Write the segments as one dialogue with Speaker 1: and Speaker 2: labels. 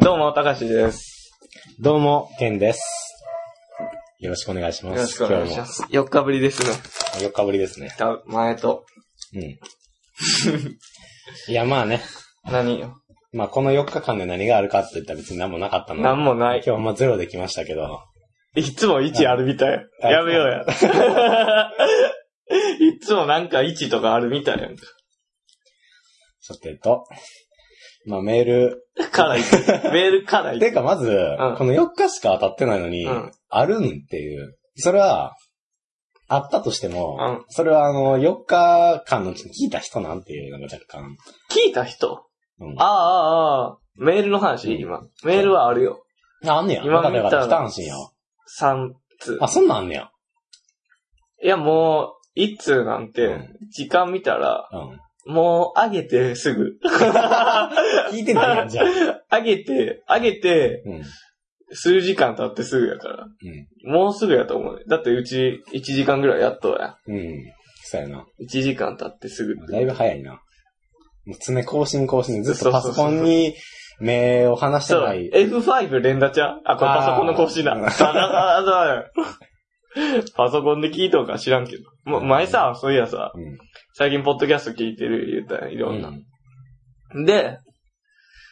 Speaker 1: どうも、たかしです。
Speaker 2: どうも、ケンです。よろしくお願いします。
Speaker 1: よろしくお願いしま
Speaker 2: 今
Speaker 1: す。4日ぶりですね。
Speaker 2: 日も4日ぶりですね。
Speaker 1: た前と。
Speaker 2: うん。 いや、まあね。
Speaker 1: 何よ。
Speaker 2: まあ、この4日間で何があるかって言ったら別に何もなかったの。
Speaker 1: なんもない。
Speaker 2: 今日まあゼロできましたけど。
Speaker 1: いつも1あるみたい。
Speaker 2: あ
Speaker 1: やめようや。いつもなんか1とかあるみたいやんか。
Speaker 2: さてと。まあ、メール。
Speaker 1: から 行く。メールから行
Speaker 2: て
Speaker 1: く。
Speaker 2: か、まず、
Speaker 1: ん
Speaker 2: この4日しか当たってないのに、
Speaker 1: うん
Speaker 2: あるんっていう。それは、あったとしても、
Speaker 1: うん
Speaker 2: それはあの、4日間のうちに聞いた人なんていうのが若干。
Speaker 1: 聞いた人
Speaker 2: うん
Speaker 1: ああ、ああ、ああ。メールの話、今。メールはあるよ。
Speaker 2: あ、あんねや。
Speaker 1: 今
Speaker 2: よかったよかった。
Speaker 1: 見
Speaker 2: 来
Speaker 1: た
Speaker 2: た
Speaker 1: ら
Speaker 2: 安心やわ。
Speaker 1: 3通。
Speaker 2: あ、そんなんあんねや。
Speaker 1: いや、もう、1通なん
Speaker 2: う
Speaker 1: て
Speaker 2: ん、
Speaker 1: 時間見たら、
Speaker 2: うん。
Speaker 1: もう、あげてすぐ。
Speaker 2: 聞いてないやん、じゃあ。
Speaker 1: あげて、あげて、
Speaker 2: うん。うん。
Speaker 1: 数時間経ってすぐやから。もうすぐやと思うね。だってうち1時間ぐらいやっとうや。
Speaker 2: うん。そうやな。
Speaker 1: 1時間経ってすぐって
Speaker 2: だいぶ早いな。もう常更新更新ずっとパソコ
Speaker 1: そうそうそうそ
Speaker 2: ン
Speaker 1: う
Speaker 2: に目を離して
Speaker 1: そう、
Speaker 2: ない。
Speaker 1: F5 連打ちゃうあ、これ
Speaker 2: あー
Speaker 1: パソコンの更新だ。
Speaker 2: うん
Speaker 1: あそうだそうだパソコンで聞いとんか知らんけど。もう前さ、そういやさ、
Speaker 2: うん。
Speaker 1: 最近ポッドキャスト聞いてる言うたやん、いろん
Speaker 2: う
Speaker 1: な。で、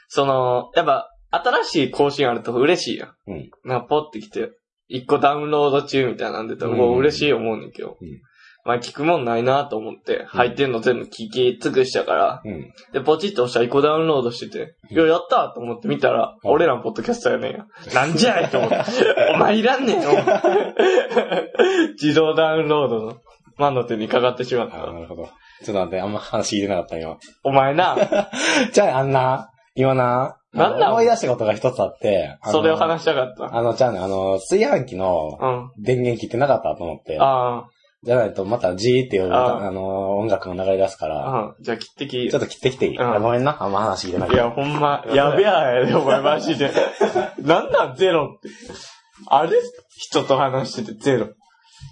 Speaker 1: その、やっぱ、新しい更新あると嬉しいやん。
Speaker 2: うん
Speaker 1: なんかポってきて、一個ダウンロード中みたいなんでたら、
Speaker 2: うん
Speaker 1: もう嬉しい思うねんけど。
Speaker 2: うん
Speaker 1: まあ聞くもんないなと思って、入ってんの全部聞き尽くしたから、
Speaker 2: うん。
Speaker 1: で、ポチッと押したら1個ダウンロードしてて、
Speaker 2: う
Speaker 1: い
Speaker 2: ん
Speaker 1: や、やったーと思って見たら、
Speaker 2: うん
Speaker 1: 俺らのポッドキャストやねん や。なんじゃいと思って。お前いらんねんよ。 自動ダウンロードの魔の手にかかってしまっ
Speaker 2: あー
Speaker 1: た。
Speaker 2: なるほど。ちょっと待って、あんま話聞いてなかった今。
Speaker 1: お前な、
Speaker 2: じゃあ、あんな、今な、あの
Speaker 1: なんなん
Speaker 2: 思い出したことが一つあって、あの
Speaker 1: それを話したかった。
Speaker 2: あの、じゃあね、あの、炊飯器の
Speaker 1: うん。
Speaker 2: 電源切ってなかったと思って、
Speaker 1: あ
Speaker 2: じゃないとまたジーっていう、
Speaker 1: あー
Speaker 2: あの、音楽が流れ出すから、
Speaker 1: あ、うん。じゃあ切ってき。
Speaker 2: ちょっと切ってきていい
Speaker 1: うん
Speaker 2: あごめんな、あんま話聞いてない
Speaker 1: い。や、ほんま、やべえやで、お前マジ で。なんなんゼロって。あれ人と話しててゼロ。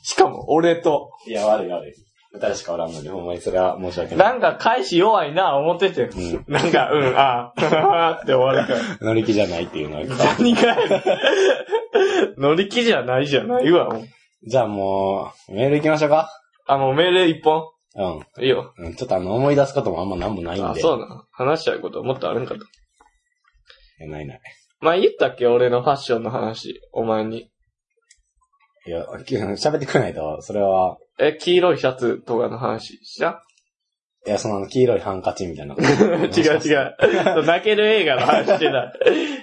Speaker 1: しかも、俺と。
Speaker 2: いや、悪い悪い。誰しかおらんのに、ほんまにそれは申し訳ない。
Speaker 1: なんか返し弱いな、思ってて。
Speaker 2: うん。
Speaker 1: なんか、うん、ああ、って終わるから。
Speaker 2: 乗り気じゃないっていう のは。
Speaker 1: 何か 乗り気じゃないじゃないわ。もう
Speaker 2: じゃあもう、メール行きましょうか。
Speaker 1: あ、もう命令一本
Speaker 2: うん
Speaker 1: いいよ。
Speaker 2: うん。ちょっとあの、思い出すこともあんまなんもないん
Speaker 1: あ、
Speaker 2: で。
Speaker 1: そうな。話したいこともっとあるんかと。
Speaker 2: いやないない。
Speaker 1: 前言ったっけ俺のファッションの話。お前に。
Speaker 2: いや、喋ってくれないと、それは、
Speaker 1: え、黄色いシャツとかの話した
Speaker 2: いや、そのあの黄色いハンカチみたい な。
Speaker 1: 違う違う。そう泣ける映画の話してない。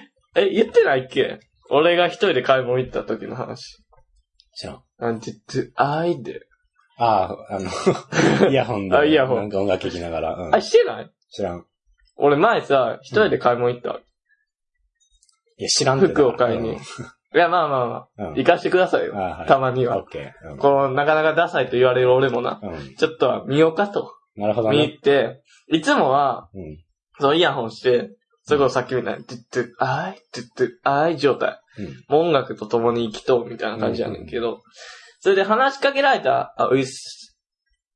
Speaker 1: え、言ってないっけ俺が一人で買い物行った時の話。
Speaker 2: 知らん。
Speaker 1: なんて言って、あいで。
Speaker 2: ああ、あ の、イヤホンで。
Speaker 1: あイヤホン
Speaker 2: なんか音楽聴きながら。うん
Speaker 1: あ、。してない
Speaker 2: 知らん。
Speaker 1: 俺前さ、一人で買い物行ったわ。
Speaker 2: いや、知らんってな
Speaker 1: 服を買いに。いや、まあまあまあ。
Speaker 2: うん。うん
Speaker 1: 行かしてくださいよ。
Speaker 2: あ
Speaker 1: たまに
Speaker 2: あ、はい。
Speaker 1: は
Speaker 2: オッ。ケー。うん
Speaker 1: この、なかなかダサいと言われる俺もな。
Speaker 2: うん。
Speaker 1: ちょっとは見ようかと。
Speaker 2: なるほど
Speaker 1: 見に
Speaker 2: ね。
Speaker 1: 行って、いつもは、
Speaker 2: うん。
Speaker 1: そのイヤホンして、それこそさっきみたいに、トゥットゥ、あーい、トゥットゥ、あーい状態。
Speaker 2: うん
Speaker 1: もう音楽と共に生きとうみたいな感じやねんけど。それで話しかけられた、あ、ういっす。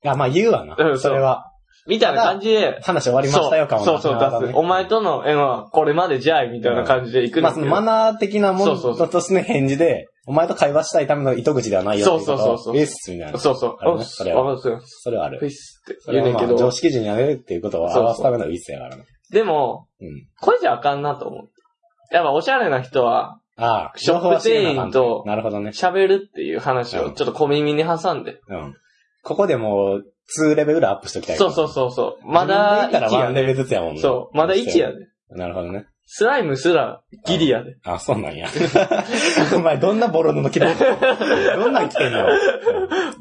Speaker 2: いや、まあ言うわな
Speaker 1: うん。
Speaker 2: それは。
Speaker 1: みたいな感じで、
Speaker 2: 話終わりま
Speaker 1: そ
Speaker 2: したよ、
Speaker 1: う
Speaker 2: 感は
Speaker 1: そうそう
Speaker 2: なるほど
Speaker 1: 出
Speaker 2: ね
Speaker 1: す。お前との縁はこれまでじゃい、みたいな感じで行くん
Speaker 2: ま
Speaker 1: だ
Speaker 2: あ、
Speaker 1: け
Speaker 2: そ
Speaker 1: ど
Speaker 2: のマナー的なも
Speaker 1: そうそうそ
Speaker 2: のとしての返事で、お前と会話したいための糸口ではないよってい
Speaker 1: そうそうそうそう
Speaker 2: ウィスみたいな。
Speaker 1: そうそう。
Speaker 2: あれね
Speaker 1: おっす、
Speaker 2: それは
Speaker 1: おっす、う
Speaker 2: それはある。
Speaker 1: いっすって
Speaker 2: そ
Speaker 1: 言
Speaker 2: れ
Speaker 1: うねん
Speaker 2: は
Speaker 1: け
Speaker 2: まあ常
Speaker 1: ど。
Speaker 2: 識人やれるっていうことを表すためのウィスやからな。
Speaker 1: でも、
Speaker 2: うん。
Speaker 1: これじゃあかんなと思って。やっぱおしゃれな人は、
Speaker 2: ああ、
Speaker 1: ショップ店員と
Speaker 2: なるほどね。
Speaker 1: 喋るっていう話をちょっと小耳に挟んで。
Speaker 2: うん。ここでもう、2レベルぐらいアップしときたい。。
Speaker 1: そうそううそうそう。まだ
Speaker 2: たら
Speaker 1: 1
Speaker 2: 1
Speaker 1: や
Speaker 2: レベル
Speaker 1: で。
Speaker 2: ずつやもんね。
Speaker 1: そう。まだ1やで。
Speaker 2: なるほどね。
Speaker 1: スライムすらギリやで。
Speaker 2: あ、そうなんや。 お前、どんなボロ布着てん のどんなん着てんのう ん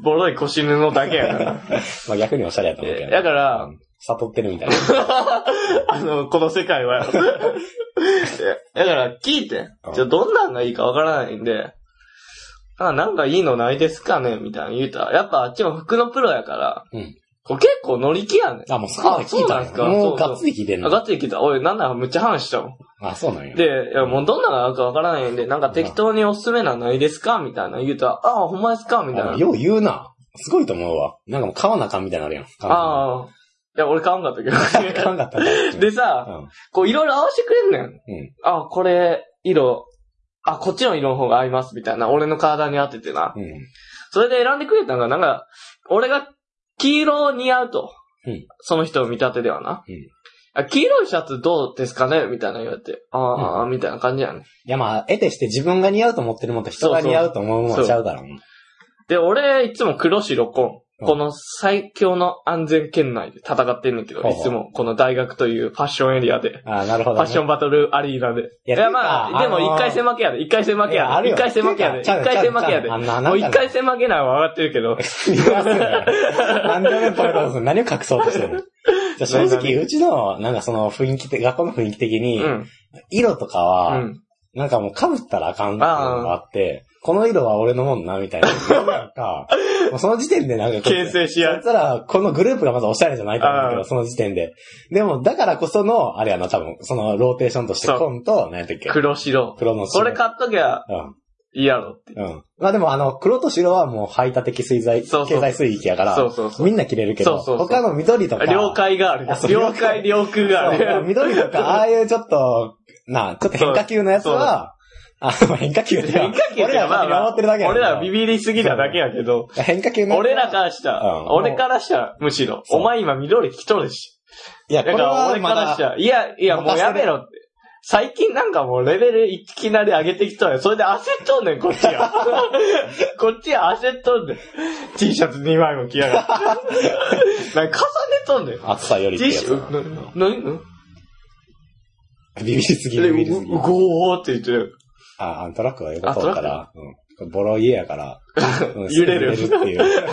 Speaker 1: ボロい腰布だけや から。
Speaker 2: まあ逆におしゃれやと思うけど。
Speaker 1: だから
Speaker 2: う、ん、悟ってるみたいな。
Speaker 1: あの、この世界は。 だから聞いて
Speaker 2: う。ん
Speaker 1: じゃあどんなんがいいかわからないんで、あなんかいいのないですかねみたいな言うたら。やっぱあっちも服のプロやから、
Speaker 2: うん
Speaker 1: これ結構乗り気やねん。
Speaker 2: あ、もうそこまで聞いた
Speaker 1: あそうなん
Speaker 2: ん
Speaker 1: す
Speaker 2: や
Speaker 1: か
Speaker 2: もうがっつり聞いてん
Speaker 1: 上
Speaker 2: の。
Speaker 1: がってきた。おい、なんならむっちゃ話したもん。
Speaker 2: あ、そうなんや。
Speaker 1: で、いや、もうどんなのがあるかわからないんで、なんか適当におすすめなのないですかみたいな言うと、ああ、ほんまですかみたい
Speaker 2: あ
Speaker 1: な。
Speaker 2: よう言うな。すごいと思うわ。なんかもう買わなあかんみたいになるやん。
Speaker 1: ああ、や、俺買わんかったけ
Speaker 2: 買わ
Speaker 1: ど。
Speaker 2: んかったんだ。
Speaker 1: でさ、こういろいろ合わせてくれんのよ。
Speaker 2: うん。うん。
Speaker 1: あ、これ、色、あ、こっちの色の方が合います、みたいな。俺の体に合っててな。
Speaker 2: うん。
Speaker 1: それで選んでくれたのが、なんか、俺が黄色似合うと。
Speaker 2: うん
Speaker 1: その人の見立てではな。
Speaker 2: うん
Speaker 1: あ黄色いシャツどうですかねみたいな言われて。ああ、みたいな感じやね。
Speaker 2: いやまあ、得てして自分が似合うと思ってるもんと人が似合うと思うもんはちゃうから。うん
Speaker 1: で、俺、いつも黒白紺。
Speaker 2: うん
Speaker 1: この最強の安全圏内で戦ってんねんけど、
Speaker 2: ほう
Speaker 1: い
Speaker 2: ほう
Speaker 1: つもこの大学というファッションエリアで、
Speaker 2: ああ、なるほ
Speaker 1: フ
Speaker 2: ど
Speaker 1: ァッ
Speaker 2: ね。
Speaker 1: ションバトルアリーナで。いや、まあ、でも一回戦負けやで、一回戦負け
Speaker 2: いや
Speaker 1: や
Speaker 2: ある
Speaker 1: で、
Speaker 2: よ
Speaker 1: 一回戦負けやで、一
Speaker 2: ちゃうよ
Speaker 1: 回戦負けやで。
Speaker 2: ちゃうよあんななんだ
Speaker 1: もう一回戦負けないは分かってるけど、
Speaker 2: 言わせない。何でもね、ポレタス何を隠そうとして るのじゃあ正直、うちの、なんかその雰囲気的、学校の雰囲気的
Speaker 1: う
Speaker 2: に、
Speaker 1: ん、
Speaker 2: 色とか
Speaker 1: う
Speaker 2: は、
Speaker 1: ん。
Speaker 2: なんかもう被ったらあかんっていうのがあって、この色は俺のもんな、みたいな。なんか、 もうその時点でなんか、
Speaker 1: 形成し合
Speaker 2: や
Speaker 1: う
Speaker 2: っ。たら、このグループがまずおしゃれじゃないと思うんだ
Speaker 1: あ
Speaker 2: け
Speaker 1: ー
Speaker 2: ど、その時点で。でも、だからこその、あれやな、多分、そのローテーションとして、
Speaker 1: そう
Speaker 2: コンと、何やったっけ
Speaker 1: 黒白。
Speaker 2: 黒の白
Speaker 1: これ買っときゃ
Speaker 2: うん。
Speaker 1: いいやろって。
Speaker 2: うん。まあでも、あの、黒と白はもう排他的水材、
Speaker 1: そうそう
Speaker 2: 経済水域やから、
Speaker 1: そうそうそう。
Speaker 2: みんな着れるけど、
Speaker 1: そうそうそう
Speaker 2: 他の緑とか、
Speaker 1: 了解がある
Speaker 2: あそ。う
Speaker 1: 了解、了解があ
Speaker 2: そう
Speaker 1: る。
Speaker 2: 緑とか、ああいうちょっと、なあ、ちょっと変化球のやつは、あ、まあ変化球って
Speaker 1: 変化球
Speaker 2: 俺ら
Speaker 1: ま
Speaker 2: が
Speaker 1: あまあ
Speaker 2: 守ってるだけやけ
Speaker 1: 俺
Speaker 2: ど
Speaker 1: らビビりすぎただけやけど、
Speaker 2: 変化球のやつは
Speaker 1: 俺らからした
Speaker 2: うん
Speaker 1: ら、俺からしたら、むしろ、
Speaker 2: そう
Speaker 1: お前今緑着とるし。
Speaker 2: いや、こ
Speaker 1: だ
Speaker 2: れ
Speaker 1: から
Speaker 2: は
Speaker 1: 俺
Speaker 2: ま
Speaker 1: から
Speaker 2: だ
Speaker 1: したら、いや、いや、もうやめろって。最近なんかもうレベルいきなり上げてきとるそれで焦っとんねん、こっちは。 こっちは焦っとんねん。T シャツ2枚も着や がって。なんか重ねとんねん。
Speaker 2: 暑さよりって
Speaker 1: T
Speaker 2: や
Speaker 1: シ
Speaker 2: つ
Speaker 1: ャツ、な、な、な、
Speaker 2: ビビりすぎ
Speaker 1: で、
Speaker 2: る、
Speaker 1: う
Speaker 2: ビビりすぎ
Speaker 1: う
Speaker 2: る。
Speaker 1: ゴーって言って る。
Speaker 2: あ、アントラックはよかっ
Speaker 1: あト
Speaker 2: た
Speaker 1: ラッ
Speaker 2: か
Speaker 1: ク
Speaker 2: ら、うん。ボロ家や から、うん
Speaker 1: 揺れる
Speaker 2: すぐ揺れるっていう。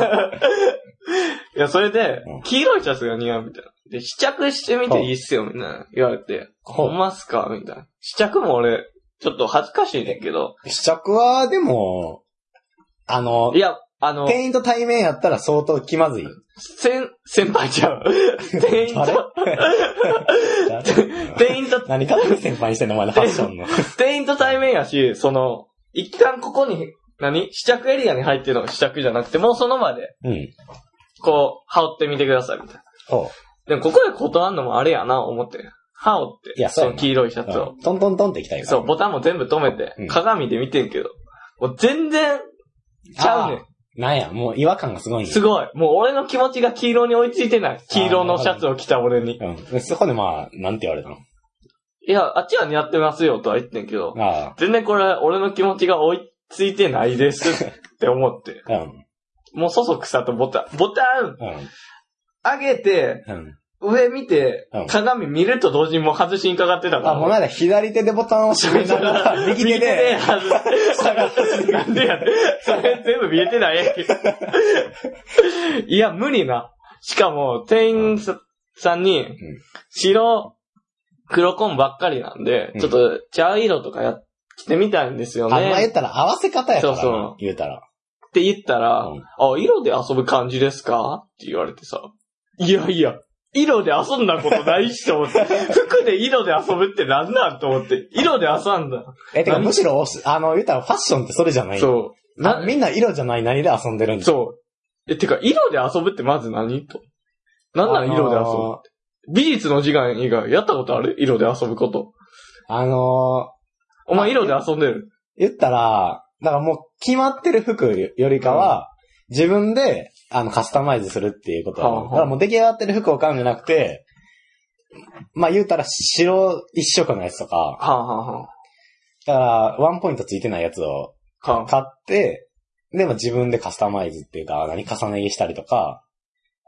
Speaker 1: いや、それで
Speaker 2: うん、
Speaker 1: 黄色いシャツが似合うみたいな。で、試着してみていいっすよ、みたいな言われて。
Speaker 2: ほう
Speaker 1: ほんますかみたいな。試着も俺、ちょっと恥ずかしいねんけど。
Speaker 2: 試着は、でも、あの
Speaker 1: い、や、あの、
Speaker 2: 店員と対面やったら相当気まずい。
Speaker 1: 先、先輩ちゃ う。店員
Speaker 2: あれ
Speaker 1: と、 店員と、
Speaker 2: 何勝手に先輩にしてんのお前のファッションの。
Speaker 1: 店員と対面やし、その、一旦ここに、何試着エリアに入ってるのが試着じゃなくて、もうその場で、
Speaker 2: うん。
Speaker 1: こう、羽織ってみてください、みたいな。
Speaker 2: ほ
Speaker 1: でも、ここで断んのもあれやな、思って。羽織って、
Speaker 2: いやそう
Speaker 1: そ
Speaker 2: や
Speaker 1: の
Speaker 2: な
Speaker 1: 黄色いシャ
Speaker 2: う
Speaker 1: ツを。
Speaker 2: うん。トントントンっていきたいから。
Speaker 1: そう、ボタンも全部止めて、
Speaker 2: うん
Speaker 1: 鏡で見てんけど、もう全然、ちゃうね
Speaker 2: なんや、もう違和感がすごいん
Speaker 1: ん。
Speaker 2: や
Speaker 1: すごい。もう俺の気持ちが黄色に追いついてない。黄色のシャツを着た俺に。
Speaker 2: うん。でそこでまあ、なんて言われたの
Speaker 1: いや、あっちは似合ってますよとは言ってんけど、
Speaker 2: あ
Speaker 1: 全然これ俺の気持ちが追いついてないですって思 って。
Speaker 2: あ。うん。
Speaker 1: もうそそくさとボタン、ボタン
Speaker 2: うん。
Speaker 1: 上げて、
Speaker 2: うん。
Speaker 1: 上見て
Speaker 2: うん、
Speaker 1: 鏡見ると同時にもう外しにかかってたから。
Speaker 2: あ、もうなんだ、左手でボタンを押しなが ら、右手で、
Speaker 1: 外してなんでやねんそれ全部見えてないやんけ。 いや、無理な。しかも、店員ささんに、白、黒コンばっかりなんで
Speaker 2: う、ん
Speaker 1: ちょっと、茶色とかやってみたいんですよ
Speaker 2: あんま言っ
Speaker 1: ね。
Speaker 2: たら合わせ方やからな
Speaker 1: そうそう
Speaker 2: 言うたら。
Speaker 1: って言ったら、
Speaker 2: うん
Speaker 1: あ、色で遊ぶ感じですかって言われてさ。いやいや、色で遊んだことないしと思 って、服で色で遊ぶってなんなんと思って、色で遊んだ。
Speaker 2: え、てか、
Speaker 1: 何
Speaker 2: むしろ、あの、言うたらファッションってそれじゃない。
Speaker 1: そう。
Speaker 2: な
Speaker 1: な、
Speaker 2: みんな色じゃない何で遊んでるんです
Speaker 1: そう。え、てか、色で遊ぶってまず何と。なんなん色で遊ぶ、
Speaker 2: ぶ
Speaker 1: 美術の時間以外やったことある色で遊ぶこと。
Speaker 2: あの
Speaker 1: お前色で遊んでる。
Speaker 2: ー、言ったら、だからもう決まってる服よりかは、自分で、あの、カスタマイズするっていうことだ,、
Speaker 1: はあはあ
Speaker 2: だからもう出来上がってる服を買うんじゃなくて、まあ言うたら白一色のやつとか、
Speaker 1: はあ、はあは
Speaker 2: だからワンポイントついてないやつを
Speaker 1: あ、はあ。
Speaker 2: 買って、でも自分でカスタマイズっていうか、何重ね着したりとか、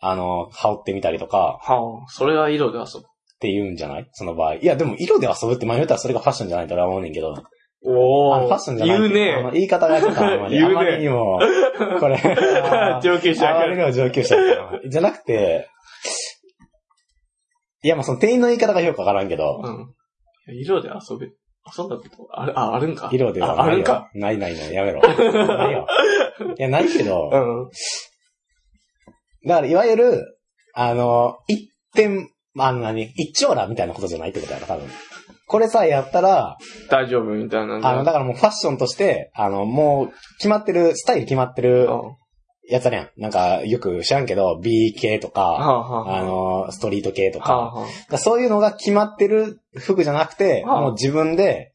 Speaker 2: あの、羽織ってみたりとか
Speaker 1: はあ、それは色で遊ぶ。
Speaker 2: っていうんじゃないその場合。いや、でも色で遊ぶって、まあ言うたらそれがファッションじゃないと俺は思うねんけど。
Speaker 1: お
Speaker 2: あの
Speaker 1: ー。
Speaker 2: ファッションじゃない。
Speaker 1: 言う
Speaker 2: あ
Speaker 1: ね
Speaker 2: の言い方がやってたあんまり。
Speaker 1: 言うね
Speaker 2: あまりにも、これ。あ
Speaker 1: 上級者や
Speaker 2: ま
Speaker 1: から
Speaker 2: りにも上級者やからじゃなくて、いや、まあその店員の言い方がよくわからんけど、
Speaker 1: うん。色で遊べ。遊んだことある、あ、あるんか。
Speaker 2: 色では
Speaker 1: ああ
Speaker 2: ない
Speaker 1: るん
Speaker 2: よ
Speaker 1: か。。
Speaker 2: ないないない、やめろ。ないよ。いや、ないけど、
Speaker 1: うん。
Speaker 2: だからいわゆる、あの、一点、まああの何、一丁羅みたいなことじゃないってことやろ、多分。これさえやったら、
Speaker 1: 大丈夫みたいな。
Speaker 2: あの、だからもうファッションとして、あの、もう、決まってる、スタイル決まってる
Speaker 1: うん
Speaker 2: やつあるやん。なんか、よく知らんけど、B 系と
Speaker 1: は
Speaker 2: か、
Speaker 1: あはあは
Speaker 2: あの、ストリート系と
Speaker 1: あ。は
Speaker 2: か、
Speaker 1: あは
Speaker 2: だからそういうのが決まってる服じゃなくて、
Speaker 1: はあ
Speaker 2: もう自分で、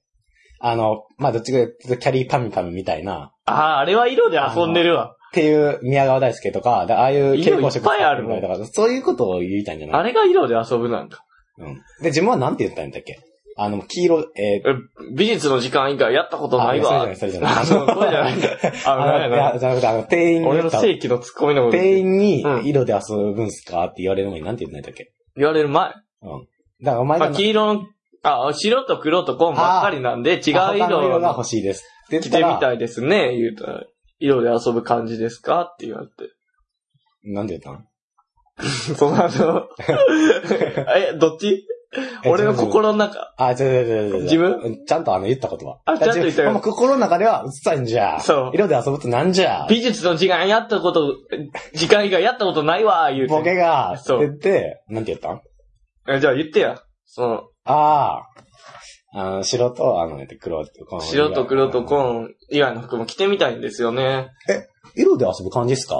Speaker 2: あの、まあ、どっちかというとキャリーパミュパミュみたいな、
Speaker 1: あ。ああ、あれは色で遊んでるわ。
Speaker 2: っていう宮川大輔とか、だああいう蛍光色
Speaker 1: いやいっぱいあるもん
Speaker 2: だから、そういうことを言いたいんじゃ
Speaker 1: あ
Speaker 2: ない
Speaker 1: れが色で遊ぶなんか。
Speaker 2: うん。で、自分はなんて言ったんだっけあの、黄色、えー、
Speaker 1: え美術の時間以外やったことないわ。
Speaker 2: あそれじゃない
Speaker 1: あ、そう、そうじゃない。あ、
Speaker 2: あ
Speaker 1: ご
Speaker 2: の、
Speaker 1: めん
Speaker 2: い
Speaker 1: ごめ
Speaker 2: や、
Speaker 1: ん
Speaker 2: じゃなくて、あの、店員に
Speaker 1: 俺
Speaker 2: 言
Speaker 1: の
Speaker 2: った、
Speaker 1: 正規のツッコミの部
Speaker 2: 店
Speaker 1: 分
Speaker 2: 員に
Speaker 1: うん
Speaker 2: 色で遊ぶんすかって言われるのになんて言ったんだっけ
Speaker 1: 言われる前。
Speaker 2: だからお前
Speaker 1: ま
Speaker 2: が
Speaker 1: あ、黄色の、あ、白と黒と紺ばっかりなんで、違う
Speaker 2: 他の
Speaker 1: 色
Speaker 2: 色
Speaker 1: の
Speaker 2: が欲しいです。って言
Speaker 1: 着
Speaker 2: ってた
Speaker 1: み
Speaker 2: ら、
Speaker 1: たいですね、言うたら。色で遊ぶ感じですかって言われて。
Speaker 2: なんて言ったの
Speaker 1: その 後、え、どっち
Speaker 2: え
Speaker 1: 俺の心の中。
Speaker 2: あ、違う違う違う違う。
Speaker 1: 自分
Speaker 2: ちゃんとあの、言ったことは。
Speaker 1: あちゃんと言ったよ
Speaker 2: あもう心の中では、うっさいんじゃ。
Speaker 1: そう
Speaker 2: 色で遊ぶとなんじゃ。
Speaker 1: 美術の時間やったこと、時間以外やったことないわ、言う
Speaker 2: ボケ
Speaker 1: て。
Speaker 2: が、って
Speaker 1: そう
Speaker 2: 言って、なんて言ったん
Speaker 1: えじゃあ言ってや。その、
Speaker 2: ああ。あの、白と、あの、えっと黒と紺。
Speaker 1: 白と黒と
Speaker 2: ン。
Speaker 1: 紺以外の服も着てみたいんですよね。
Speaker 2: 色で遊ぶ感じですか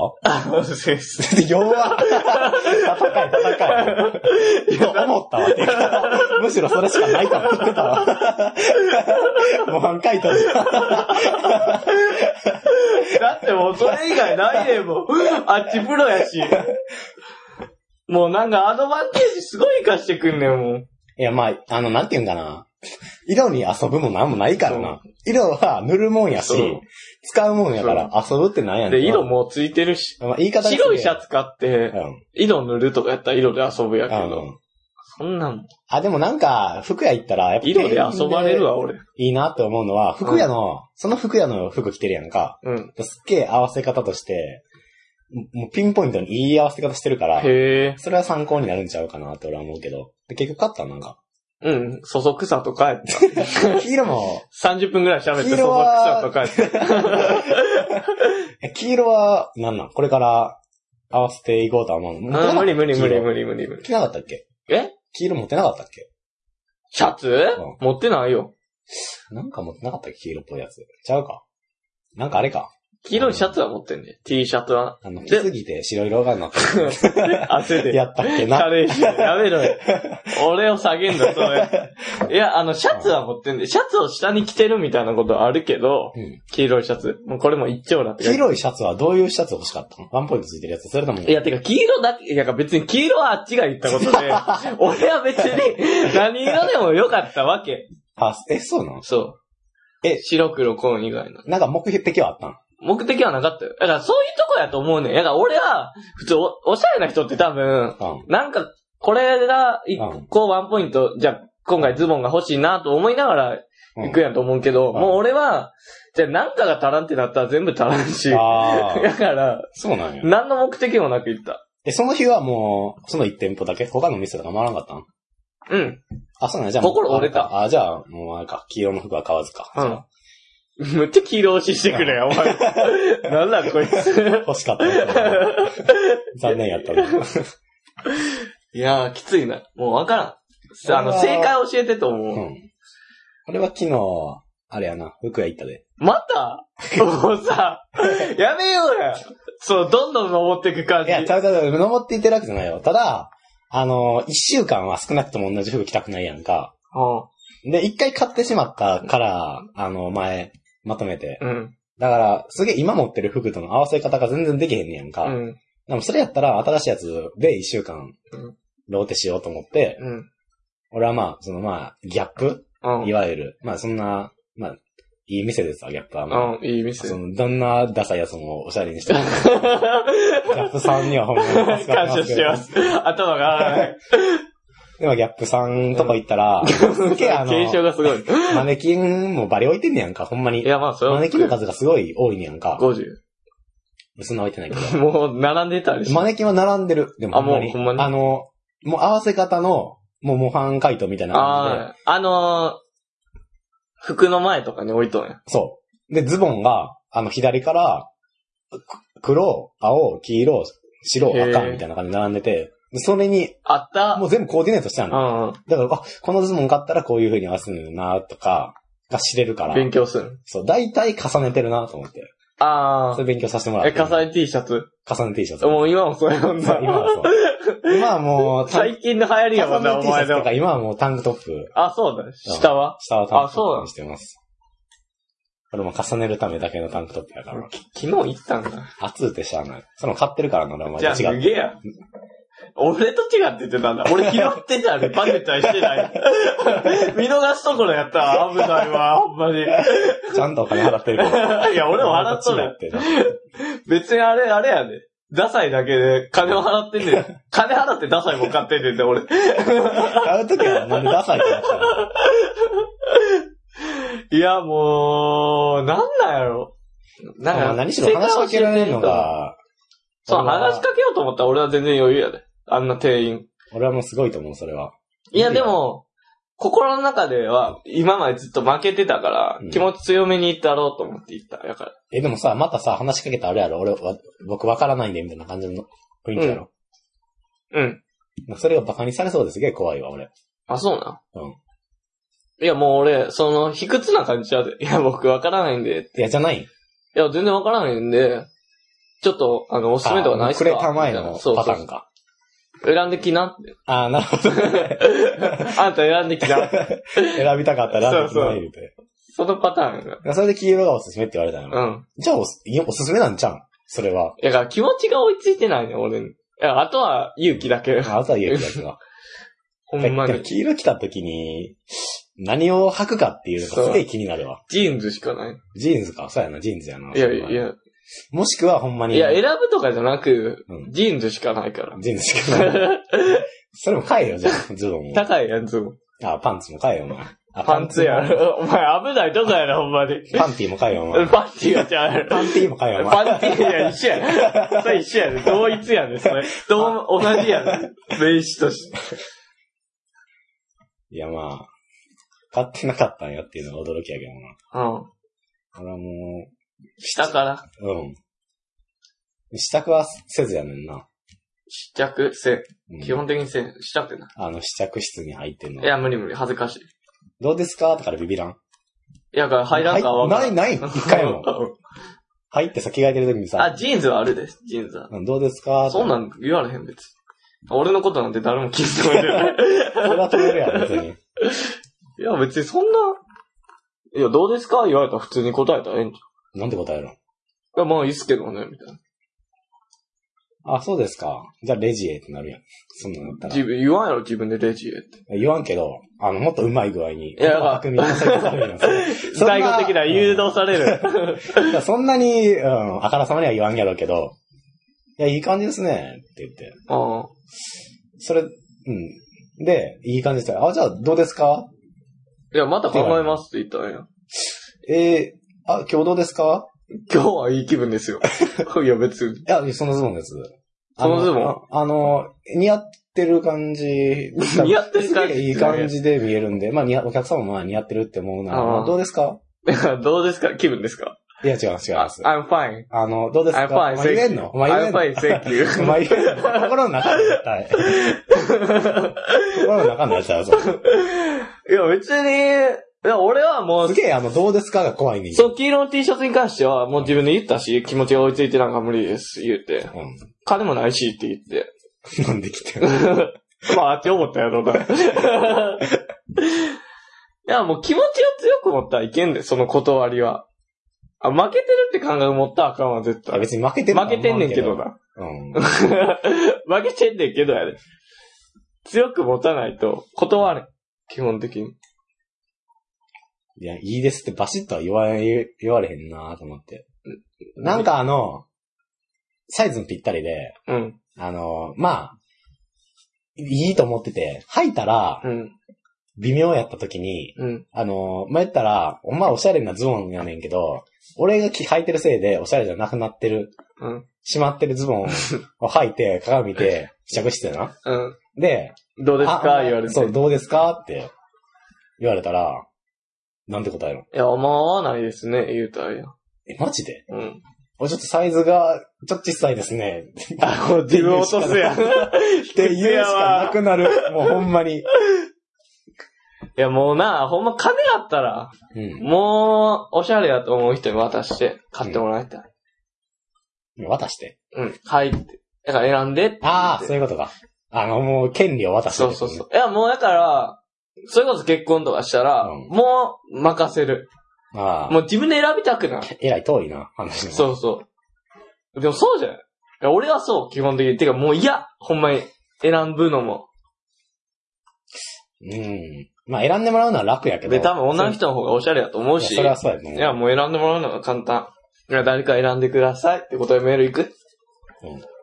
Speaker 1: 先生
Speaker 2: 弱っ戦い、戦い。いや、思ったわ。てかむしろそれしかないと思ってたわ。模範解答じゃん
Speaker 1: だってもうそれ以外ないねん もう。あっちプロやし。もうなんかアドバンテージすごい活かしてくんねんもう。
Speaker 2: いや、まあ、あの、なんて言うんかな。色に遊ぶもなんもないからな。色は塗るもんやし
Speaker 1: そう、
Speaker 2: 使うもんやから、遊ぶってなんやねん。
Speaker 1: で、色。もうついてるし。
Speaker 2: まあ、言い方ですね
Speaker 1: 白いシャツ買っ
Speaker 2: う
Speaker 1: て、
Speaker 2: ん。
Speaker 1: 色塗るとかやったら色で遊ぶやけ
Speaker 2: う
Speaker 1: ど。
Speaker 2: ん。
Speaker 1: そんなん、
Speaker 2: あ、でもなんか、服屋行ったら、やっぱ
Speaker 1: 色で遊ばれるわ、俺。
Speaker 2: いいなって思うのは、服屋の、その服屋の服着てるやんか。
Speaker 1: うん。
Speaker 2: すっげえ合わせ方として、ももうピンポイントにいい合わせ方してるから、
Speaker 1: へえ。
Speaker 2: それは参考になるんちゃうかなって俺は思うけど。で結局買ったなんか。
Speaker 1: うん。そそくさとかやった。
Speaker 2: 黄色も、
Speaker 1: 30分くらい喋ってそそく
Speaker 2: 色は
Speaker 1: さとかやった。
Speaker 2: え黄色は、なんなんこれから合わせていこうとは思うの。
Speaker 1: うん無理無理無理無
Speaker 2: 理。
Speaker 1: 理無理無理。
Speaker 2: 着なかったっけ
Speaker 1: え
Speaker 2: 黄色持ってなかったっけ
Speaker 1: シャツ
Speaker 2: う
Speaker 1: 持ってないよ。
Speaker 2: なんか持ってなかったっけ黄色っぽいやつ。ちゃうか。なんかあれか。
Speaker 1: 黄色いシャツは持ってんね。T シャツは。
Speaker 2: あの、着すぎて白色がなった。
Speaker 1: 汗で。
Speaker 2: やったっけな。
Speaker 1: 軽いし、やめろよ。俺を下げんだ、それ。いや、あの、シャツは持ってんで、シャツを下に着てるみたいなことはあるけど、
Speaker 2: うん
Speaker 1: 黄色いシャツ。もうこれも一丁だって
Speaker 2: 黄色いシャツはどういうシャツ欲しかったのワンポイントついてるやつそれとも。
Speaker 1: いや、てか、黄色だけ、いや、別に黄色はあっちが言ったことで、俺は別に何色でもよかったわけ。
Speaker 2: あ、え、そうなの
Speaker 1: そう。
Speaker 2: え
Speaker 1: 白黒紺以外の。
Speaker 2: なんか目的はあったの
Speaker 1: 目的はなかったよ。だから、そういうとこやと思うねん。だから、俺は、普通お、おしゃれな人って多分、
Speaker 2: うん。
Speaker 1: なんか、これが一個ワンポイント、じゃあ今回ズボンが欲しいなと思いながら行くやと思うけど、
Speaker 2: ん
Speaker 1: もう俺は、じゃあなんかが足らんってなったら全部足らんし、だ
Speaker 2: ああ、
Speaker 1: から、
Speaker 2: そうなんや。
Speaker 1: 何の目的もなく行った。
Speaker 2: え、その日はもう、その1店舗だけ他の店とか回らなかったの
Speaker 1: うん。
Speaker 2: あ、そうなんや。じゃあもう
Speaker 1: 心折れた
Speaker 2: あ、じゃあ、もうあれか、黄色の服は買わずか。
Speaker 1: うん
Speaker 2: じゃあ
Speaker 1: むっちゃ黄色押ししてくれよ、お 前。なんだこいつ。
Speaker 2: 欲しかったな。残念やったな。
Speaker 1: いやー、きついな。もうわからん。あの、
Speaker 2: あー
Speaker 1: 正解教えてと思う。
Speaker 2: うん。俺は昨日、あれやな、服屋行ったで。
Speaker 1: ま たもうさ、やめようや。そう、どんどん登っていく感
Speaker 2: い
Speaker 1: じ。
Speaker 2: や、ちゃうちゃうちゃう、登っていってるわけじゃないよ。ただ、あの、1週間は少なくとも同じ服着たくないやんか。で、1回買ってしまったから、あの、前、まとめて。
Speaker 1: うん。うん。
Speaker 2: だから、すげえ今持ってる服との合わせ方が全然できへんねやんか。
Speaker 1: うん。
Speaker 2: でもそれやったら新しいやつで一週間
Speaker 1: うん、
Speaker 2: ローテしようと思って、
Speaker 1: うん。
Speaker 2: 俺はまあ、そのまあ、ギャップ
Speaker 1: うん
Speaker 2: い。わゆる、まあそんな、まあ、いい店でさ、ギャップはまあ。
Speaker 1: うん、いい店。
Speaker 2: その、どんなダサいやつもおしゃれにしてる。ギャップさんにはほんまに助かって
Speaker 1: 感謝
Speaker 2: す
Speaker 1: し
Speaker 2: けど
Speaker 1: てます。頭が、
Speaker 2: でもギャップさんとこ行ったら、 すげえあの、
Speaker 1: 継承がすごい。い
Speaker 2: マネキンもバリ置いてんねやんか、ほんまに。
Speaker 1: や、まあ、それ
Speaker 2: マ
Speaker 1: は
Speaker 2: ネキンの数がすごい多いねやんか。
Speaker 1: 50。
Speaker 2: そんな置いてないけど。
Speaker 1: もう、並んでたりして。
Speaker 2: マネキンは並んでる。でも
Speaker 1: あ
Speaker 2: ほんまに。
Speaker 1: もうほんまに
Speaker 2: あの、もう合わせ方の、もう模範解答みたいな感じで。
Speaker 1: ああ、あのー、服の前とかに置いとんや。
Speaker 2: そう。で、ズボンが、あの、左から、く黒、青、黄色、白、
Speaker 1: へー
Speaker 2: 赤みたいな感じで並んでて、でそれに、
Speaker 1: あった。
Speaker 2: もう全部コーディネートしてた
Speaker 1: う
Speaker 2: の。
Speaker 1: んうん。
Speaker 2: だから、あ、このズボン買ったらこういう風に合わせるんだな、とか、が知れるから。
Speaker 1: 勉強する。
Speaker 2: そう、大体重ねてるな、と思って。
Speaker 1: あ
Speaker 2: それ勉強させてもら
Speaker 1: あ。
Speaker 2: っ
Speaker 1: え、
Speaker 2: て。
Speaker 1: 重ね T シャツ。
Speaker 2: 重ね T シャツ。
Speaker 1: もう今もそれなん
Speaker 2: そう
Speaker 1: だ。
Speaker 2: 今はそう。今はもう、タン
Speaker 1: 最近の流行りやもんな、
Speaker 2: 重ね
Speaker 1: お
Speaker 2: T シャ
Speaker 1: 前
Speaker 2: ツと
Speaker 1: の
Speaker 2: か、。今はもうタンクトップ、
Speaker 1: あ、そうだ。下は
Speaker 2: 下はタンク
Speaker 1: あそうな
Speaker 2: トップ
Speaker 1: の
Speaker 2: にしてます。これも重ねるためだけのタンクトップやから。
Speaker 1: 昨日行ったんだ。
Speaker 2: 熱うてしゃあない。その買ってるからな、俺は
Speaker 1: じゃあ、す
Speaker 2: 違う。
Speaker 1: げえや。俺と違って言ってたんだ。俺拾ってたで、パネちゃんして ない。見逃すところやったら危ないわ、ほんまに。 い
Speaker 2: ちゃんとお金払ってる から。
Speaker 1: や、俺も払っとる。
Speaker 2: 違うって
Speaker 1: 別にあれ、あれやで。ダサいだけで金を払ってんね ん。金払ってダサいもん買ってんねんで、俺。
Speaker 2: な。買うときはなんでダサいってなったの
Speaker 1: いや、もう、なんなんやろ。なん
Speaker 2: まあ
Speaker 1: か、
Speaker 2: 何しろ話しかけられるのが、
Speaker 1: 世界を
Speaker 2: 俺は
Speaker 1: 知ってる人。そう、話しかけようと思ったら俺は全然余裕やで。あんな店員。
Speaker 2: 俺はもうすごいと思う、それは。
Speaker 1: いや、でも、心の中では、今までずっと負けてたから
Speaker 2: うん、
Speaker 1: 気持ち強めに言ったろうと思って言った。だから。
Speaker 2: え、でもさ、またさ、話しかけたらあれやろ俺、わ僕わからないんで、みたいな感じの雰囲気やろ、
Speaker 1: うん。
Speaker 2: それがバカにされそうですげえ怖いわ、俺。
Speaker 1: あ、そうな。
Speaker 2: うん。
Speaker 1: いや、もう俺、その、卑屈な感じやで。いや、僕わからないんで。
Speaker 2: いや、じゃない。
Speaker 1: いや、全然わからないんで、ちょっと、あの、おすすめとかないっす
Speaker 2: く
Speaker 1: か
Speaker 2: れた前の
Speaker 1: みたいな
Speaker 2: パタ
Speaker 1: そ
Speaker 2: ー
Speaker 1: う
Speaker 2: ンか。
Speaker 1: そう。選んでき なって。
Speaker 2: ああ、なる ほど。
Speaker 1: あんた選んできな。
Speaker 2: 選びたかったら、
Speaker 1: そうそう
Speaker 2: ラーメンの前に入れて
Speaker 1: そのパターンが。
Speaker 2: それで黄色がおすすめって言われたのよ。
Speaker 1: うん。
Speaker 2: じゃあおす、いやおすすめなんじゃん。それは。
Speaker 1: だから気持ちが追いついてないね、俺に。いや、あとは勇気だけ。
Speaker 2: あなたは言えるだけ ど。
Speaker 1: ほんま
Speaker 2: でも
Speaker 1: に。
Speaker 2: 黄色来た時に、何を履くかっていうのがすげえ気になるわ。
Speaker 1: ジーンズしかない。
Speaker 2: ジーンズか。そうやな、ジーンズやな。
Speaker 1: いやいや、いや、
Speaker 2: もしくはほんまに。
Speaker 1: いや選ぶとかじゃなく
Speaker 2: う、ん
Speaker 1: ジーンズしかないから。
Speaker 2: ジーンズしか ない。それも買えよ、じゃあ、ズボンも。
Speaker 1: 高いやん、ズボン
Speaker 2: あ、パンツも買えよ、お前。あ
Speaker 1: パンツや
Speaker 2: パンツ
Speaker 1: ろ。お前危ないとこやろ、ほんまに。
Speaker 2: もパンティーも買えよ、お前。
Speaker 1: パンティがちゃうやろ
Speaker 2: パンティーも買えよ、お前。
Speaker 1: パンティや、一緒や ねん。それ一緒やねん。同一やねん、それ。同、同じやねん。名詞として。
Speaker 2: いや、まあ、買ってなかったんやっていうのは驚きやけどな。
Speaker 1: うん。
Speaker 2: 俺はも
Speaker 1: 下から、
Speaker 2: う、うん。支度はせずやねんな。
Speaker 1: 試着、せん。
Speaker 2: うん
Speaker 1: 基本的にせん。したくな
Speaker 2: あの、試着室に入ってん
Speaker 1: い。
Speaker 2: の
Speaker 1: い。や、無理無理。恥ずかしい。
Speaker 2: どうですかとかでビビらん。
Speaker 1: いや、だから入らんかは分から
Speaker 2: ない、ない、一回 も。
Speaker 1: うん
Speaker 2: 入ってさ、着替えてる時にさ、
Speaker 1: あ、ジーンズはあるです、ジーンズは。
Speaker 2: うんどうですか
Speaker 1: そんなん言われへん、別に。俺のことなんて誰も気づいてない。
Speaker 2: それは止めるやろ、別に。
Speaker 1: いや、別にそんな、いや、どうですか言われたら普通に答えたらええんじ
Speaker 2: なんて答えるの
Speaker 1: ゃん。いや、まあいいっすけどね、みたいな。
Speaker 2: あ、そうですか。じゃあレジへってなるやん。そんなんだったら
Speaker 1: 自。分、言わんやろ、自分でレジへって。
Speaker 2: 言わんけど、あの、もっと上手い具合に。い
Speaker 1: やだから
Speaker 2: 組み合わせて食べるやんそれ そんな
Speaker 1: 最後的な誘導され る。
Speaker 2: いやそんなに、うん、あからさまには言わんやろうけど、いや、いい感じですね、って言って。
Speaker 1: ああ。
Speaker 2: それ、うん。で、いい感じですあ、じゃあどうですか
Speaker 1: いや、また考えますって言ったんや。
Speaker 2: えー、あ、今日どうですか
Speaker 1: 今日はいい気分ですよ。 いや、別に。
Speaker 2: いや、そのズボンです。
Speaker 1: そのズボン
Speaker 2: あああの、似合ってる感じ。
Speaker 1: 似合ってる感じ
Speaker 2: すげえいい感じで見えるんで、まあ似合、お客様もまあ似合ってるって思うなら、
Speaker 1: あー
Speaker 2: まあどうですか
Speaker 1: だから どうですか気分ですか
Speaker 2: いや、違う、違います。あ
Speaker 1: ?I'm fine.
Speaker 2: の、どうですか
Speaker 1: I'm fine.
Speaker 2: お前言えんのお前言え
Speaker 1: I'm
Speaker 2: んの
Speaker 1: fine, thank
Speaker 2: お
Speaker 1: you.
Speaker 2: 前言えんの 心の中で絶対。心の中のやつだよ、それ
Speaker 1: いや、別に、いや、俺はもう
Speaker 2: す、げえ、あの、どうですかが怖いねん。
Speaker 1: そう、黄色の T シャツに関しては、もう自分で言ったし、気持ちが追いついてなんか無理です、言うて。
Speaker 2: う
Speaker 1: 金もないしって言って。
Speaker 2: ん。飲んできてる。
Speaker 1: まあ、あって思ったやろ うな。いや、もう気持ちを強く持ったらいけんで、その断りは。あ、負けてるって考えを持ったらあかんわ、絶
Speaker 2: いや
Speaker 1: 対。
Speaker 2: 別に負けてるとは
Speaker 1: 負
Speaker 2: 思
Speaker 1: けて
Speaker 2: う
Speaker 1: んねんけど。な。
Speaker 2: うん。
Speaker 1: 負けてんねんけどやで。強く持たないと、断れん。基本的に。
Speaker 2: いや、いいですってバシッとは言われ、言われへんなと思って。なんかあの、サイズもぴったりで、
Speaker 1: うん。
Speaker 2: あの、まあ、いいと思ってて、履いたら、
Speaker 1: うん。
Speaker 2: 微妙やった時に、
Speaker 1: うん。
Speaker 2: あの、前言ったら、お前おしゃれなズボンやねんけど、俺が着履いてるせいでおしゃれじゃなくなってる、
Speaker 1: うん。
Speaker 2: しまってるズボン を履いて、鏡見て、試着してな。
Speaker 1: うん。
Speaker 2: で、
Speaker 1: どうです
Speaker 2: あ
Speaker 1: か言われて。
Speaker 2: そう、どうですかって言われたら、なんて答えるの
Speaker 1: いや、まあ合わないですね、言うたらや。
Speaker 2: え、マジで
Speaker 1: うん。
Speaker 2: おちょっとサイズが、ちょっと小さいですね。
Speaker 1: あ、こう自分落とすやん。
Speaker 2: って言うしかなく なる。もうほんまに。
Speaker 1: いや、もうな、ほんま金あったら、
Speaker 2: うん。
Speaker 1: もう、おしゃれやと思う人に渡して、買ってもらいたい。
Speaker 2: 渡して。
Speaker 1: うん。はいって。だから選んでって言って
Speaker 2: ああ、そういうことか。あの、もう権利を渡す。
Speaker 1: そうそうそう。いや、もうだから、それこそ結婚とかしたら、
Speaker 2: うん
Speaker 1: もう任せる。
Speaker 2: う。ああ。
Speaker 1: もう自分で選びたくない。
Speaker 2: えらい遠いな、話の。う。
Speaker 1: そうそう。でもそうじゃないいや俺はそう、基本的に。てかもう嫌ほんまに。選ぶのも。
Speaker 2: うん。まあ、選んでもらうのは楽やけど。
Speaker 1: で、多分女の人の方がおしゃれだと思う
Speaker 2: いや
Speaker 1: し。
Speaker 2: それはそうやと思う。
Speaker 1: いや、もう選んでもらうのが簡単。いや、誰か選んでくださいってことでメールいく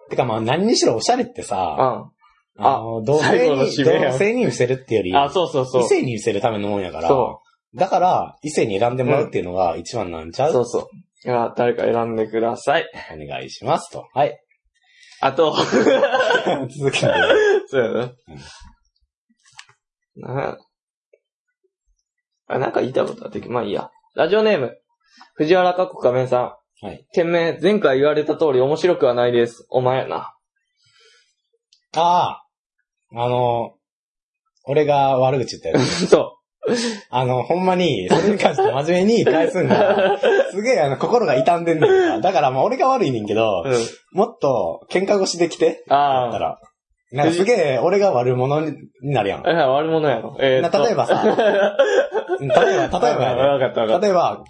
Speaker 2: てかまあ、何にしろおしゃれって
Speaker 1: う
Speaker 2: さ、
Speaker 1: ん。
Speaker 2: あの、同
Speaker 1: 最
Speaker 2: 性
Speaker 1: 後の
Speaker 2: に、
Speaker 1: 締めや
Speaker 2: 同性に見せるってより、
Speaker 1: あ、そうそうそう。
Speaker 2: 異性に見せるためのもんやから、
Speaker 1: そ
Speaker 2: だから、異性に選んでもらうっていうのが一番なんちゃう、
Speaker 1: そうそう。いや、誰か選んでください。
Speaker 2: お願いしますと。はい。
Speaker 1: あと、
Speaker 2: 続きま
Speaker 1: そうやな。なあ、なんか言いたいことはでき、まあいいや。ラジオネーム、藤原かっこ仮面さん。
Speaker 2: はい。
Speaker 1: 件名、前回言われた通り面白くはないです。お前やな。
Speaker 2: ああ、あの、俺が悪口言っ たやつ。
Speaker 1: そ
Speaker 2: あの、ほんまに、それに関して真面目に返すんが、すげえあの、心が傷んでんねんから。だからまあ俺が悪いねんけど
Speaker 1: う。、うん。
Speaker 2: もっと喧嘩越しできて、だった
Speaker 1: あ
Speaker 2: ら。なんかすげえ俺が悪者になるやん。
Speaker 1: あ。え、悪者やろ。えー
Speaker 2: な
Speaker 1: っと、
Speaker 2: 例えばさ、うん例えば、例えばやね、
Speaker 1: わかったわかった。
Speaker 2: 例えば、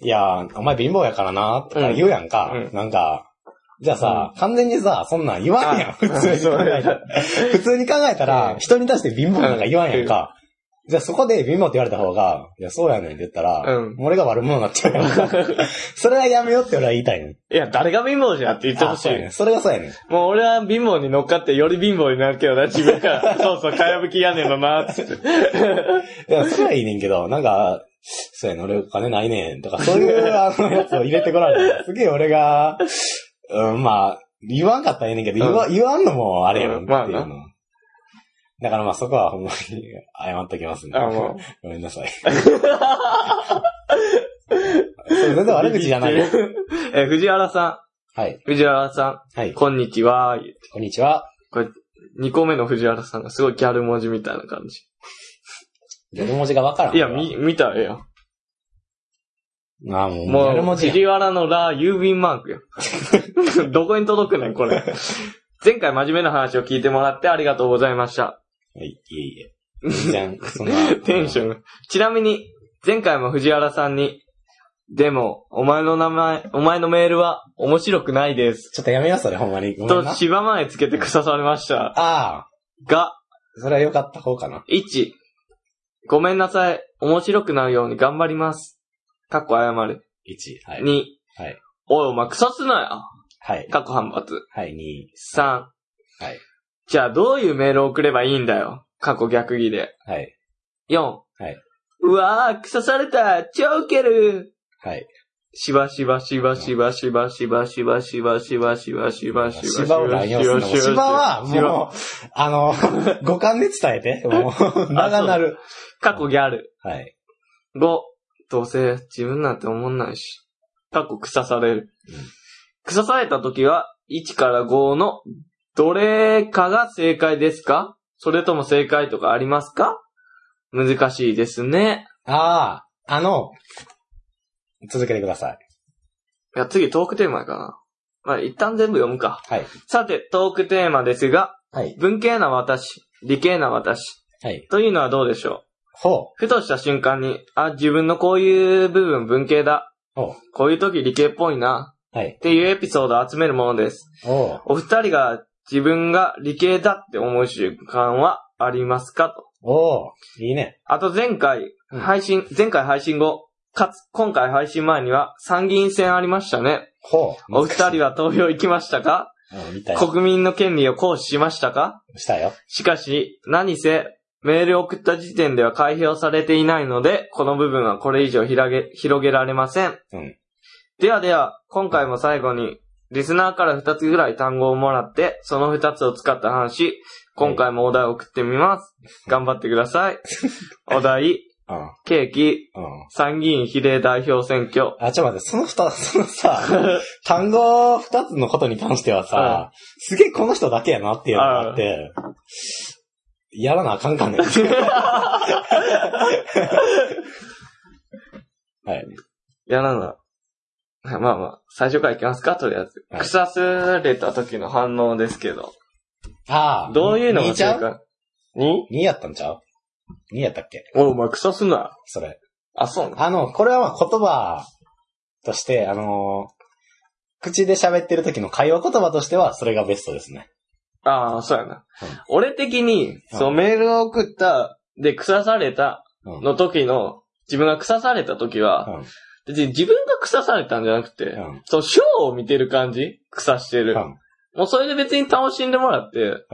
Speaker 2: いや、お前貧乏やからな、とか言うやんか。
Speaker 1: うん
Speaker 2: なんか、じゃあさ、完全にさ、そんなん言わんやん、普通に考えたら。普通に考えた
Speaker 1: う
Speaker 2: ら
Speaker 1: ん、
Speaker 2: 人に対して貧乏なんか言わんやんか。じゃあそこで貧乏って言われた方が、いや、そうやねんって言ったら、
Speaker 1: うん
Speaker 2: 俺が悪者になっちゃうやん か。それはやめようって俺は言いたいねん。
Speaker 1: いや、誰が貧乏じゃって言ってほ
Speaker 2: あ
Speaker 1: し
Speaker 2: そう
Speaker 1: い
Speaker 2: や。ねん。それがそうやねん。
Speaker 1: もう俺は貧乏に乗っかってより貧乏になるけどな、自分 が。そうそう、かやぶき屋根のな、つって。
Speaker 2: でもそれはいいねんけど、なんか、そうやねん、俺お金ないねん、とか、そういう、あの、やつを入れてこられて、すげえ俺が、うん、まあ、言わんかったらええねんけど、言わ、言わんのもあれやん、
Speaker 1: うん
Speaker 2: って
Speaker 1: まあ
Speaker 2: いうの。だからまあそこはほんまに謝っときますね。
Speaker 1: あも
Speaker 2: ごめんなさい。それ全然悪口じゃない。
Speaker 1: えー、藤原さ
Speaker 2: はい。
Speaker 1: ん。藤原さ
Speaker 2: はい
Speaker 1: ん。。こんにちは。
Speaker 2: こんにちは。
Speaker 1: 2個目の藤原さんがすごいギャル文字みたいな感じ。
Speaker 2: ギャル文字がわからん。
Speaker 1: いや、み、見たらええやん。
Speaker 2: ああ、もう、ギ
Speaker 1: も
Speaker 2: ャル
Speaker 1: う、
Speaker 2: 文字や。
Speaker 1: 藤原のラ、郵便マークや。 どこに届くねん、これ。前回真面目な話を聞いてもらってありがとうございました。
Speaker 2: はい、いえいえ。全然、そんな
Speaker 1: 。テンションが。ちなみに、前回も藤原さんに、でも、お前の名前、お前のメールは面白くないです。
Speaker 2: ちょっとやめよう、それほんまに。ごめん
Speaker 1: と、
Speaker 2: な。
Speaker 1: 芝前つけてくさされました。
Speaker 2: ああ。
Speaker 1: が、
Speaker 2: それは良かった方かな。
Speaker 1: 1、ごめんなさい。面白くなるように頑張ります。かっこ謝る。
Speaker 2: 1。はい。
Speaker 1: 2、
Speaker 2: はい。
Speaker 1: おいお前腐すな
Speaker 2: はい
Speaker 1: よ。。かっこ反発。
Speaker 2: はい、2。
Speaker 1: 3、
Speaker 2: はい。
Speaker 1: じゃあどういうメールを送ればいいんだよ。過去逆ギで。
Speaker 2: はい。
Speaker 1: 4、
Speaker 2: はい。
Speaker 1: うわぁ、腐された超ウケる
Speaker 2: はい。
Speaker 1: しばしばしばしばしばしばしばしばしばしばしばしばしば
Speaker 2: 芝を乱用するのも。芝は、もう、あの、 五感で伝えて。もう、
Speaker 1: あ
Speaker 2: 長なる。
Speaker 1: 過去ギャル。
Speaker 2: はい。
Speaker 1: 5、どうせ自分なんて思んないし。過去腐される
Speaker 2: うん。
Speaker 1: 腐された時は、1から5のどれかが正解ですかそれとも正解とかありますか難しいですね。
Speaker 2: ああ、あの、続けてください。
Speaker 1: いや、次トークテーマやからな。まあ、一旦全部読むか。
Speaker 2: はい。
Speaker 1: さて、トークテーマですが、
Speaker 2: はい。
Speaker 1: 文系な私、理系な私、
Speaker 2: はい。
Speaker 1: というのはどうでしょう
Speaker 2: ほ
Speaker 1: ふとした瞬間に、あ、自分のこういう部分文系だ。
Speaker 2: う。ほ
Speaker 1: こういう時理系っぽいな。
Speaker 2: う。はい
Speaker 1: っ。ていうエピソードを集めるものです。
Speaker 2: おう。
Speaker 1: お二人が自分が理系だって思う瞬間はありますかと。
Speaker 2: おう。いいね。
Speaker 1: あと前回
Speaker 2: うん
Speaker 1: 配信、前回配信後、かつ今回配信前には参議院選ありましたね。
Speaker 2: ほう。
Speaker 1: お二人は投票行きましたか
Speaker 2: うん、みたい。
Speaker 1: 国民の権利を行使しましたか
Speaker 2: したよ。
Speaker 1: しかし、何せ、メールを送った時点では開票されていないので、この部分はこれ以上広げ、広げられません。
Speaker 2: うん
Speaker 1: ではでは、今回も最後に、リスナーから2つぐらい単語をもらって、その2つを使った話、今回もお題を送ってみます。頑張ってください。 お題、
Speaker 2: うん。うん。
Speaker 1: ケーキ、参議院比例代表選 挙。
Speaker 2: あ、ちょっと待って、その二、その さ、単語二つのことに関してはさ、すげえこの人だけやなっていうのがあって、やらなあか んかね。はい。
Speaker 1: いやなんだ。まあまあ、最初からいきますかとりあえず。
Speaker 2: はい
Speaker 1: 腐された時の反応ですけど。
Speaker 2: ああ。
Speaker 1: どういうのが
Speaker 2: 2ちゃう
Speaker 1: か。に
Speaker 2: ?2 やったんちゃう ?2 やったっけ
Speaker 1: おう、お前腐すな。
Speaker 2: それ。
Speaker 1: あ、そうなの
Speaker 2: あの、これはまあ言葉として、あのー口で喋ってる時の会話言葉としては、それがベストですね。
Speaker 1: ああ、そうやな
Speaker 2: うん。
Speaker 1: 俺的に、そう、メールを送った、で、腐された
Speaker 2: うん。
Speaker 1: の時の、自分が腐された時は、別に自分が腐されたんじゃなく
Speaker 2: う
Speaker 1: て、
Speaker 2: ん。うん。
Speaker 1: そう、ショーを見てる感じ腐して
Speaker 2: う
Speaker 1: る。
Speaker 2: ん。
Speaker 1: もうそれで別に楽しんでもらって、
Speaker 2: うん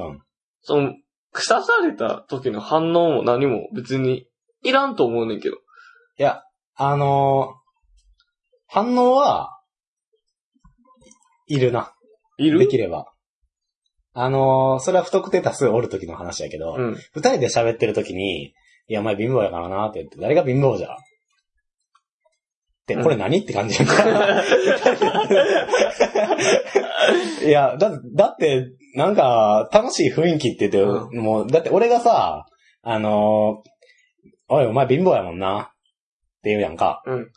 Speaker 1: その、腐された時の反応も何も別にいらんと思うねんけど。
Speaker 2: いや、あのー反応は、いるな。
Speaker 1: いる
Speaker 2: できれば。あのーそれは不特定多数おる時の話やけど、
Speaker 1: うん。
Speaker 2: 二人で喋ってる時に、いや、お前貧乏やからなって言って、誰が貧乏じゃって、これ何、って感じや んかいや、だ、だって、なんか、楽しい雰囲気って言って、
Speaker 1: う
Speaker 2: もう、だって俺がさ、あのーおい、お前貧乏やもんな。って言うやんか。
Speaker 1: うん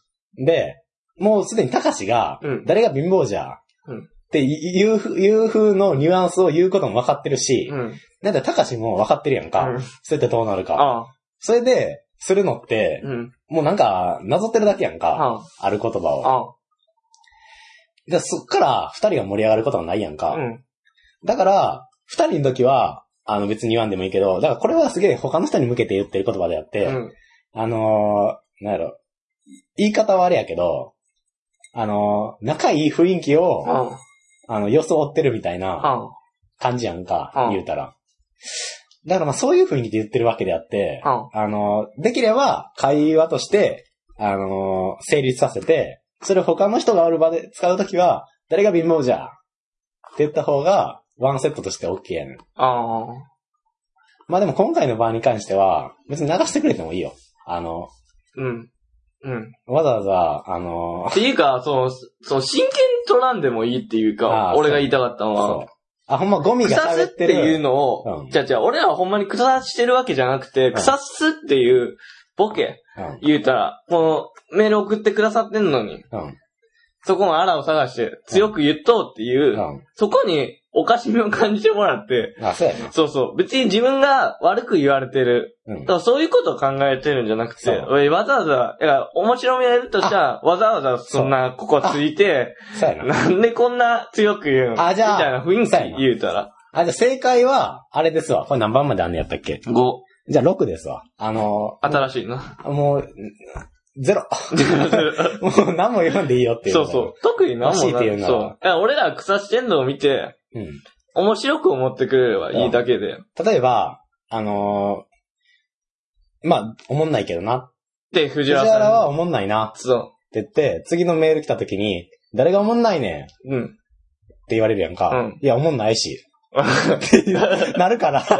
Speaker 2: で、もうすでにたかしが、
Speaker 1: うん
Speaker 2: 誰が貧乏じゃ。
Speaker 1: うん
Speaker 2: っていうふ、いう風のニュアンスを言うことも分かってるし、
Speaker 1: うん。
Speaker 2: なんだ、たかしも分かってるやんか。
Speaker 1: うん
Speaker 2: それってどうなるか。
Speaker 1: ああ。
Speaker 2: それで、するのって、
Speaker 1: うん。
Speaker 2: もうなんか、なぞってるだけやんか。
Speaker 1: あ
Speaker 2: ある言葉
Speaker 1: あ。
Speaker 2: を。
Speaker 1: あ
Speaker 2: で、そっから、二人が盛り上がることはないやん
Speaker 1: あ。
Speaker 2: か。
Speaker 1: うん。
Speaker 2: だから、二人の時は、あの別に言わんでもいいけど、だからこれはすげえ他の人に向けて言ってる言葉であって、
Speaker 1: うん。
Speaker 2: あのー、なんやろ、言い方はあれやけど、あのー、仲いい雰囲気を、
Speaker 1: あ
Speaker 2: あの、装ってるみたい
Speaker 1: あ。
Speaker 2: な
Speaker 1: あ
Speaker 2: 感じやんか、
Speaker 1: うん
Speaker 2: 言うたら。だからまあそういう雰囲気で言ってるわけであって、
Speaker 1: あ。
Speaker 2: あのー、できれば会話として、あのー、成立させて、それを他の人がある場で使うときは、誰が貧乏じゃって言った方が、ワンセットとして OK やねん。
Speaker 1: ああ。
Speaker 2: まあでも今回の場に関しては、別に流してくれてもいいよ。あの、
Speaker 1: うん。うん。
Speaker 2: わざわざ、あのー
Speaker 1: っていうか、そう、そう、真剣に取らんでもいいっていう
Speaker 2: あ
Speaker 1: か、
Speaker 2: あ
Speaker 1: 俺が言いたかったの
Speaker 2: そ
Speaker 1: は
Speaker 2: う、。あ、ほんまゴミが
Speaker 1: 腐すっ
Speaker 2: 喋って
Speaker 1: ていう
Speaker 2: る。
Speaker 1: のを
Speaker 2: うん、
Speaker 1: じゃあじゃあ俺らはほんまに腐してるわけじゃなくて、
Speaker 2: ん
Speaker 1: 腐すっていうボケ
Speaker 2: うん
Speaker 1: 言うたら、このメール送ってくださってんのに、
Speaker 2: うん。
Speaker 1: そこのあらを探して強く言っとうっていう、
Speaker 2: うん。
Speaker 1: そこにおかしみを感じてもらって、
Speaker 2: あ、そうやな。
Speaker 1: そうそう、別に自分が悪く言われてる。
Speaker 2: うん
Speaker 1: だか。らそういうことを考えてるんじゃなくて、
Speaker 2: そう
Speaker 1: 俺わざわざ、いや、面白みやるとしたら、わざわざそんなここついて、
Speaker 2: そうやな。
Speaker 1: なんでこんな強く言うの
Speaker 2: あじゃあ
Speaker 1: みたいな雰囲
Speaker 2: そうやな
Speaker 1: 気言うたら。
Speaker 2: あ、じゃあ正解は、あれですわ。これ何番まであんのやったっけ
Speaker 1: 5、
Speaker 2: じゃあ6ですわ。あの
Speaker 1: 新しいな。
Speaker 2: ー、もう、ゼロ。 もう何も言わんでいいよっていう。
Speaker 1: そうそう。特に何も
Speaker 2: 欲しいっていうなら
Speaker 1: そう。だから俺ら草してんのを見て、
Speaker 2: う。うん。
Speaker 1: 面白く思ってくれればいいだけで。
Speaker 2: 例えば、あのー、まあ、おもんないけどな。
Speaker 1: で、藤
Speaker 2: 藤
Speaker 1: 原さ
Speaker 2: 原
Speaker 1: んに。
Speaker 2: はおもんないな。
Speaker 1: そ
Speaker 2: って言って、次のメール来た時に、誰がおもんないねんっ
Speaker 1: う。うん。
Speaker 2: て言われるやんか。
Speaker 1: うん
Speaker 2: いや、おもんない し。ってなるから。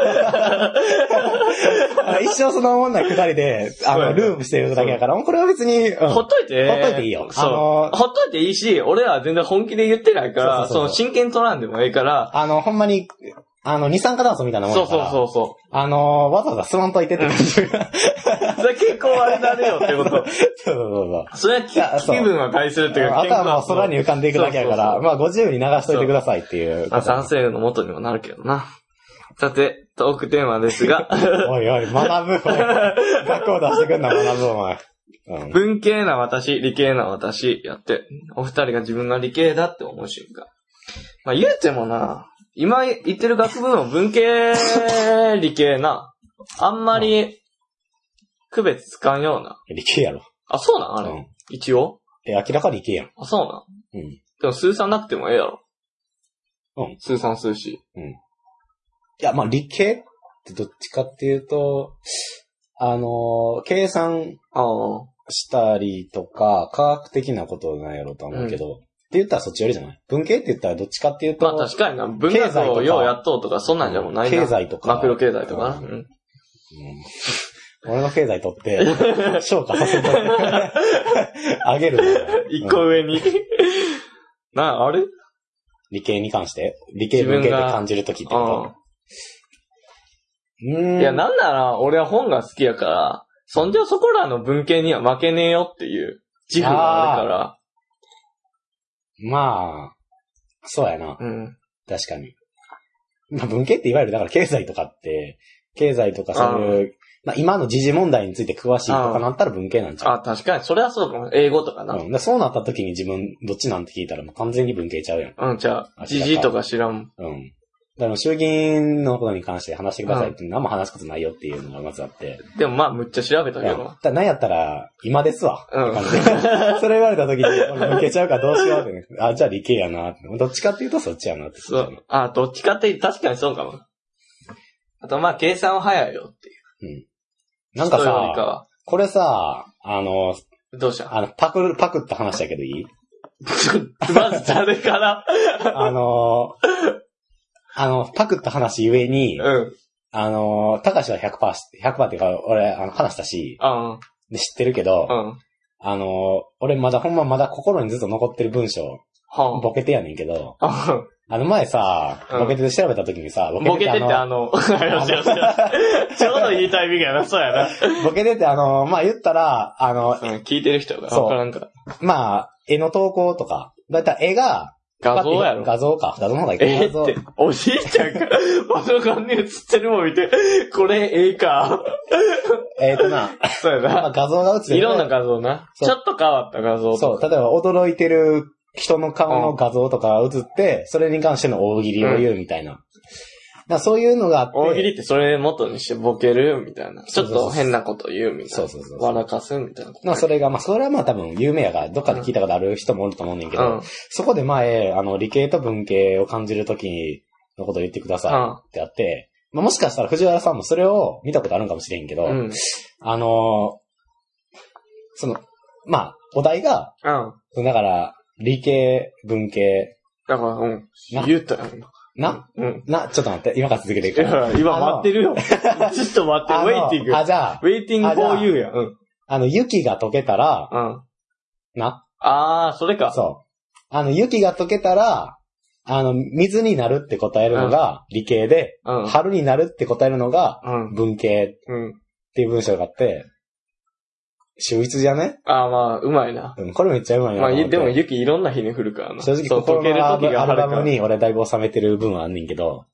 Speaker 2: 一生そのおもんないくだりで、あ
Speaker 1: そうや
Speaker 2: の、
Speaker 1: ね
Speaker 2: ループしてるだけやから、もうこれは別に、うん
Speaker 1: ほっといて。
Speaker 2: ほっといていいよ
Speaker 1: そう。
Speaker 2: あのー
Speaker 1: ほっといていいし、俺らは全然本気で言ってないから、
Speaker 2: そうそうそう
Speaker 1: その真剣取らんでもええから、
Speaker 2: あの、ほんまに、あの、二酸化炭素みたいなもん
Speaker 1: そ
Speaker 2: や
Speaker 1: う
Speaker 2: か
Speaker 1: そ
Speaker 2: ら
Speaker 1: うそうそ
Speaker 2: あの、わざわざ吸わんといてって感じ。そう
Speaker 1: う。それ結構あれだねよってこと。
Speaker 2: そうそう
Speaker 1: それは気
Speaker 2: いやそう
Speaker 1: 気分は返するっていうか、
Speaker 2: あとはもう空に浮かんでいくだけやか
Speaker 1: そうそうそ
Speaker 2: ら、
Speaker 1: う
Speaker 2: まあご自由に流しといてくださいっていう。
Speaker 1: まあ、賛成の元にもなるけどな。さて、トークテーマですが、
Speaker 2: おいおい、学ぶ。おい学校出してくんな、学ぶ、お前。うん。
Speaker 1: 文系な私、理系な私、やって、お二人が自分が理系だって思う瞬間。まあ言うてもな、今言ってる学部の文系、理系な、あんまり、区別つかんような。
Speaker 2: 理系やろ。
Speaker 1: あ、そうなんあれ、
Speaker 2: うん
Speaker 1: 一応
Speaker 2: え、明らかに理系やん。
Speaker 1: あ、そうなん
Speaker 2: うん。
Speaker 1: でも数三なくてもええやろ。
Speaker 2: うん。
Speaker 1: 数三数四。
Speaker 2: いや、まあ、理系ってどっちかっていうと、あの、計算
Speaker 1: ああ。
Speaker 2: したりとか、科学的なことなんやろうとは思うけど、って言ったらそっちよりじゃない文系って言ったらどっちかっていうと、
Speaker 1: まあ確かにな、文学
Speaker 2: 経済と
Speaker 1: を
Speaker 2: か
Speaker 1: ようやっとうとか、そんなんじゃもうないな。
Speaker 2: 経済とか。
Speaker 1: マクロ経済とかな。
Speaker 2: う
Speaker 1: うんん。
Speaker 2: うん俺の経済取って、消化させて、あげるのよ
Speaker 1: 一個
Speaker 2: うん
Speaker 1: 上に。 なあ、あれ
Speaker 2: 理系に関して理系文系で感じるときってこ
Speaker 1: う
Speaker 2: とうん
Speaker 1: ん。いや、なんなら、俺は本が好きやから、そんじゃそこらの文系には負けねえよっていう自負があるから、
Speaker 2: まあ、そうやな。
Speaker 1: うん。
Speaker 2: 確かに。まあ文系っていわゆるだから経済とかって、経済とかそういう、まあ今の時事問題について詳しいとかなったら文系なんちゃう
Speaker 1: あ、確かに。それはそうかも。英語とかな。
Speaker 2: うん、だからそうなった時に自分、どっちなんて聞いたらもう完全に文系ちゃうやん。
Speaker 1: うん、じゃあ、
Speaker 2: あ
Speaker 1: じじいとか知らん。
Speaker 2: うん。だから衆議院のことに関して話してくださいって何も話すことないよっていうのがまずあって。
Speaker 1: でもまあ、むっちゃ調べた
Speaker 2: うん
Speaker 1: け
Speaker 2: だ
Speaker 1: ど。
Speaker 2: からなんやったら、今ですわ。
Speaker 1: うん
Speaker 2: って感じで それ言われた時に、俺文系ちゃうからどうしようって、ね。あ、じゃあ理系やなって。どっちかっていうとそっちやなって。
Speaker 1: そう。あ、どっちかって、確かにそうかも。あとまあ、計算は早いよっていう。
Speaker 2: なんか
Speaker 1: 人よりか
Speaker 2: さ、
Speaker 1: は。
Speaker 2: これさ、あの、
Speaker 1: どうした
Speaker 2: あの、パクる、パクった話だけどい い
Speaker 1: まず誰から
Speaker 2: あの、あの、パクった話ゆえに、
Speaker 1: うん。
Speaker 2: あの、たかしは100%、100%っていうか、俺、あの、話したし、
Speaker 1: あ
Speaker 2: で知ってるけど、
Speaker 1: うん。うん。
Speaker 2: あの、俺まだほんままだ心にずっと残ってる文章、
Speaker 1: は
Speaker 2: ボケてやねんけど、
Speaker 1: あ。
Speaker 2: あの前さ、
Speaker 1: うん
Speaker 2: ボケて調べた時にさ、
Speaker 1: ボケてってあ
Speaker 2: あ
Speaker 1: の、よし よしよしちょうどいいタイミングやな、そうやな。
Speaker 2: の、ボケてってあの、まあ言ったら、あの、
Speaker 1: うん、聞いてる人が
Speaker 2: そう
Speaker 1: わからんから。
Speaker 2: まあ、絵の投稿とか、だいたい絵が、
Speaker 1: 画像やろ。
Speaker 2: 画像か。画像の方がいいか。
Speaker 1: え
Speaker 2: 画
Speaker 1: ー
Speaker 2: 像
Speaker 1: って。、おじいちゃんが、 パソコンに映ってるもん見て、これええか。
Speaker 2: えっ とな、
Speaker 1: そうや
Speaker 2: まあ
Speaker 1: な。
Speaker 2: 画像が映って
Speaker 1: い
Speaker 2: る
Speaker 1: ろんな画像な。
Speaker 2: そう
Speaker 1: ちょっと変わった画像
Speaker 2: そ
Speaker 1: と
Speaker 2: う、例えば驚いてる人の顔の画像とか映って、それに関しての大喜利を言うみたいな。まあそういうのがあって。
Speaker 1: 大喜利ってそれ元にしてボケるみたいな。ち
Speaker 2: そ
Speaker 1: ょ
Speaker 2: う
Speaker 1: っ
Speaker 2: そうそう
Speaker 1: と変なこと言うみたい
Speaker 2: そ
Speaker 1: な
Speaker 2: う。そうそうそう。
Speaker 1: 笑かすみたいなこと。
Speaker 2: まあそれが、まあそれはまあ多分有名やから、どっかで聞いたことある人もおると思うねんけ
Speaker 1: う
Speaker 2: ど、
Speaker 1: ん。うん。
Speaker 2: そこで前、あの理系と文系を感じるときのことを言ってくださいってあって、まあもしかしたら藤原さんもそれを見たことあるんかもしれんけど、
Speaker 1: うん。
Speaker 2: あのーその、まあ、お題が、
Speaker 1: うん。
Speaker 2: だから、理系、文系、
Speaker 1: だから、うん
Speaker 2: な。
Speaker 1: 言ったよ。
Speaker 2: な、
Speaker 1: うん。
Speaker 2: な、ちょっと待って、今から続けてい
Speaker 1: い
Speaker 2: くから。
Speaker 1: や今待ってるよ。ずっと待って
Speaker 2: あの
Speaker 1: る。ウェイティング。
Speaker 2: あ、じゃあ、
Speaker 1: ウェイティング
Speaker 2: あじゃあ
Speaker 1: for you や。うん。
Speaker 2: あの、雪が溶けたら、
Speaker 1: うん。
Speaker 2: な、
Speaker 1: あー、それか。
Speaker 2: そう。あの、雪が溶けたら、あの、水になるって答えるのが理系で、
Speaker 1: うん。
Speaker 2: 春になるって答えるのが
Speaker 1: うん。
Speaker 2: 文系
Speaker 1: うん。
Speaker 2: っていう文章があって、秀逸じゃね
Speaker 1: あー、まあ、うまいな。
Speaker 2: うん、これめっちゃうまいな
Speaker 1: ま
Speaker 2: と
Speaker 1: あ、
Speaker 2: 思って。
Speaker 1: いでも雪いろんな日に降るからな。
Speaker 2: 正直、
Speaker 1: そう
Speaker 2: 心
Speaker 1: 溶ける
Speaker 2: のア
Speaker 1: 時が
Speaker 2: ル
Speaker 1: 春
Speaker 2: バ
Speaker 1: か
Speaker 2: ム
Speaker 1: ら。
Speaker 2: に俺だいぶ収めてる分はあんねんけど、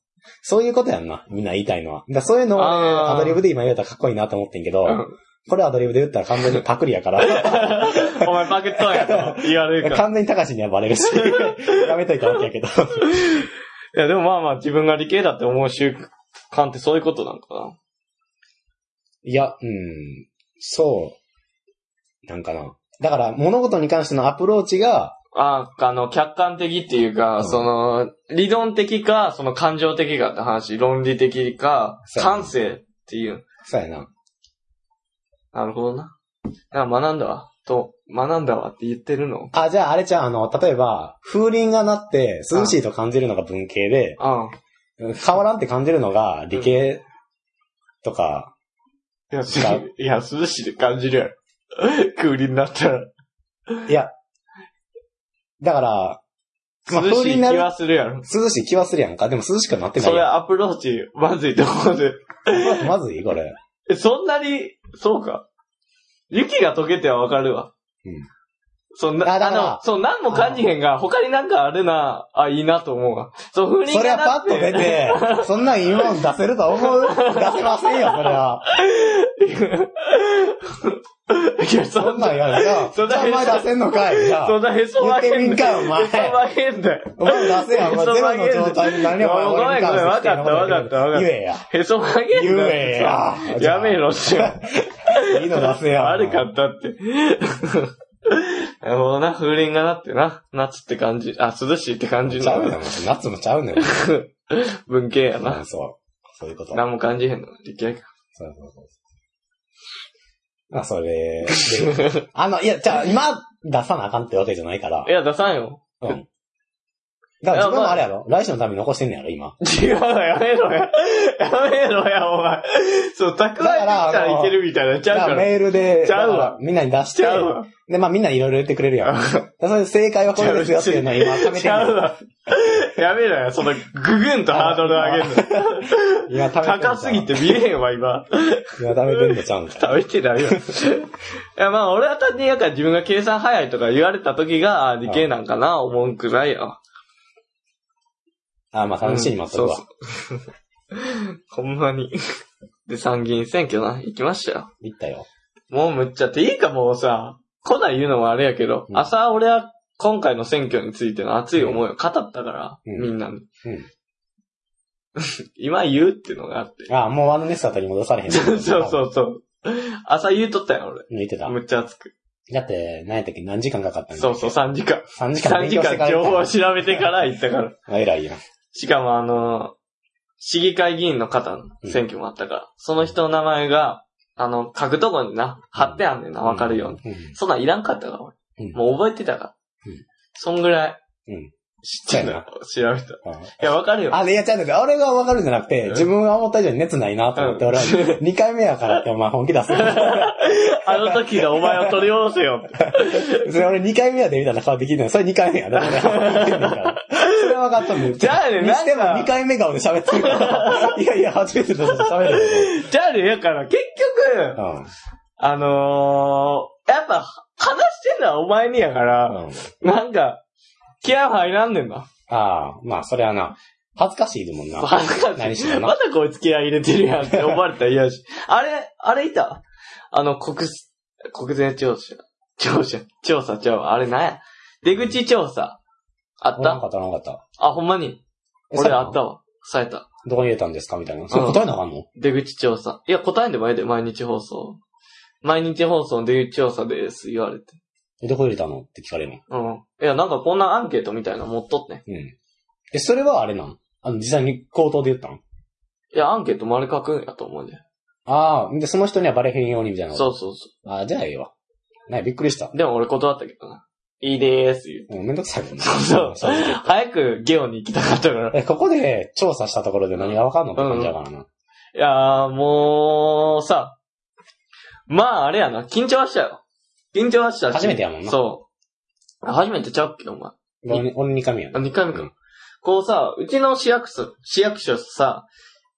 Speaker 2: そういうことやんな。みんな言いたいのは。だからそういうのを俺
Speaker 1: あー
Speaker 2: アドリブで今言えたらかっこいいなと思ってんけど、
Speaker 1: うん
Speaker 2: これアドリブで言ったら完全にパクリ やから、
Speaker 1: お前パクっとんやと言われるから。
Speaker 2: 完全に高しにはバレるし、やめといたわけやけど。
Speaker 1: いや、でもまあまあ自分が理系だって思う習慣ってそういうことなんかな。
Speaker 2: いや、うん、そう、なんかな。だから物事に関してのアプローチが、
Speaker 1: あーあの、客観的っていうか、
Speaker 2: うん
Speaker 1: その、理論的か、その感情的かって話、論理的か、
Speaker 2: そうやね
Speaker 1: 感性っていう。
Speaker 2: そうやな。
Speaker 1: なるほどな。あ学んだわ。と、学んだわって言ってるの。
Speaker 2: あ、じゃああれちゃん、あの、例えば、風鈴が鳴って涼しいと感じるのが文系で、
Speaker 1: うん。
Speaker 2: 変わらんって感じるのが理系とか、
Speaker 1: いや、すいや、涼しいで感じるやろ。 クーリになったら。
Speaker 2: いや、だから、まあ
Speaker 1: 涼しい気
Speaker 2: なる
Speaker 1: はするやろ。
Speaker 2: 涼しい気はするやんか。でも涼しくなってな
Speaker 1: そ
Speaker 2: い
Speaker 1: れ
Speaker 2: やん。
Speaker 1: アプローチ、まずいところで。
Speaker 2: まずいこれ。
Speaker 1: え、そんなに、そうか。雪が溶けてはわかるわ。
Speaker 2: うん。
Speaker 1: そんな、
Speaker 2: あだから
Speaker 1: あの、そう、何も感じへんが、他になんかあるな、あ、いいなと思うわ。そう、風鈴
Speaker 2: そり
Speaker 1: が
Speaker 2: ゃ
Speaker 1: なっ
Speaker 2: パッ
Speaker 1: て。
Speaker 2: と出て、そんなんいいもん出せると思う出せませんよ、そりゃ。
Speaker 1: いや、 そ
Speaker 2: そん
Speaker 1: ん
Speaker 2: な
Speaker 1: な、
Speaker 2: んやるよ。
Speaker 1: そんなん
Speaker 2: お前出せんのかい。じゃあ
Speaker 1: そんなへそ曲げん
Speaker 2: 言ってみんかお前
Speaker 1: へそ曲げんだよ。
Speaker 2: お前出せやん。お前ゼロの状態に何を
Speaker 1: ごめん
Speaker 2: 俺に関して否定のこと
Speaker 1: ごめんわかったわかったわかった
Speaker 2: 言えや。
Speaker 1: へそ曲げんだよ。
Speaker 2: 言えやじゃあ
Speaker 1: やめろって。
Speaker 2: いいの出せや。
Speaker 1: 悪かったって。 なるほどな、風鈴がなってな。夏って感じ、あ、涼しいって感じ
Speaker 2: ちゃうねん
Speaker 1: の。
Speaker 2: 夏もちゃうねん。
Speaker 1: 文系や
Speaker 2: う
Speaker 1: な。
Speaker 2: んそう。そういうこと。
Speaker 1: 何も感じへんの。理系か。
Speaker 2: そうそうそう。まあ、それであの、いや、じゃあ、今、出さなあかんってわけじゃないから
Speaker 1: い。や、出さんよ。
Speaker 2: うん。だから自分もあれやろ来週のために残してんねやろ、今。
Speaker 1: 違うわ、やめろや。やめろや、お前。そう、蓄えてきたらいけるみたいな、ち
Speaker 2: だ
Speaker 1: ゃう
Speaker 2: か
Speaker 1: からら。
Speaker 2: メールで、
Speaker 1: ちゃうわ
Speaker 2: だからみんなに出し
Speaker 1: ち
Speaker 2: て、
Speaker 1: ゃうわ。
Speaker 2: で、まあみんないろいろ言ってくれるやん。だからそれで正解はこれですよっていうのを今、貯め
Speaker 1: ち
Speaker 2: てん
Speaker 1: ゃう
Speaker 2: ねん。
Speaker 1: わ。やめろや、その、ぐぐんとハードル上げるの。
Speaker 2: 今貯めてんの
Speaker 1: 高すぎ。て見えへんわ、今。
Speaker 2: 今貯めてんのちゃうんか。
Speaker 1: 食べてないよ。いや、まあ、俺は単に、やから自分が計算早いとか言われた時が、あ理系なんかな、思うんくないよ。
Speaker 2: あ、まあ楽しいに待っとくわ。
Speaker 1: そうそう。 ほんまに。で、参議院選挙な、行きましたよ。
Speaker 2: 行ったよ。
Speaker 1: もうむっちゃっていいか、もうさ、来ない言うのもあれやけど、
Speaker 2: うん
Speaker 1: 朝俺は今回の選挙についての熱い思いを語ったから、
Speaker 2: うん
Speaker 1: みんなに。
Speaker 2: うん。
Speaker 1: 今言うっていうのがあって。
Speaker 2: あ、もうあのネスだったに戻されへ ん。
Speaker 1: そうそう
Speaker 2: う。
Speaker 1: そうそう。朝言うとったよ、俺。
Speaker 2: 言ってた。
Speaker 1: むっちゃ熱く。
Speaker 2: だって、何やったっけ何時間かかったん
Speaker 1: そうそう、3時間。
Speaker 2: 3時間
Speaker 1: 3
Speaker 2: 勉
Speaker 1: 時
Speaker 2: 強してか
Speaker 1: 間
Speaker 2: ら
Speaker 1: 情報を
Speaker 2: 行っ
Speaker 1: 調べてから行ったから。
Speaker 2: た。あ偉いやん。
Speaker 1: しかもあの、市議会議員の方の選挙もあったから、その人の名前が、あの、書くとこにな、貼ってあんねんな、わかるように。
Speaker 2: に。
Speaker 1: そんなんいらんかったから、俺。
Speaker 2: うん
Speaker 1: もう覚えてたから。
Speaker 2: うん
Speaker 1: そんぐらい。
Speaker 2: うん
Speaker 1: 知ってんだ。調べた。い
Speaker 2: うんうん
Speaker 1: や、わかるよ。
Speaker 2: あ、いや、ちゃうねん俺がわかるんじゃなく
Speaker 1: うん
Speaker 2: て、自分が思った以上に熱ないなと思って、
Speaker 1: うん
Speaker 2: 俺は2回目やからって、お前本気出す。 そ
Speaker 1: あの時のお前を取り戻せよって。
Speaker 2: れ俺2回目やでみたいな顔できるのそれ2回目や。だから言ってんねんからそれは分かったんだよ。
Speaker 1: じゃあね
Speaker 2: にしても
Speaker 1: なんか
Speaker 2: 2回目顔で 喋ってるから。いやいや、初めてだと喋るよ。
Speaker 1: じゃあね、やから、結
Speaker 2: う
Speaker 1: 局、あのー、やっぱ、話してんのはお前にやから、
Speaker 2: ん。うん。
Speaker 1: なんか、気合入らんねんな。
Speaker 2: ああ、まあ、それはな、恥ずかしいでもんな。
Speaker 1: 恥ずかしい
Speaker 2: 何しろ
Speaker 1: ま。
Speaker 2: な
Speaker 1: だこいつ気合い入れてるやんって思われたら嫌やし。あれ、あれいたあの、国、国税調査、調査、調査、調査、あれなんや。出口調査、あっ
Speaker 2: なん
Speaker 1: た
Speaker 2: かった、なんかった。
Speaker 1: あ、ほんまに。
Speaker 2: え
Speaker 1: 俺
Speaker 2: そうな
Speaker 1: あ
Speaker 2: の
Speaker 1: ったわ。さえた。
Speaker 2: どこに入れたんですかみたいな。それ答えなあかんの
Speaker 1: 出口調査。いや、答えんでもええで、毎日放送。毎日放送の出口調査です、言われて。
Speaker 2: えどこ入れたのって聞かれるの。
Speaker 1: うん。いや、なんかこんなアンケートみたいなの持っとってん。
Speaker 2: うん。え、それはあれなんあの、実際に口頭で言ったん
Speaker 1: いや、アンケート丸書くんやと思うね。
Speaker 2: ああ、で、その人にはバレへんようにみたいな。。
Speaker 1: そううそうそ
Speaker 2: ああ、じゃあええわ。ね、びっくりした
Speaker 1: う。。でも俺断ったけどな。いいでーす、言う
Speaker 2: うん、めんどくさいもん ね。
Speaker 1: そう
Speaker 2: 正直
Speaker 1: 早くゲオに行きたかったから。
Speaker 2: え、ここで調査したところで何がわかんのって感じだからな。
Speaker 1: いやー、もう、さ、まあ、あれやな、緊張はしたよ。緊張はしたし。
Speaker 2: 初めてやもんな
Speaker 1: そう。あ初めてちゃうっけ、お前。うん
Speaker 2: 俺に俺2回目や
Speaker 1: あ、
Speaker 2: な。
Speaker 1: 2回目か。
Speaker 2: うん
Speaker 1: こうさ、うちの市役所、市役所さ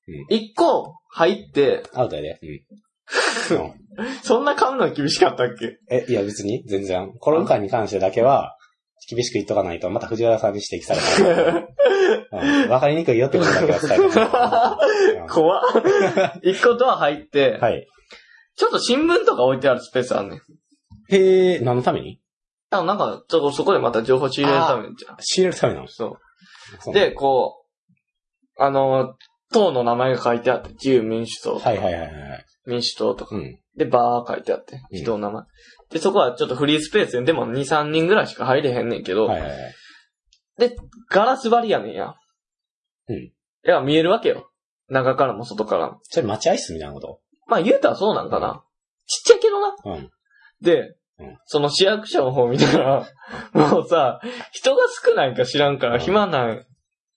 Speaker 2: うん、
Speaker 1: 一、個入って、
Speaker 2: アウトやで。 うんうん。
Speaker 1: そんな買うの厳しかったっけ
Speaker 2: え、いや別に、全然。コロナ禍に関してだけは、厳しく言っとかないと、また藤原さんに指摘され たらうんわかりにくいよってことだけは伝えて おく
Speaker 1: 怖っ。一個ドア入って、
Speaker 2: うんはい。
Speaker 1: ちょっと新聞とか置いてあるスペースあんねん。
Speaker 2: へえ、何のために
Speaker 1: あなんか、ちょっとそこでまた情報仕入れるためにじゃん。
Speaker 2: 仕入れるためなの
Speaker 1: そう。
Speaker 2: そう
Speaker 1: で、こう、あの、党の名前が書いてあって、自由民主党、
Speaker 2: はいはいはいはい。
Speaker 1: 民主党とか。
Speaker 2: うん。
Speaker 1: で、バー書いてあって、
Speaker 2: うん
Speaker 1: 人の名前。で、そこはちょっとフリースペースで、でも2、3人ぐらいしか入れへんねんけど、
Speaker 2: はいはいはい。
Speaker 1: ガラス張りやねんや。
Speaker 2: うん
Speaker 1: いや、見えるわけよ。中からも外からも。
Speaker 2: それ待合室みたいなこと
Speaker 1: まあ、言うたらそうなんかな。ちっちゃいけどな。
Speaker 2: うん。
Speaker 1: で、
Speaker 2: うん
Speaker 1: その市役所の方見たら、もうさ、人が少ないんか知らんから
Speaker 2: うん
Speaker 1: 暇なん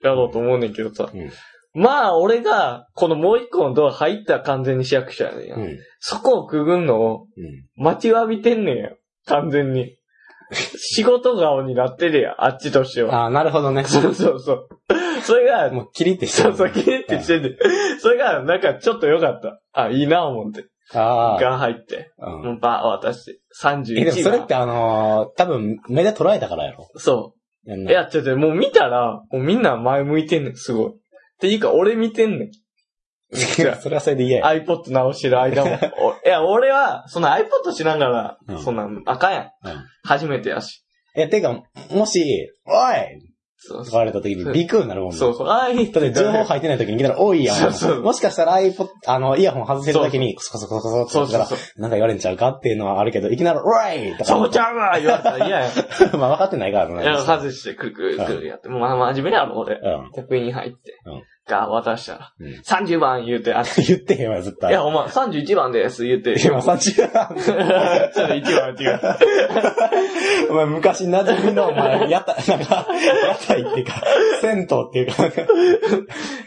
Speaker 1: やろうと思うねんけどさ。
Speaker 2: うん
Speaker 1: まあ、俺が、このもう一個のドア入ったら完全に市役所やねんや。
Speaker 2: うん。
Speaker 1: そこをくぐんのを
Speaker 2: うん。
Speaker 1: 待ちわびてんねんや。完全 に。仕事顔になってるやん、あっちとしては。
Speaker 2: ああ、なるほどね。
Speaker 1: そうそうそう。それが、
Speaker 2: もう、キリってして
Speaker 1: そうそう、
Speaker 2: う。
Speaker 1: キリってしてて。それが、なんかちょっと良かった。あ、いいな、思って。
Speaker 2: あ
Speaker 1: が入って。
Speaker 2: あ。うん。
Speaker 1: もうバー渡して。31
Speaker 2: え、でもそれっ
Speaker 1: だ
Speaker 2: てあのー、多分、目で捉えたからやろ。
Speaker 1: そ
Speaker 2: やん
Speaker 1: う。
Speaker 2: ない
Speaker 1: や、ちょっともう見たら、もうみんな前向いてんねん、すごい。っていうか、俺見てんねん。
Speaker 2: それはそれで嫌や。
Speaker 1: iPod 直してる 間も。おいや、俺は、その iPod しなが
Speaker 2: う
Speaker 1: ら、
Speaker 2: ん
Speaker 1: そんなん、あかんやん。
Speaker 2: うん
Speaker 1: 初めてやし。
Speaker 2: え、てか、もし、おい
Speaker 1: そう
Speaker 2: とか
Speaker 1: そ
Speaker 2: 言われた時にビクになるもん
Speaker 1: う。
Speaker 2: ね。
Speaker 1: そうそう。あいい
Speaker 2: だって情報入ってない時にいきなり、おいやん。
Speaker 1: そうそう
Speaker 2: もしかしたら iPod、あの、イヤホン外せる時に、コソコソコソコソ
Speaker 1: そう
Speaker 2: って
Speaker 1: そう
Speaker 2: やっ
Speaker 1: そ
Speaker 2: た
Speaker 1: う。
Speaker 2: ら、なんか言われんちゃうかっていうのはあるけど、いきなり、おいとか。
Speaker 1: そうちゃうわ言われたら嫌やん。い
Speaker 2: まあ分かってないからね。
Speaker 1: や、外して、くるくるくるやって。もうまあ真面目やろ、俺。
Speaker 2: うん。
Speaker 1: 客員入って
Speaker 2: うん。
Speaker 1: が渡したら、
Speaker 2: うん
Speaker 1: 30番言うて、あ、い
Speaker 2: 言ってへんわ、ずっと。
Speaker 1: や、お前、31番です、言う て。
Speaker 2: 今、さち
Speaker 1: ちょっと一番違う。
Speaker 2: お前、昔馴染みの、お前、屋台、なんか、屋台っていうか、銭湯っていうか、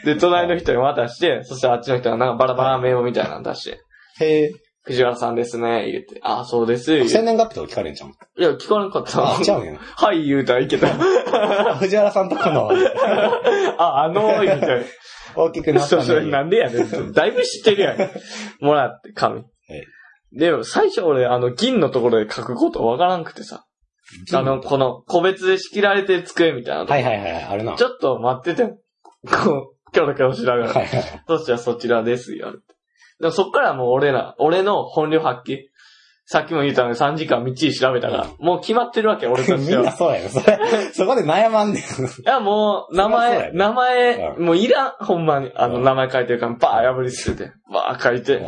Speaker 1: で、隣の人に渡して、そしてあっちの人がなんかバラバラメモみたいなの出して、
Speaker 2: へ
Speaker 1: 藤原さんですね、言うて、あ、そうです、言う
Speaker 2: え。
Speaker 1: て
Speaker 2: 生年月日とか聞かれんじゃん。
Speaker 1: いや、聞かなかった。
Speaker 2: あ、ちゃうんや。
Speaker 1: はい、言うたらいけた。
Speaker 2: 藤原さんとかの、
Speaker 1: あ、あのー、みたい
Speaker 2: 大きく
Speaker 1: な。
Speaker 2: なった
Speaker 1: そう、そ
Speaker 2: の
Speaker 1: れ
Speaker 2: に。
Speaker 1: なんでやねん。だいぶ知ってるやん。もらって、紙。でも、最初俺、あの、銀のところで書くことわからんくてさ。あの、この、個別で仕切られてる机みたいなとこ。
Speaker 2: はいはいはいはい、あれな。
Speaker 1: ちょっと待ってて、こう、キョロキョロしながら。
Speaker 2: はいはい。
Speaker 1: そしたらそちらです、言われて。でもそっからもう俺ら、俺の本領発揮。さっきも言ったのに3時間みっちり調べたから、もう決まってるわけ、俺とし
Speaker 2: み
Speaker 1: て
Speaker 2: ん
Speaker 1: は。
Speaker 2: なそうやろ。それ、そこで悩まんね
Speaker 1: い
Speaker 2: ん。
Speaker 1: や、もう、名
Speaker 2: そりゃそう
Speaker 1: 前、
Speaker 2: やね
Speaker 1: 名前、
Speaker 2: う
Speaker 1: もういらん、ほんまに。あの、
Speaker 2: うん
Speaker 1: 名前書いてるから、バー破り捨てて、バー書いて、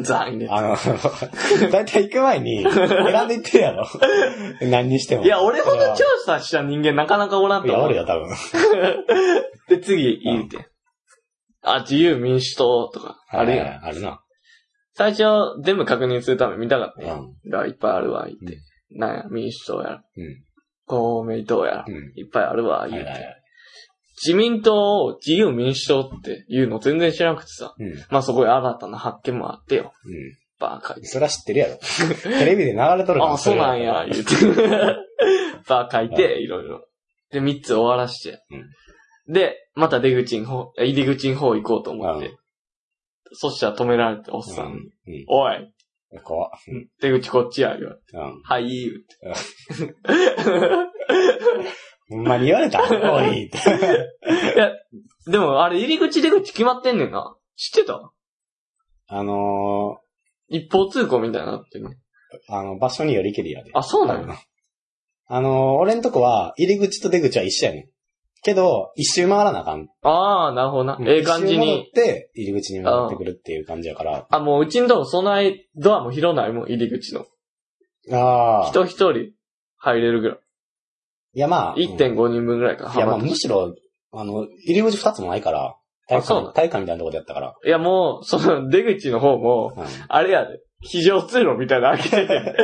Speaker 1: ザーンで。
Speaker 2: あの、 だいたい行く前に、選んでいってるやろ。何にしても。
Speaker 1: いや、俺ほど調査した人間なかなかおらん
Speaker 2: い
Speaker 1: と
Speaker 2: や、
Speaker 1: 思
Speaker 2: おる
Speaker 1: う。
Speaker 2: よ、多分。
Speaker 1: で、次、言うて。あ、自由民主党とか、あるや
Speaker 2: は
Speaker 1: ん。
Speaker 2: いはいあるな。
Speaker 1: 最初、全部確認するために見たかったやん
Speaker 2: うん。
Speaker 1: だからいっぱいあるわ、言って。なんや、民主党やら
Speaker 2: うん。
Speaker 1: 公明党やら
Speaker 2: う。ん。
Speaker 1: いっぱいあるわ、
Speaker 2: は
Speaker 1: 言
Speaker 2: いうはいは
Speaker 1: て。
Speaker 2: い。
Speaker 1: 自民党を自由民主党っていうの全然知らなくてさ。
Speaker 2: うん。
Speaker 1: まあ、そこで新たな発見もあってよ。
Speaker 2: うん。
Speaker 1: バー書いて。
Speaker 2: そら知ってるやろ。 テレビで流れとるから
Speaker 1: あ、そうなんや、言うて。 さあ書いて、いろいろ。で、3つ終わらして。で、また出口の方、入り口の方行こうと思って。
Speaker 2: う
Speaker 1: そしたら止められて、おっさんに。
Speaker 2: うん。
Speaker 1: おい、
Speaker 2: 怖っ。
Speaker 1: 出口こっちや、言われて。
Speaker 2: うん。
Speaker 1: はい、言うて。
Speaker 2: ほんまに言われたおいって。
Speaker 1: でも、あれ、入り口出口決まってんねんな。知ってた
Speaker 2: あの
Speaker 1: 一方通行みたいになってね。
Speaker 2: ー、あの、場所によりけりやで。
Speaker 1: あ、そうなん
Speaker 2: 多分
Speaker 1: や。
Speaker 2: あのー、俺んとこは、入り口と出口は一緒やねん。けど、一周回らなあかん。
Speaker 1: ああ、なるほどな。ええ感じ
Speaker 2: 一周戻
Speaker 1: に
Speaker 2: っ。て、入り口に戻ってくるっていう感じやから。
Speaker 1: あ、もう、うちのとこ、そない、ドアも広ないもん、入り口の。
Speaker 2: ああ。
Speaker 1: 人一人入れるぐらい。
Speaker 2: いや、まあ。うん
Speaker 1: 1.5人分ぐらいか。
Speaker 2: いや、まあ、むしろ、あの、入り口二つもないから、体
Speaker 1: あ
Speaker 2: 育
Speaker 1: そうな
Speaker 2: 館、
Speaker 1: ん
Speaker 2: 体育館みたいなとこでやったから。
Speaker 1: いや、もう、その出口の方も、
Speaker 2: うん
Speaker 1: あれやで、非常通路みたいなの開け てて。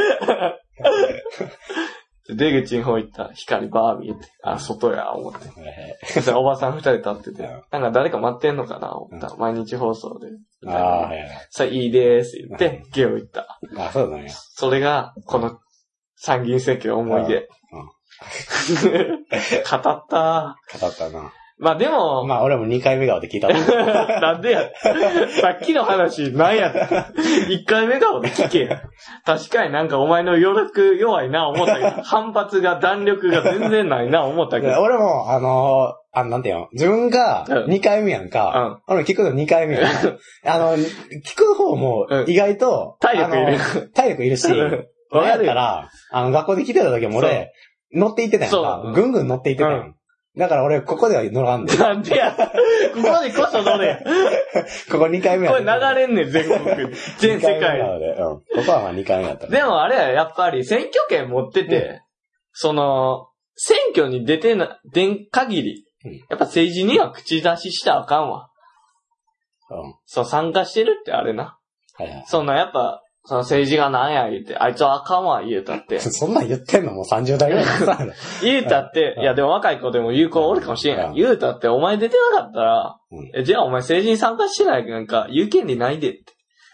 Speaker 1: 出口の方行ったら光バー見えて、あ、外や、思って。 そしたらおばさん二人立ってて、
Speaker 2: う
Speaker 1: なん
Speaker 2: ん
Speaker 1: か誰か待ってんのかな、思った。毎日放送で。
Speaker 2: ああ、はいはい。
Speaker 1: さあ、いいです、言って、ゲオ行った。
Speaker 2: あそうだね。
Speaker 1: それが、この参議院選挙の思い出。 語った。
Speaker 2: 語ったな。
Speaker 1: まあでも、
Speaker 2: まあ、俺も2回目顔で聞いたわ。
Speaker 1: なんでや。さっきの話、なんや。一回目顔で聞けや。確かになんかお前の余力弱いな思ったけど、反発が弾力が全然ないな思ったけど。
Speaker 2: 俺も、あのーあ、なんていうの、自分が
Speaker 1: うん
Speaker 2: 2回目やんか。俺も聞くの2 回目やんか。あの、聞く方も
Speaker 1: うん
Speaker 2: 意外と、
Speaker 1: 体力いる
Speaker 2: あの体力いるし、
Speaker 1: うん
Speaker 2: 俺や
Speaker 1: わか
Speaker 2: った
Speaker 1: る
Speaker 2: ら、あの、学校で来てた時も俺、乗っていってたやん
Speaker 1: そ
Speaker 2: か
Speaker 1: う。
Speaker 2: ぐんぐん乗っていってたや。
Speaker 1: うん
Speaker 2: だから俺、ここでは乗らんで。
Speaker 1: なんで や。ここでこそ乗れ。
Speaker 2: ここ2回目や
Speaker 1: これ
Speaker 2: ん
Speaker 1: 流れんねん、全国。全世
Speaker 2: 二回目な
Speaker 1: 界。
Speaker 2: ので、うん。ここはまあ2回目だった。
Speaker 1: でもあれや、やっぱり選挙権持ってて、その、選挙に出てな、出ん限り
Speaker 2: うん、
Speaker 1: やっぱ政治には口出ししたらあかんわ。
Speaker 2: うん。
Speaker 1: そう、参加してるってあれな。
Speaker 2: はいはい。。
Speaker 1: そんな、やっぱ、その政治がなんや言うて、あいつはあかんわ言うたって
Speaker 2: そんなん言ってんのもう30代ぐらいのさ。
Speaker 1: 言うたって、
Speaker 2: うん
Speaker 1: いやでも若い子でも有効おるかもしれんや
Speaker 2: うん
Speaker 1: ん。言うたって、お前出てなかったら
Speaker 2: うん、
Speaker 1: え、じゃあお前政治に参加してないなんか、有権利ないでって、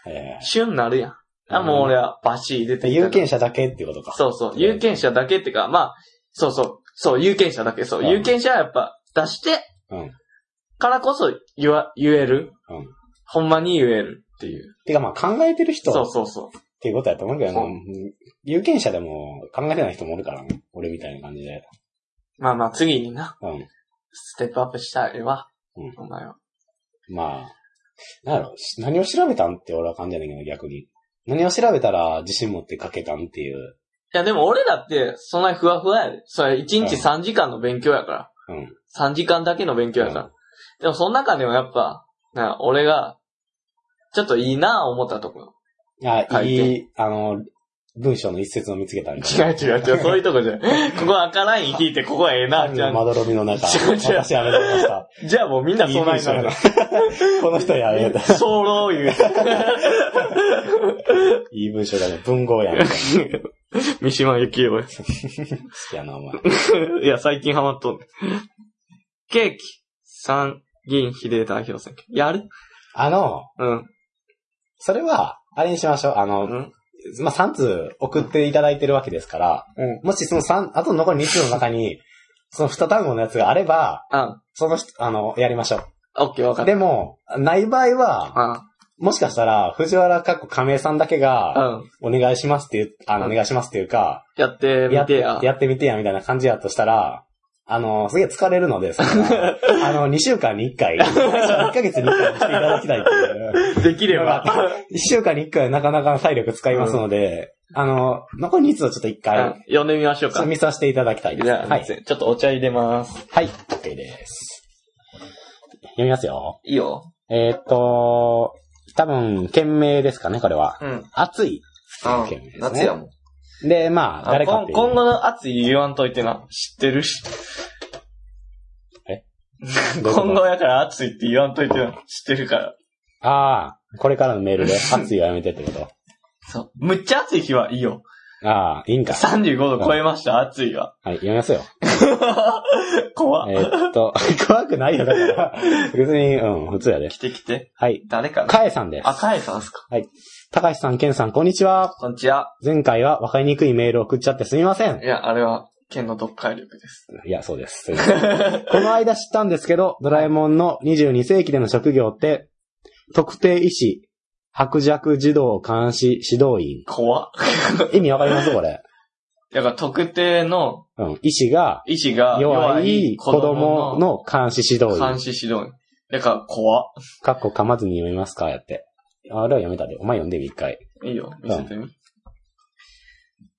Speaker 2: え
Speaker 1: 旬なるやん。あ、
Speaker 2: うん
Speaker 1: もう俺はバシー出
Speaker 2: え
Speaker 1: て
Speaker 2: 有
Speaker 1: きた。
Speaker 2: 権者だけっていうことか。
Speaker 1: そうそう、有権者だけってか、まあ、そうそう、そう、有権者だけ、そうう、
Speaker 2: ん
Speaker 1: 有権者はやっぱ出して
Speaker 2: うん。
Speaker 1: からこそ言わ、言える。
Speaker 2: うん
Speaker 1: ほんまに言えるっていう。
Speaker 2: てかまあ考えてる人
Speaker 1: そ
Speaker 2: っ
Speaker 1: うそうそう。
Speaker 2: ていうことやと思うけどな
Speaker 1: そう
Speaker 2: うん有権者でも考えてない人もおるからね。俺みたいな感じで。
Speaker 1: まあまあ、次にな、
Speaker 2: うん。
Speaker 1: ステップアップしたいわ。
Speaker 2: うん
Speaker 1: お前は。
Speaker 2: まあ、なんやろ、し何を調べたんって俺は感じやねんけど逆に。何を調べたら自信持って書けたんっていう。
Speaker 1: いや、でも俺だって、そんなにふわふわやで。それ、1日3時間の勉強やから。
Speaker 2: うん。
Speaker 1: 3時間だけの勉強やから。
Speaker 2: う
Speaker 1: でも、その中でもやっぱ、な俺が、ちょっといいなぁ思ったところ。
Speaker 2: あ、
Speaker 1: 書い
Speaker 2: い
Speaker 1: て
Speaker 2: い、あの、文章の一節を見つけたみたい
Speaker 1: 違う違う違 う、そういうとこじゃない。ここ赤ライン引いて、ここええな、
Speaker 2: な。
Speaker 1: じゃ
Speaker 2: まどろみの中。
Speaker 1: 違う違う
Speaker 2: 私やめてました。
Speaker 1: あ、じゃあもうみんなそうなんだ
Speaker 2: いい文章だなこの人や めた。
Speaker 1: ソロ言う。
Speaker 2: いい文章だね。文豪やね。好
Speaker 1: 三島由紀夫。
Speaker 2: きやな、お前。
Speaker 1: いや、最近ハマっとんねん。ケーキ、参議院比例代表選挙。やる
Speaker 2: あの、
Speaker 1: うん。
Speaker 2: それは、あれにしましょう。あ
Speaker 1: う
Speaker 2: の、
Speaker 1: ん。
Speaker 2: まあ、3通送っていただいてるわけですから、
Speaker 1: うん。
Speaker 2: もしその3、あと残り2通の中に、その2単語のやつがあれば、
Speaker 1: あ、
Speaker 2: その人、あの、やりましょ
Speaker 1: オッケーわかった。
Speaker 2: う。でも、ない場合は、
Speaker 1: あ、
Speaker 2: もしかしたら、藤原かっこ亀井さんだけ
Speaker 1: う
Speaker 2: が、
Speaker 1: ん。
Speaker 2: お願いしますっていう、あの、
Speaker 1: う
Speaker 2: お
Speaker 1: ん
Speaker 2: 願いしますっていうか、
Speaker 1: やってみ
Speaker 2: やってて
Speaker 1: や。
Speaker 2: やってみてや、みたいな感じやとしたら、あの、すげえ疲れるので、そ れはあの、2週間に1回、1ヶ月に1回にしていただきたいっていう。
Speaker 1: できれば。
Speaker 2: 1週間に1回なかなか体力使いますので、あの、残り2つをちょっと
Speaker 1: う
Speaker 2: 1
Speaker 1: ん
Speaker 2: 回、
Speaker 1: 呼んでみましょう
Speaker 2: ちょっ
Speaker 1: か
Speaker 2: と。見させていただきたいです。
Speaker 1: じゃあ、
Speaker 2: はい。
Speaker 1: ちょっとお茶入れます。
Speaker 2: はい、OK です。読みますよ。
Speaker 1: いいよ。
Speaker 2: えーっと、多分、件名ですかね、これは。
Speaker 1: うん。
Speaker 2: 暑い。
Speaker 1: あ
Speaker 2: 件名ですね
Speaker 1: 夏やもん。
Speaker 2: で、まあ、
Speaker 1: あ
Speaker 2: 誰かっ
Speaker 1: 今
Speaker 2: ていう。
Speaker 1: 今後の熱い言わんといてな。知ってるし。
Speaker 2: えどういうこと
Speaker 1: 今後やから熱いって言わんといてな。知ってるから。
Speaker 2: ああ、これからのメー ルで、暑いはやめてってこと。
Speaker 1: そう。むっちゃ暑い日はいいよ。
Speaker 2: ああ、いいんか。
Speaker 1: 35度超えました、暑いは。
Speaker 2: はい、読みますよ。
Speaker 1: 怖
Speaker 2: え
Speaker 1: っ。
Speaker 2: ーっと、 怖くないよ、だから。 別に、うん、普通やで
Speaker 1: 来。て来て。
Speaker 2: はい。
Speaker 1: 誰かな
Speaker 2: かえさんです。
Speaker 1: あ、カエさんっすか
Speaker 2: 高橋さん、けんさん、こんにちは。
Speaker 1: こんにちは。
Speaker 2: 前回は分かりにくいメールを送っちゃってすみません
Speaker 1: い。や、あれは、剣の読解力です。
Speaker 2: いや、そうです。そうです この間知ったんですけど、ドラえもんの22世紀での職業って、特定医師、白弱児童監視指導員。
Speaker 1: 怖っ。
Speaker 2: 意味わかりますこれ。
Speaker 1: だから特定の
Speaker 2: うん。医師が
Speaker 1: 医師が
Speaker 2: 弱い子供
Speaker 1: の
Speaker 2: の監視指導員。
Speaker 1: 監視指導員。だから怖っ。
Speaker 2: かっこ噛まずに読めますかやって。あれは読めたで。お前読んでみ、一回。
Speaker 1: いいよ、見せてみ。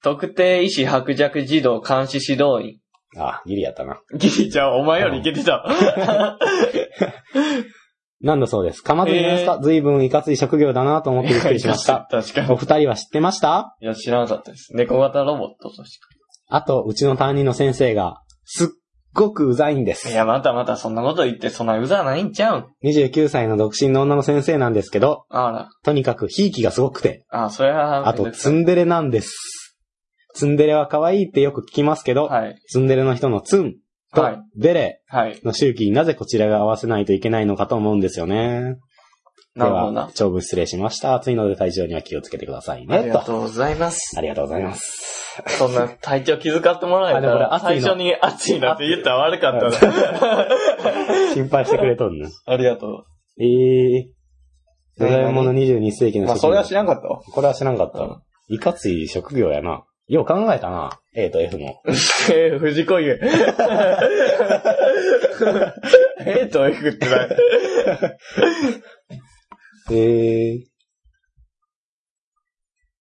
Speaker 1: 特定医師白弱児童監視指導員。
Speaker 2: あ、ギリやったな。
Speaker 1: ギリちゃん、お前よりいけてた。
Speaker 2: なんだそうです。噛まずに読めますか、随分いかつい職業だなと思ってびっくりしまし た。
Speaker 1: 確かに。
Speaker 2: お二人は知ってました
Speaker 1: いや、知らなかったです。猫型ロボットとし
Speaker 2: あと、うちの担任の先生が、すっごくうざいんで
Speaker 1: か。
Speaker 2: す
Speaker 1: い。や、またまたそんなこと言って、そんなうざないんちゃうん。
Speaker 2: 29歳の独身の女の先生なんですけど、
Speaker 1: あら。
Speaker 2: とにかくひいきがすごくて、
Speaker 1: あ、それは、
Speaker 2: あとツンデレなんです。ツンデレは可愛いってよく聞きますけど、
Speaker 1: はい。
Speaker 2: ツンデレの人のツンと
Speaker 1: はい
Speaker 2: デレ
Speaker 1: はい。
Speaker 2: の周期になぜこちらが合わせないといけないのかと思うんですよね。
Speaker 1: なるほど
Speaker 2: では
Speaker 1: な。
Speaker 2: 長文失礼しました。暑いので体調には気をつけてください
Speaker 1: あ
Speaker 2: ね。
Speaker 1: りが
Speaker 2: と
Speaker 1: とうございます。
Speaker 2: ありがとうございます。
Speaker 1: そんな体調気遣ってもらえた
Speaker 2: あでもこれ
Speaker 1: ら、
Speaker 2: 熱い
Speaker 1: 最
Speaker 2: の
Speaker 1: 初に暑いなって言ったら悪か ったな。
Speaker 2: 心配してくれとん ね。
Speaker 1: ありがと
Speaker 2: ええー。ドラえもんの22世紀
Speaker 1: う。
Speaker 2: の職業。
Speaker 1: まあ、それは知らんかったわ。
Speaker 2: これは知らんかった。
Speaker 1: うん
Speaker 2: いかつい職業やな。よう考えたな。A と F も。
Speaker 1: えー、 藤子湯。 えーと F ってない。
Speaker 2: ええ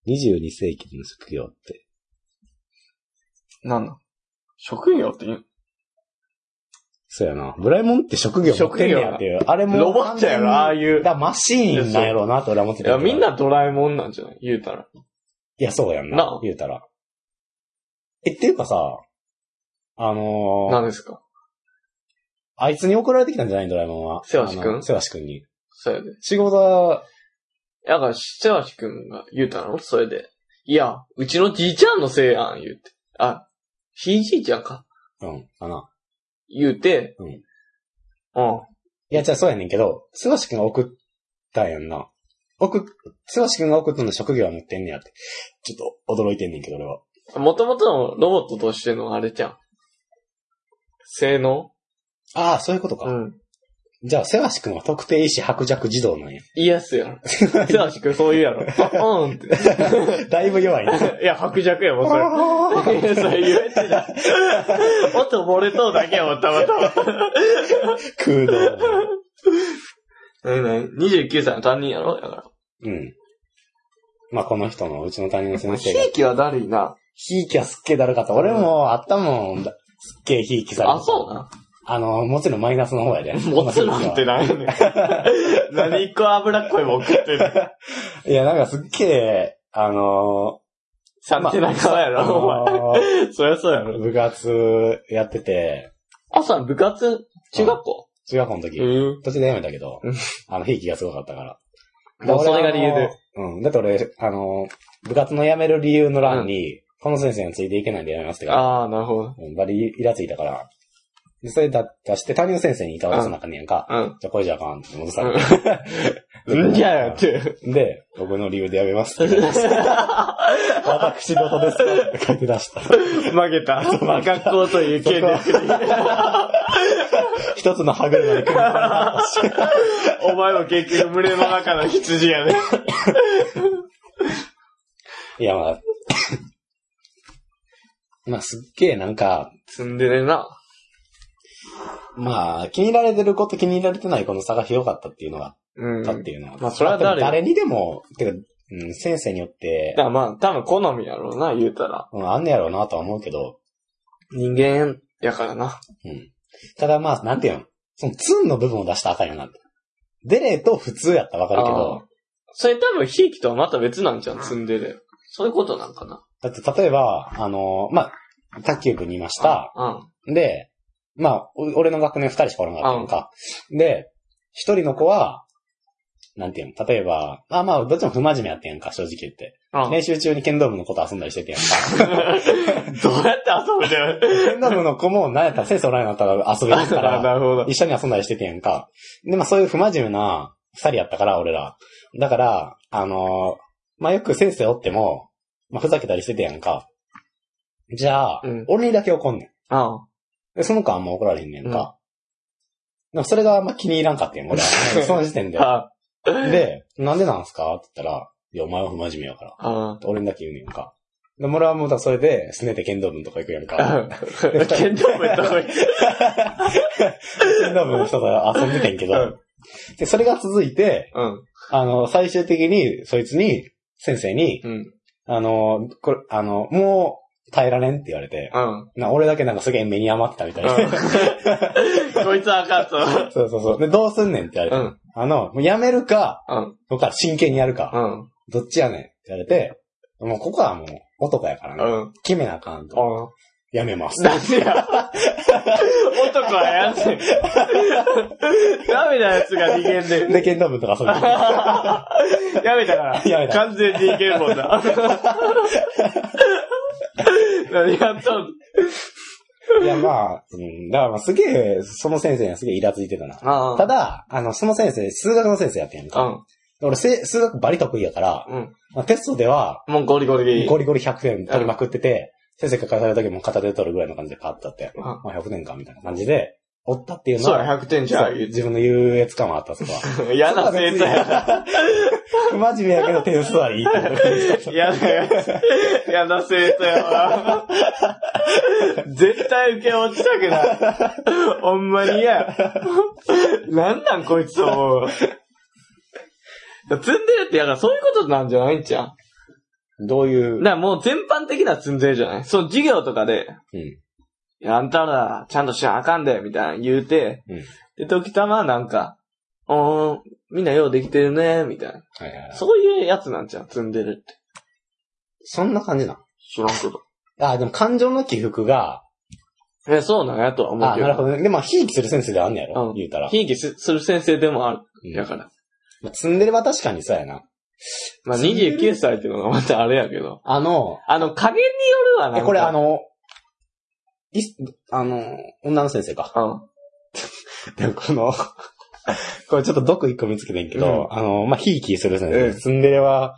Speaker 2: 22世紀の職業って。
Speaker 1: なんだ職業って言う
Speaker 2: そうやな。ドラえもんって職業持ってんねやっていう。あれも。
Speaker 1: ロボットやろ、ああ
Speaker 2: う。
Speaker 1: いう。
Speaker 2: だマシーンなんやろうなと俺は思って
Speaker 1: い
Speaker 2: たけ
Speaker 1: や、
Speaker 2: ど。
Speaker 1: みんなドラえもんなんじゃない言うたら。
Speaker 2: いや、そうやんな。
Speaker 1: な
Speaker 2: 言うたら。え、っていうかさ、あのー、
Speaker 1: 何ですか
Speaker 2: あいつに怒られてきたんじゃないドラえもんは。
Speaker 1: せわしくん
Speaker 2: あのせわしくんに。
Speaker 1: それで。
Speaker 2: 仕事は、
Speaker 1: だから、しちゃわしくんが言うたのそれで。いや、うちのじいちゃんのせいやん、言うて。あ、ひいじいちゃんか
Speaker 2: うん、かな。
Speaker 1: 言うて。
Speaker 2: うん
Speaker 1: うん。
Speaker 2: いや、じゃあそうやねんけど、せわしくんが送ったんやんな。送っ、せわしくんが送ったの職業は持ってんねやって。ちょっと驚いてんねんけど、俺は。
Speaker 1: もともとのロボットとしてのあれじゃん。性能
Speaker 2: ああ、そういうことか。
Speaker 1: うん。
Speaker 2: じゃあ、せわしくんは特定医師白弱児童なんや。
Speaker 1: イエスや ろ。せわしくんそう言うやろ。 あうんって。
Speaker 2: だいぶ弱い な。
Speaker 1: いや、白弱やもん、それ。いやそれ言えてない。音漏れとうだけやもん、たまたま。
Speaker 2: 空洞。
Speaker 1: 何何 ?29 歳の担任やろだから。
Speaker 2: うん。まあ、この人の、うちの担任の先
Speaker 1: ひ
Speaker 2: 生が
Speaker 1: いきはだるいな。
Speaker 2: ひいきはすっげえだるかった。俺もあったもん。すっげえひいきされた。
Speaker 1: あ、そうな。
Speaker 2: あの、もちろんマイナスの方やで。
Speaker 1: もつなんてないよ ねん。何一個脂っこいもん食ってる。
Speaker 2: いや、なんかすっげえ、あの
Speaker 1: ちゃんってなりそうや
Speaker 2: あ
Speaker 1: ろ、お
Speaker 2: のー
Speaker 1: 前。そりゃそうやろ。
Speaker 2: 部活やってて、
Speaker 1: 朝部活、中学校
Speaker 2: 中学校の時、
Speaker 1: ん。
Speaker 2: 途中でやめたけど
Speaker 1: うん、
Speaker 2: あの、ひいきがすごかったから。
Speaker 1: もうそれが理由で。
Speaker 2: うん。だって俺、あのー、部活の辞める理由の欄に、この先生についていけないんで辞めますってから、
Speaker 1: ああ、なるほど。
Speaker 2: うんバリイラついたから。で、それだ出して、担任先生にいたわその中にやんか、
Speaker 1: うん。
Speaker 2: じゃあこれじゃあかんって戻されて
Speaker 1: うんじゃあって。
Speaker 2: で、僕の理由でやめますって。私事ですって書き出した。
Speaker 1: 負けた。学校という
Speaker 2: そこ
Speaker 1: 権利。
Speaker 2: は一つの歯車で組み込まれたし
Speaker 1: お前も結局群れの中の羊やね。
Speaker 2: いや、まあ。 まあ、すっげえなんか、
Speaker 1: 積んでねえな。
Speaker 2: まあ、気に入られてること気に入られてない子の差が広かったっていうのが
Speaker 1: う
Speaker 2: あ
Speaker 1: ん。
Speaker 2: ったっ
Speaker 1: だ
Speaker 2: ていうのは。
Speaker 1: まあそれは誰
Speaker 2: まあでも誰にでも、てか、うん、先生によって、
Speaker 1: からまあ、多分好みやろうな、言うたら。
Speaker 2: うん、あんねやろうなとは思うけど、
Speaker 1: 人間やからな。
Speaker 2: うん。ただまあ、なんていうの、そのツンの部分を出したらあかんよな。デレと普通やったらわかるけど
Speaker 1: あ、それ多分、ひいきとはまた別なんじゃん、積んでる。そういうことなんかな。
Speaker 2: だって、例えば、あの、まあ、卓球部にいました。
Speaker 1: うん。
Speaker 2: で、まあ、お俺の学年二人しかおらんかったのか。で、一人の子は、なんていうの、例えば、あまあ、どっちも不真面目やってんやんか、正直言って。
Speaker 1: うん。
Speaker 2: 練習中に剣道部の子と遊んだりしててんやんか。
Speaker 1: どうやって遊ぶじゃん。
Speaker 2: 剣道部の子も、なんやったら先生おらんようになったら遊べる から、
Speaker 1: なるほど。
Speaker 2: 一緒に遊んだりしててんやんか。で、まあ、そういう不真面目な二人やったから、俺ら。だから、あのまあ、よく先生おっても、まあ、ふざけたりしててんやんか。じゃあ、
Speaker 1: うん
Speaker 2: 俺にだけ怒んねん。
Speaker 1: あ
Speaker 2: で、その子はあんま怒られへんねんか。でもそれがあんま気に入らんかってん、 俺は。その時点で。
Speaker 1: あ。
Speaker 2: で、なんでなんすかって言ったら、いや、お前は不真面目やから。
Speaker 1: あ
Speaker 2: 俺にだけ言うねんか。で、俺はもうそれで、すねて剣道部のとこ行くやんか。
Speaker 1: あ。 剣道部やった方がいい。
Speaker 2: 剣道部の人と遊んでてんけ
Speaker 1: う
Speaker 2: ど。で、それが続いて、
Speaker 1: うん。
Speaker 2: あの、最終的に、そいつに、先生に、
Speaker 1: うん。
Speaker 2: あの、これ、あの、もう、耐えられんって言われて、
Speaker 1: うん。
Speaker 2: な俺だけなんかすげえ目に余ってたみたいで。
Speaker 1: こいつはあかんぞ。
Speaker 2: そうそうそう。で、どうすんねんって言われて。
Speaker 1: うん。
Speaker 2: あの、もうやめるか、
Speaker 1: うん。
Speaker 2: 僕は真剣にやるか、
Speaker 1: うん。
Speaker 2: どっちやねんって言われて、もうここはもう男やから
Speaker 1: う
Speaker 2: ね、
Speaker 1: ん。
Speaker 2: 決めなあかんと。
Speaker 1: うん。
Speaker 2: やめます。
Speaker 1: なんでや。 男はやんねん。ダメなやつが逃げんねん。
Speaker 2: で、剣道部とかそ ういう。
Speaker 1: やめたから。
Speaker 2: やめた
Speaker 1: 完全にいけるもん な。何やっとん
Speaker 2: いや、まあ、うん、だからまあすげえ、その先生にはすげえイラついてたな。
Speaker 1: あ
Speaker 2: ただ、あの、その先生、数学の先生やってんやんか。
Speaker 1: うん。
Speaker 2: 俺せ、数学バリ得意やから、
Speaker 1: うん。
Speaker 2: まあ、テストでは、
Speaker 1: もうゴリゴリでいい。
Speaker 2: ゴリゴリ100点取りまくってて、先生が返された時も片手で取るぐらいの感じでパッとあって、
Speaker 1: うん
Speaker 2: まあ100点か、みたいな感じで、おったっていうの
Speaker 1: そう
Speaker 2: は、
Speaker 1: や、100点じゃ
Speaker 2: そ
Speaker 1: ん
Speaker 2: う
Speaker 1: 言う
Speaker 2: 自分の優越感もあった、そこは。
Speaker 1: て。嫌な生徒や。
Speaker 2: 不真面目やけど点数はいいってことでした
Speaker 1: 嫌なやつ。嫌な生徒やわ。絶対受け落ちたくない。ほんまに嫌や。なんなんこいつを。積んでるって、やからそういうことなんじゃないんちゃ
Speaker 2: どういうう
Speaker 1: だ、からもう全般的な積んでるじゃないその授業とかで、
Speaker 2: うん。
Speaker 1: いや、あんたら、ちゃんとしなあかんで、みたいな言うて、
Speaker 2: うん
Speaker 1: で、時たまなんか、おーん、みんなようできてるね、みたいな。
Speaker 2: はいはいはい。そ、
Speaker 1: そういうやつなんじゃん、積んでるって。
Speaker 2: そんな感じな
Speaker 1: 知らんけど。
Speaker 2: のあ、でも感情の起伏が、
Speaker 1: え、そうなんやとは思う
Speaker 2: あ、
Speaker 1: けど。
Speaker 2: なるほどね。で、まあ、ひいきする先生ではあんねやろ、
Speaker 1: うん
Speaker 2: 言うたら。
Speaker 1: ひいきすする先生でもある。
Speaker 2: うん
Speaker 1: やから。
Speaker 2: まあ、ツンデレは確かにそうやな。
Speaker 1: まあ、29歳っていうのがまたあれやけど。
Speaker 2: あの、
Speaker 1: あの、加減によるわな。
Speaker 2: え、これあ
Speaker 1: の、
Speaker 2: の、いすあの、女の先生か。 でも この、これちょっと毒一個見つけてんけど、あの、まあ、ひいきする先
Speaker 1: うん
Speaker 2: 生。ツンデレは、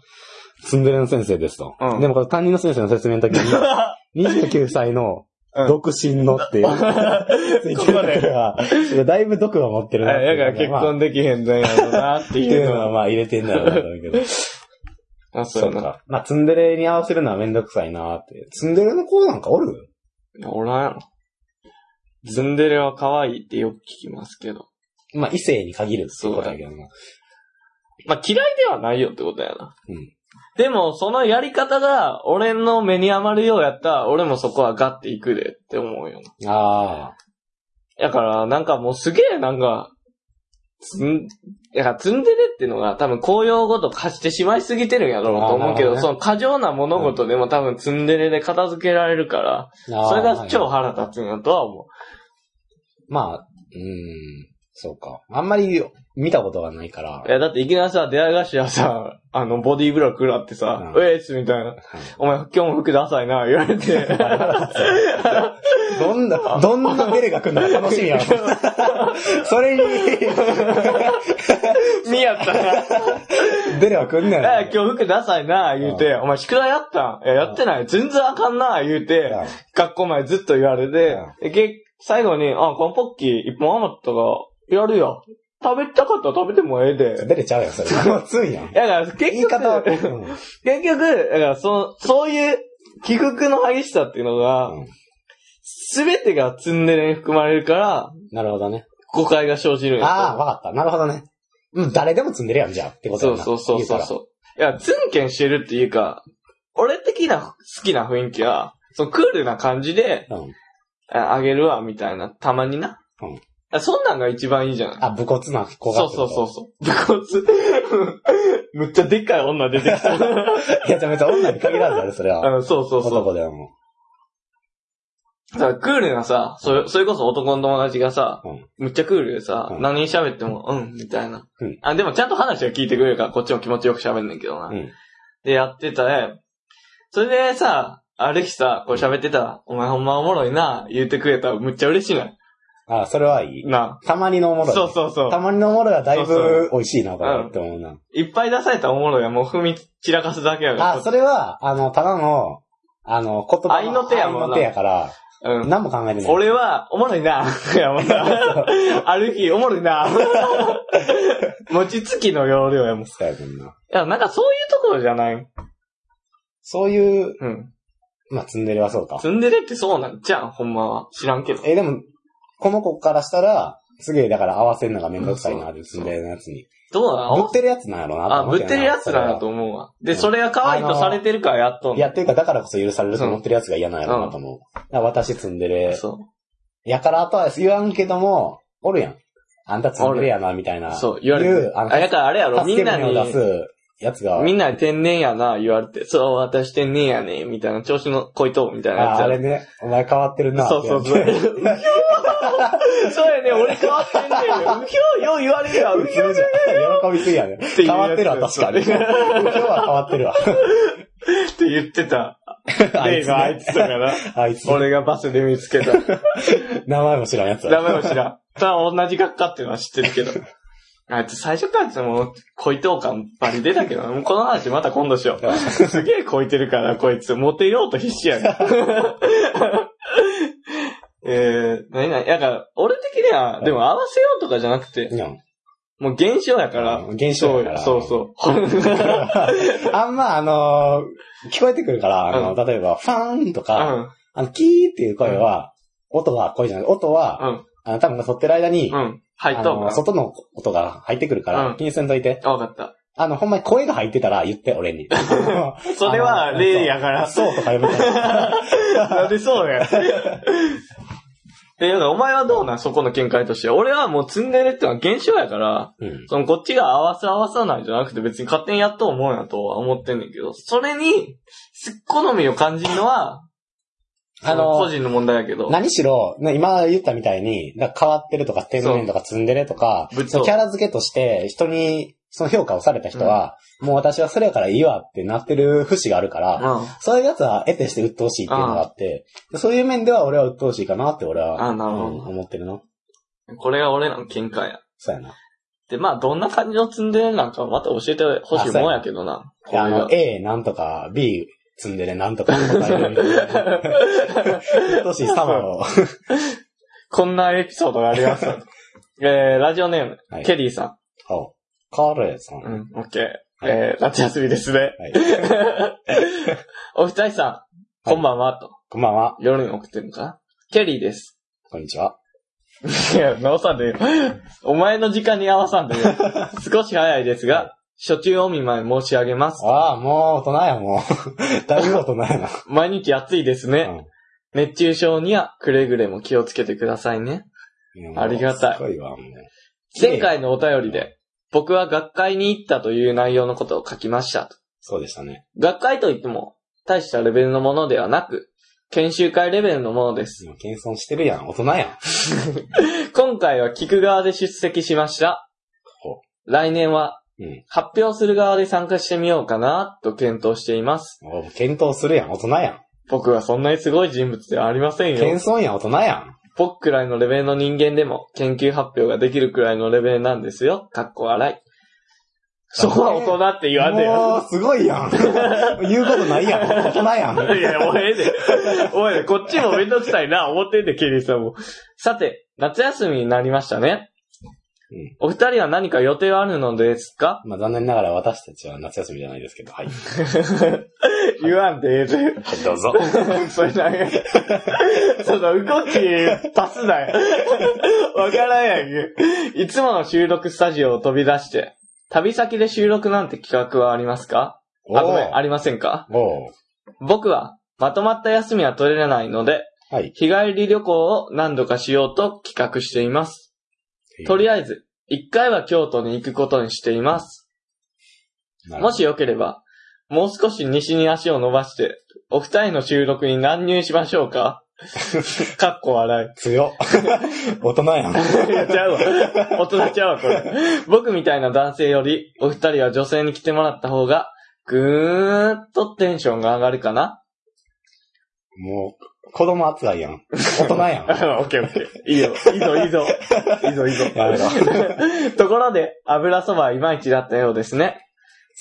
Speaker 2: ツンデレの先生ですと。
Speaker 1: うん
Speaker 2: でもこれ担任の先生の説明の時に、29歳の
Speaker 1: うん、
Speaker 2: 独身のっていう、ついてるから、だいぶ毒は持って
Speaker 1: う
Speaker 2: る
Speaker 1: ん。
Speaker 2: なってい
Speaker 1: だ
Speaker 2: う
Speaker 1: から結婚できへんのやろうなって
Speaker 2: ってい
Speaker 1: いうう
Speaker 2: のは
Speaker 1: のは。
Speaker 2: まあ入れてんだろうなと思うけど。
Speaker 1: あ、 そ
Speaker 2: そうう
Speaker 1: やな。
Speaker 2: か。まあツンデレに合わせるのはめんどくさいなって。ツンデレの子なんかおる
Speaker 1: いやおらんやろ。ツンデレは可愛いってよく聞きますけど。
Speaker 2: まあ異性に限るっていうことだけどな。
Speaker 1: まあ、嫌いではないよってことやな。
Speaker 2: うん。
Speaker 1: でも、そのやり方が、俺の目に余るようやったら、俺もそこはガッていくでって思うよな。
Speaker 2: ああ。
Speaker 1: だから、なんかもうすげえなんか、つん、だからツンデレっていうのが多分公用語と貸してしまいすぎてるんやろうと思うけど、
Speaker 2: あーなるほどね
Speaker 1: その過剰な物事でも多分ツンデレで片付けられるから、それが超
Speaker 2: はい
Speaker 1: 腹立つんやとは思
Speaker 2: まあ、うーん、そうか。あんまり見たことがないから
Speaker 1: う。い。や、だっていきなりさ、出会い頭さ、あの、ボディーブロー食らってさ、
Speaker 2: う
Speaker 1: ウ
Speaker 2: ん
Speaker 1: ェイスみたいな、お前今日も服ダサいな、言われ て。
Speaker 2: どんな、どんなデレが来るのか楽しみ やろ。それに、
Speaker 1: 見やった な。
Speaker 2: デレは来んねん。
Speaker 1: え、今日服ダサいな、言うて、お前宿題やったんいや、やってない。全然あかんな、言うて、学校前ずっと言われて、でけ最後に、あ、このポッキー一本余ったから、やるよ。食べたかったら食べてもええで。
Speaker 2: デレちゃうやん、それ。もうつんやん。
Speaker 1: いや、だから結
Speaker 2: 言い方は、
Speaker 1: 局、
Speaker 2: う
Speaker 1: 結
Speaker 2: ん
Speaker 1: 局、だからその、そういう起伏の激しさっていうのが
Speaker 2: うん、
Speaker 1: すべてがツンデレに含まれるから、
Speaker 2: なるほどね。
Speaker 1: 誤解が生じるんやと
Speaker 2: ああ、わかった。なるほどね。うん、誰でも積んでるやん、じゃあ。ってこと
Speaker 1: そ
Speaker 2: や
Speaker 1: う
Speaker 2: な
Speaker 1: そうそうそうそう。いや、ツンケンしてるっていうか、俺的な好きな雰囲気は、そのクールな感じで、
Speaker 2: 言うたらうん。
Speaker 1: ああげるわ、みたいな、たまにな。
Speaker 2: うん
Speaker 1: うん。そんなんが一番いいじゃない
Speaker 2: あ、武骨な子が
Speaker 1: そ
Speaker 2: っ
Speaker 1: う
Speaker 2: て
Speaker 1: そ
Speaker 2: こ
Speaker 1: う
Speaker 2: と。
Speaker 1: そうそう。武骨。 むっちゃでっかい女出てきた。
Speaker 2: いや、めちゃ女に限らずだね、それは。
Speaker 1: うん、そうそうそう。
Speaker 2: 男ではも
Speaker 1: だからクールなさ、それ、それこそ男の友達がさ、
Speaker 2: うん
Speaker 1: むっちゃクールでさ、
Speaker 2: うん
Speaker 1: 何喋っても、うん、みたいな。
Speaker 2: うん
Speaker 1: あ、でもちゃんと話は聞いてくれるから、こっちも気持ちよく喋んねんけどな。
Speaker 2: う。うん。
Speaker 1: で、やってたね。それでさ、ある日さ、こう喋ってたら、お前ほんまおもろいな、言ってくれたらむっちゃ嬉しいな。
Speaker 2: あ、それはいい。
Speaker 1: な
Speaker 2: たまにのおもろい。
Speaker 1: そうそうそう
Speaker 2: た。まにのおもろいはだい
Speaker 1: そう
Speaker 2: ぶ美味しいな、これって思うな。
Speaker 1: いっぱい出されたらおもろいや、もう踏み散らかすだけやから。
Speaker 2: あ、それは、あの、ただの、あの、言葉の
Speaker 1: 愛の手やもんな
Speaker 2: 愛の手やから、
Speaker 1: うん。
Speaker 2: 何も考えてない。
Speaker 1: 俺は、おもろいな。いや、もうなある日、おもろい な。餅つきの要領やもん。い
Speaker 2: そうやもんな。
Speaker 1: や、なんかそういうところじゃない
Speaker 2: そういう、
Speaker 1: うん。
Speaker 2: まあ、ツンデレはそうか。
Speaker 1: ツンデレってそうなんじゃん、ほんまは。知らんけど。
Speaker 2: え、でも、この子からしたら、すげえ、だから合わせるのがめんどくさいな、あるツンデレのやつに。
Speaker 1: どうな
Speaker 2: ぶ
Speaker 1: の
Speaker 2: ってるやつなんやろな
Speaker 1: あ、
Speaker 2: 思う
Speaker 1: ぶ
Speaker 2: け
Speaker 1: っ
Speaker 2: ど
Speaker 1: てるやつなんだと思うわ。で、それが可愛いとされてるからやっとんの
Speaker 2: いや、っていうか、だからこそ許されると思ってるやつが嫌なんやろ
Speaker 1: う
Speaker 2: なんと思う。だから私ツンデレ。
Speaker 1: そ
Speaker 2: やからあとは言わんけども、おるやん。あんたツンデレやな、みたいな。
Speaker 1: う。そう、言われて
Speaker 2: いう
Speaker 1: る。
Speaker 2: あの
Speaker 1: あ、だからあれやろ、
Speaker 2: 助
Speaker 1: みん
Speaker 2: け
Speaker 1: な
Speaker 2: 舟を出
Speaker 1: に、
Speaker 2: すやつが。
Speaker 1: みんなに天然やな、言われて。そう、私天然やね、みたいな、調子のこいと、みたいなや
Speaker 2: あ
Speaker 1: つ
Speaker 2: あ
Speaker 1: や
Speaker 2: れ
Speaker 1: ろ。
Speaker 2: ね、お前変わってるな。
Speaker 1: そうそうそう。
Speaker 2: ってやつ
Speaker 1: うひょーそう やね、俺変わってんねん。うひょーよう言われるやん。うひょーじゃ
Speaker 2: 喜びすぎやね。
Speaker 1: ていう
Speaker 2: 変わってるわ、確か に。
Speaker 1: そう
Speaker 2: 今日は変わってるわ。
Speaker 1: って言ってた。例 の
Speaker 2: ね
Speaker 1: あいつだから。
Speaker 2: あいつ。
Speaker 1: 俺がバスで見つけた。
Speaker 2: 名前も知らんやつ
Speaker 1: ダ
Speaker 2: だ
Speaker 1: メも知らん。ただ同じ学科っていうのは知ってるけど。 あいつ最初からさもう、恋等感バリ出たけどな、 もうこの話また今度しよう。すげえこいてるから、こいつ。モテようと必死や ねん。えー、なになに、だから、俺的には、でも合わせようとかじゃなくて、
Speaker 2: にゃん。
Speaker 1: もう現象やから。
Speaker 2: うん現象やから
Speaker 1: そう そうそう。
Speaker 2: あんま、あのー、聞こえてくるから、あの、
Speaker 1: う
Speaker 2: 例えば、ファーンと
Speaker 1: う
Speaker 2: か、
Speaker 1: ん。
Speaker 2: あの、キーっていう声は、音は声じゃない、音は、
Speaker 1: うん。
Speaker 2: あの、多分、剃ってる間に
Speaker 1: う、ん。入
Speaker 2: あ
Speaker 1: ったわ
Speaker 2: の、。外の音が入ってくるか
Speaker 1: う
Speaker 2: ら
Speaker 1: ん、
Speaker 2: 気にせんといて。
Speaker 1: あわかった。
Speaker 2: あの、ほんまに声が入ってたら言って、俺に。
Speaker 1: それは、例やから。
Speaker 2: そうとか言うから。
Speaker 1: なんでそうね。 え、だからお前はどうなんそこの見解として。俺はもうツンデレってのは現象やから、
Speaker 2: うん。
Speaker 1: そのこっちが合わせ合わさないじゃなくて別に勝手にやっと思うやとは思ってんねんけど、それに、好みを感じるのは、
Speaker 2: あ
Speaker 1: あ
Speaker 2: の
Speaker 1: の、個人の問題やけど。
Speaker 2: 何しろ、ね今言ったみたいに、だから変わってるとか天然とかツンデレとか、
Speaker 1: ぶっ
Speaker 2: そ
Speaker 1: そう
Speaker 2: のキャラ付けとして人にその評価をされた人は、もう私はそれやからいいわってなってる節があるから、
Speaker 1: うん。
Speaker 2: そういうやつは得てして鬱陶しいっていうのがあって、そういう面では俺は鬱陶しいかなって俺は、
Speaker 1: あなるほど
Speaker 2: うん思ってるの。
Speaker 1: これが俺らの見解や。
Speaker 2: そうやな。
Speaker 1: で、まあ、どんな感じのツンデレなんかまた教えてほしいもんやけどな。
Speaker 2: であの、
Speaker 1: これ
Speaker 2: A なんとか、B 積んでね、なんとかとか言うみたいな。 鬱陶しい様を。
Speaker 1: こんなエピソードがあります。えー、ラジオネーム、
Speaker 2: はい
Speaker 1: ケリーさ
Speaker 2: おカールさん。
Speaker 1: ん。う
Speaker 2: は
Speaker 1: ん、オッケー。えー、夏休みですね。
Speaker 2: い。
Speaker 1: お二人さん、こんばんは、と。
Speaker 2: こんばんは。
Speaker 1: 夜に送ってるのかなケリーです。
Speaker 2: こんにちは。
Speaker 1: いや、直さんでよ。 お前の時間に合わさんで よ。少し早いですが、初中お見舞い申し上げます。
Speaker 2: ああ、もう大人や、もう。 だいぶ大人やな。
Speaker 1: 毎日暑いですね。熱中症にはくれぐれも気をつけてくださいね。
Speaker 2: うん
Speaker 1: ありがたい
Speaker 2: すごいわ、もう。
Speaker 1: 前回のお便りで、僕は学会に行ったという内容のことを書きましたと。
Speaker 2: そうでしたね。
Speaker 1: 学会といっても、大したレベルのものではなく、研修会レベルのものです。
Speaker 2: 今、謙遜してるやん。大人やん。
Speaker 1: 今回は聞く側で出席しました
Speaker 2: ほ。
Speaker 1: 来年は
Speaker 2: うん。
Speaker 1: 発表する側で参加してみようかなと検討しています。
Speaker 2: お検討するやん。大人やん。
Speaker 1: 僕はそんなにすごい人物ではありませんよ。
Speaker 2: 謙遜やん。大人やん。
Speaker 1: 僕くらいのレベルの人間でも研究発表ができるくらいのレベルなんですよ。かっこ笑い。そこは大人って言わんで
Speaker 2: も
Speaker 1: よ。
Speaker 2: う、すご いやん。言うことないやん。大人やん。
Speaker 1: いや、もうええで。おえで、こっちもめんどくさいな、思ってんで、ケリーさんも。さて、夏休みになりましたね。
Speaker 2: うん
Speaker 1: お二人は何か予定はあるのですか
Speaker 2: まあ、残念ながら私たちは夏休みじゃないですけど、はい。は
Speaker 1: 言わんでええで。
Speaker 2: い、どうぞ。
Speaker 1: それなんや。その、動き、パスだよ。 わからんやんけ。いつもの収録スタジオを飛び出して、旅先で収録なんて企画はありますか
Speaker 2: お
Speaker 1: あ、ごめん、あ
Speaker 2: ー
Speaker 1: りませんか
Speaker 2: おー
Speaker 1: 僕は、まとまった休みは取れないので、
Speaker 2: はい。
Speaker 1: 日帰り旅行を何度かしようと企画しています。とりあえず、一回は京都に行くことにしています。
Speaker 2: なるほ
Speaker 1: も
Speaker 2: ど
Speaker 1: しよければ、もう少し西に足を伸ばして、お二人の収録に乱入しましょう かかっこ笑い。
Speaker 2: 強。大人やん。
Speaker 1: いや、ちゃうわ。大人ちゃうわ、これ。僕みたいな男性より、お二人は女性に来てもらった方が、ぐーっとテンションが上がるかな
Speaker 2: もう、子供扱いやん。大人やん。
Speaker 1: オッケーオッケー。いいよ。いいぞ、いいぞ。いいぞ、いいぞ。
Speaker 2: やめろ。
Speaker 1: ところで、油そばはいまいちだったようですね。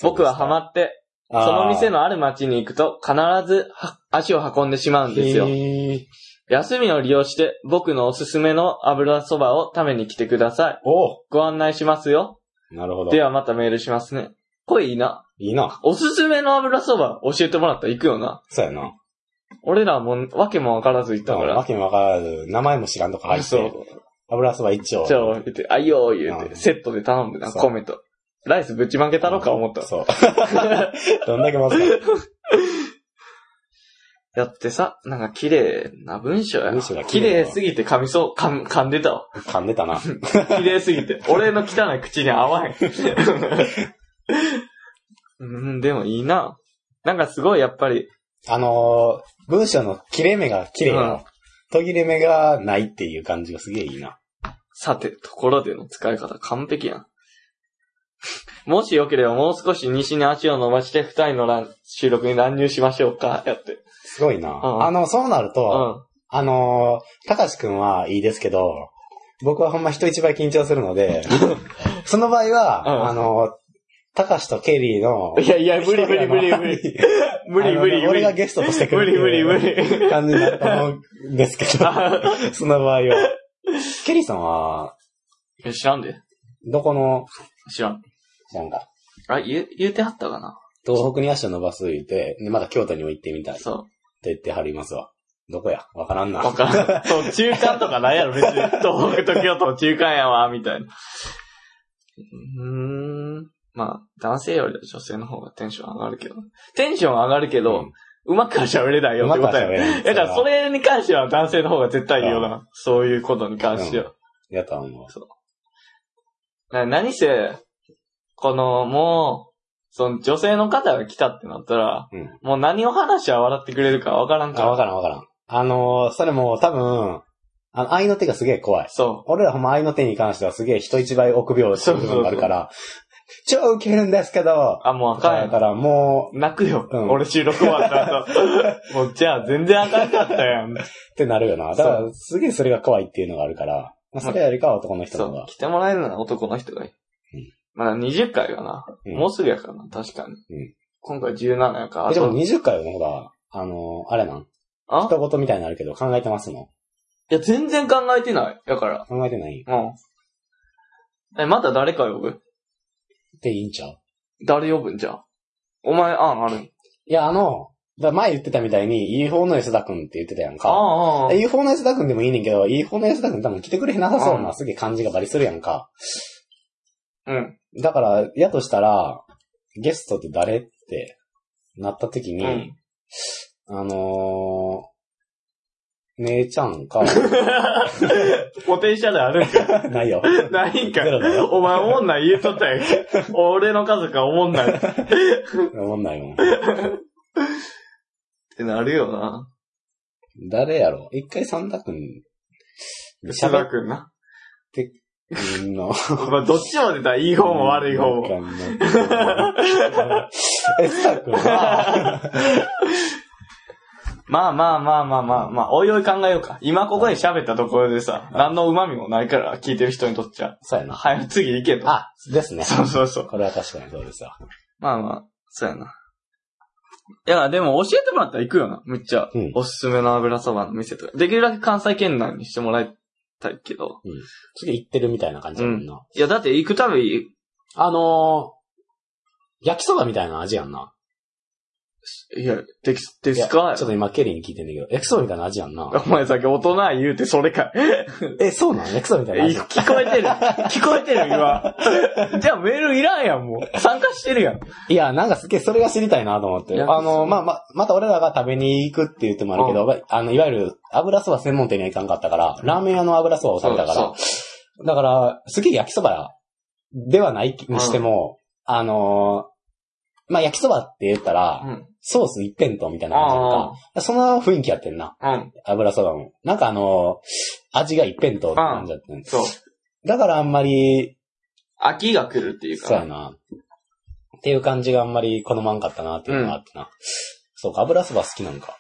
Speaker 1: 僕はハマって、
Speaker 2: あー、
Speaker 1: その店のある町に行くと、必ずは足を運んでしまうんですよ
Speaker 2: へ。ー
Speaker 1: 休みを利用して、僕のおすすめの油そばを食べに来てください。
Speaker 2: おう
Speaker 1: ご案内しますよ。
Speaker 2: なるほど。
Speaker 1: ではまたメールしますね。これいいな。
Speaker 2: いいな。
Speaker 1: おすすめの油そば教えてもらったら行くよな。
Speaker 2: そうやな。
Speaker 1: 俺らはもうわけもわからず行ったか
Speaker 2: わ
Speaker 1: ら。
Speaker 2: けもわからず、名前も知らんとか入っ
Speaker 1: そ
Speaker 2: て
Speaker 1: う。
Speaker 2: 油そば一丁。
Speaker 1: じゃあ、言って、あいよー言う
Speaker 2: う
Speaker 1: て、
Speaker 2: ん
Speaker 1: セットで頼んでな、
Speaker 2: そう
Speaker 1: 米と。ライスぶちまけたろか思った。
Speaker 2: そう。どんだけま ずい。
Speaker 1: やってさ、なんか綺麗な文章やな。
Speaker 2: 文章が
Speaker 1: 綺
Speaker 2: 綺麗
Speaker 1: 麗
Speaker 2: だ
Speaker 1: すぎて噛みそう、噛ん噛んでたわ。
Speaker 2: 噛んでたな。
Speaker 1: 綺麗すぎて。俺の汚い口に合わへん。うん、でもいいな。なんかすごいやっぱり、
Speaker 2: あのー、文章の切れ目が綺麗な、
Speaker 1: うん
Speaker 2: 途切れ目がないっていう感じがすげえいいな。
Speaker 1: さて、ところでの使い方完璧やん。もしよければもう少し西に足を伸ばして二人の乱収録に乱入しましょうか、やって。
Speaker 2: すごいな。
Speaker 1: うん
Speaker 2: あの、そうなる
Speaker 1: う
Speaker 2: と、
Speaker 1: ん。
Speaker 2: あのー、たかしくんはいいですけど、僕はほんま人一倍緊張するの で、その場合は、
Speaker 1: うん
Speaker 2: あのー、たかしとケリーの、
Speaker 1: いやいや、無理無理無理無理。無理無
Speaker 2: あの
Speaker 1: 理
Speaker 2: ね
Speaker 1: 無
Speaker 2: 俺が
Speaker 1: 理。
Speaker 2: ゲストとして来
Speaker 1: 無
Speaker 2: るって
Speaker 1: 理
Speaker 2: いう
Speaker 1: 無理無 理。
Speaker 2: 感じになると思うんですけ ど、その場合は。ケリーさんは、
Speaker 1: いや知らんで。
Speaker 2: どこの、
Speaker 1: 知らん。
Speaker 2: なんか、
Speaker 1: あ、言う、言うてはったかな。
Speaker 2: 東北に足を伸ばす言って、でまだ京都にも行ってみたいって
Speaker 1: そ
Speaker 2: 言ってはりますわ。どこやわからん
Speaker 1: う。
Speaker 2: な。
Speaker 1: わからん。そう、中間とかないやろ、別に。東北と京都の中間やわ、みたいな。うーん。まあ、男性より女性の方がテンション上がるけど。テンション上がるけど、うまくは喋れないよ
Speaker 2: う
Speaker 1: っ
Speaker 2: ま
Speaker 1: て
Speaker 2: く
Speaker 1: こ
Speaker 2: は
Speaker 1: とや
Speaker 2: 喋
Speaker 1: ね。
Speaker 2: れない。
Speaker 1: だからそれ
Speaker 2: れ
Speaker 1: に関しては男性の方が絶対言うよな。そういうことに関しては。
Speaker 2: やと思う。
Speaker 1: な何せ、この、もう、その女性の方が来たってなったら、
Speaker 2: うん
Speaker 1: もう何を話しは笑ってくれるかわからんか
Speaker 2: あ、わ
Speaker 1: ら。
Speaker 2: からんわからん。あのー、それも多分、あの、愛の手がすげえ怖い。
Speaker 1: そ
Speaker 2: 俺らほんま愛の手に関してはすげえ人一倍臆病っていう部分があるから、超ウケるんですけど
Speaker 1: う。、あ、もうあかんや
Speaker 2: だ
Speaker 1: ん
Speaker 2: からもう、
Speaker 1: 泣くよ。
Speaker 2: うん
Speaker 1: 俺収録終わ った後。もうじゃあ全然あかんかったやん。
Speaker 2: ってなるよな。だから、すげえそれが怖いっていうのがあるから、まあ、それよりかは男の人
Speaker 1: そ
Speaker 2: の方
Speaker 1: う
Speaker 2: が。。
Speaker 1: 来てもらえるなら男の人がいい。
Speaker 2: うん
Speaker 1: まだ20回かな。
Speaker 2: うん
Speaker 1: もうすぐやからな、確かに。
Speaker 2: うん
Speaker 1: 今回17やから。あ
Speaker 2: えでも
Speaker 1: と
Speaker 2: 20回のほら、あのーあれなん
Speaker 1: あ
Speaker 2: 一言みたいになるけど、考えてますの
Speaker 1: いや、全然考えてない。だから。
Speaker 2: 考えてない
Speaker 1: うん。え、また誰か呼ぶ
Speaker 2: っていいんちゃう
Speaker 1: 誰呼ぶんじゃん。お前、あんある
Speaker 2: いや、あの、だ前言ってたみたいに、UFO の安田くんって言ってたやん
Speaker 1: あ
Speaker 2: か。
Speaker 1: あ、ああ。
Speaker 2: UFO の安田くんでもいいねんけど、UFO の安田くん多分来てくれなさそう
Speaker 1: う
Speaker 2: な、すげえ感じがバリするやんか。
Speaker 1: うん。
Speaker 2: だから、やとしたら、ゲストって誰ってなった時
Speaker 1: う
Speaker 2: に、
Speaker 1: ん。
Speaker 2: あのー姉ちゃんか。
Speaker 1: ポテンシャルあるん か。
Speaker 2: ないよ。
Speaker 1: ないんか
Speaker 2: ゼロだ。よ
Speaker 1: お前おもんない言うとったやん け。俺の家族はおもんない。っ
Speaker 2: 思んないもん。
Speaker 1: てなるよな。
Speaker 2: 誰やろ一回三田くんに
Speaker 1: 須
Speaker 2: 喋
Speaker 1: 田
Speaker 2: っ
Speaker 1: くんな。
Speaker 2: てんの。
Speaker 1: まあ、どっちも出たらいい方も悪い方 も。
Speaker 2: わかんないえ、須田 くんは、
Speaker 1: まあまあまあまあまあまあ、おいおい考えようか。今ここで喋ったところでさ、何の旨味もないから聞いてる人にとっちゃ。
Speaker 2: そうやな。
Speaker 1: 早く次行けと。
Speaker 2: あ、ですね。
Speaker 1: そうそうそう。
Speaker 2: これは確かにそうですよ。
Speaker 1: まあまあ、そうやな。いや、でも教えてもらったら行くよな、めっちゃ。
Speaker 2: うん
Speaker 1: おすすめの油そばの店とか。できるだけ関西圏内にしてもらいたいけど。
Speaker 2: 次行ってるみたいな感じやもんな。
Speaker 1: いや、だって行くたび、
Speaker 2: あのー、焼きそばみたいな味やんな。
Speaker 1: いや、でき、で
Speaker 2: いや
Speaker 1: すか
Speaker 2: ちょっと今ケリーに聞いてんだけど、焼きそばみたいな味やん な。
Speaker 1: お前さっき大人言うてそれか。
Speaker 2: え、そうなの焼きそばみたいな味やん。
Speaker 1: 聞こえ てる。聞こえてる、今。じゃあメールいらんやん、もう。参加してるやん。
Speaker 2: いや、なんかすげえそれが知りたいなと思っ
Speaker 1: い
Speaker 2: て。
Speaker 1: や
Speaker 2: あのー、まあ、ま、また俺らが食べに行くって言ってもあるけど、あの、いわゆる油そば専門店には行かんかったから、ラーメン屋の油そばを食べたから、
Speaker 1: そう
Speaker 2: だから、すげえ焼きそばではないにしても、あのー、まあ、焼きそばって言ったら、
Speaker 1: うん。
Speaker 2: ソース一辺倒みたいな感じやん
Speaker 1: あ
Speaker 2: かその雰囲気やってんな。
Speaker 1: あ。うん。
Speaker 2: 油そばも。なんかあのー、味が一辺倒って感じだったね。
Speaker 1: そう。
Speaker 2: だからあんまり、
Speaker 1: 秋が来るっていうか。
Speaker 2: そうやな。っていう感じがあんまり好まんかったなっていうのがあってな。そうか、油そば好きなんか。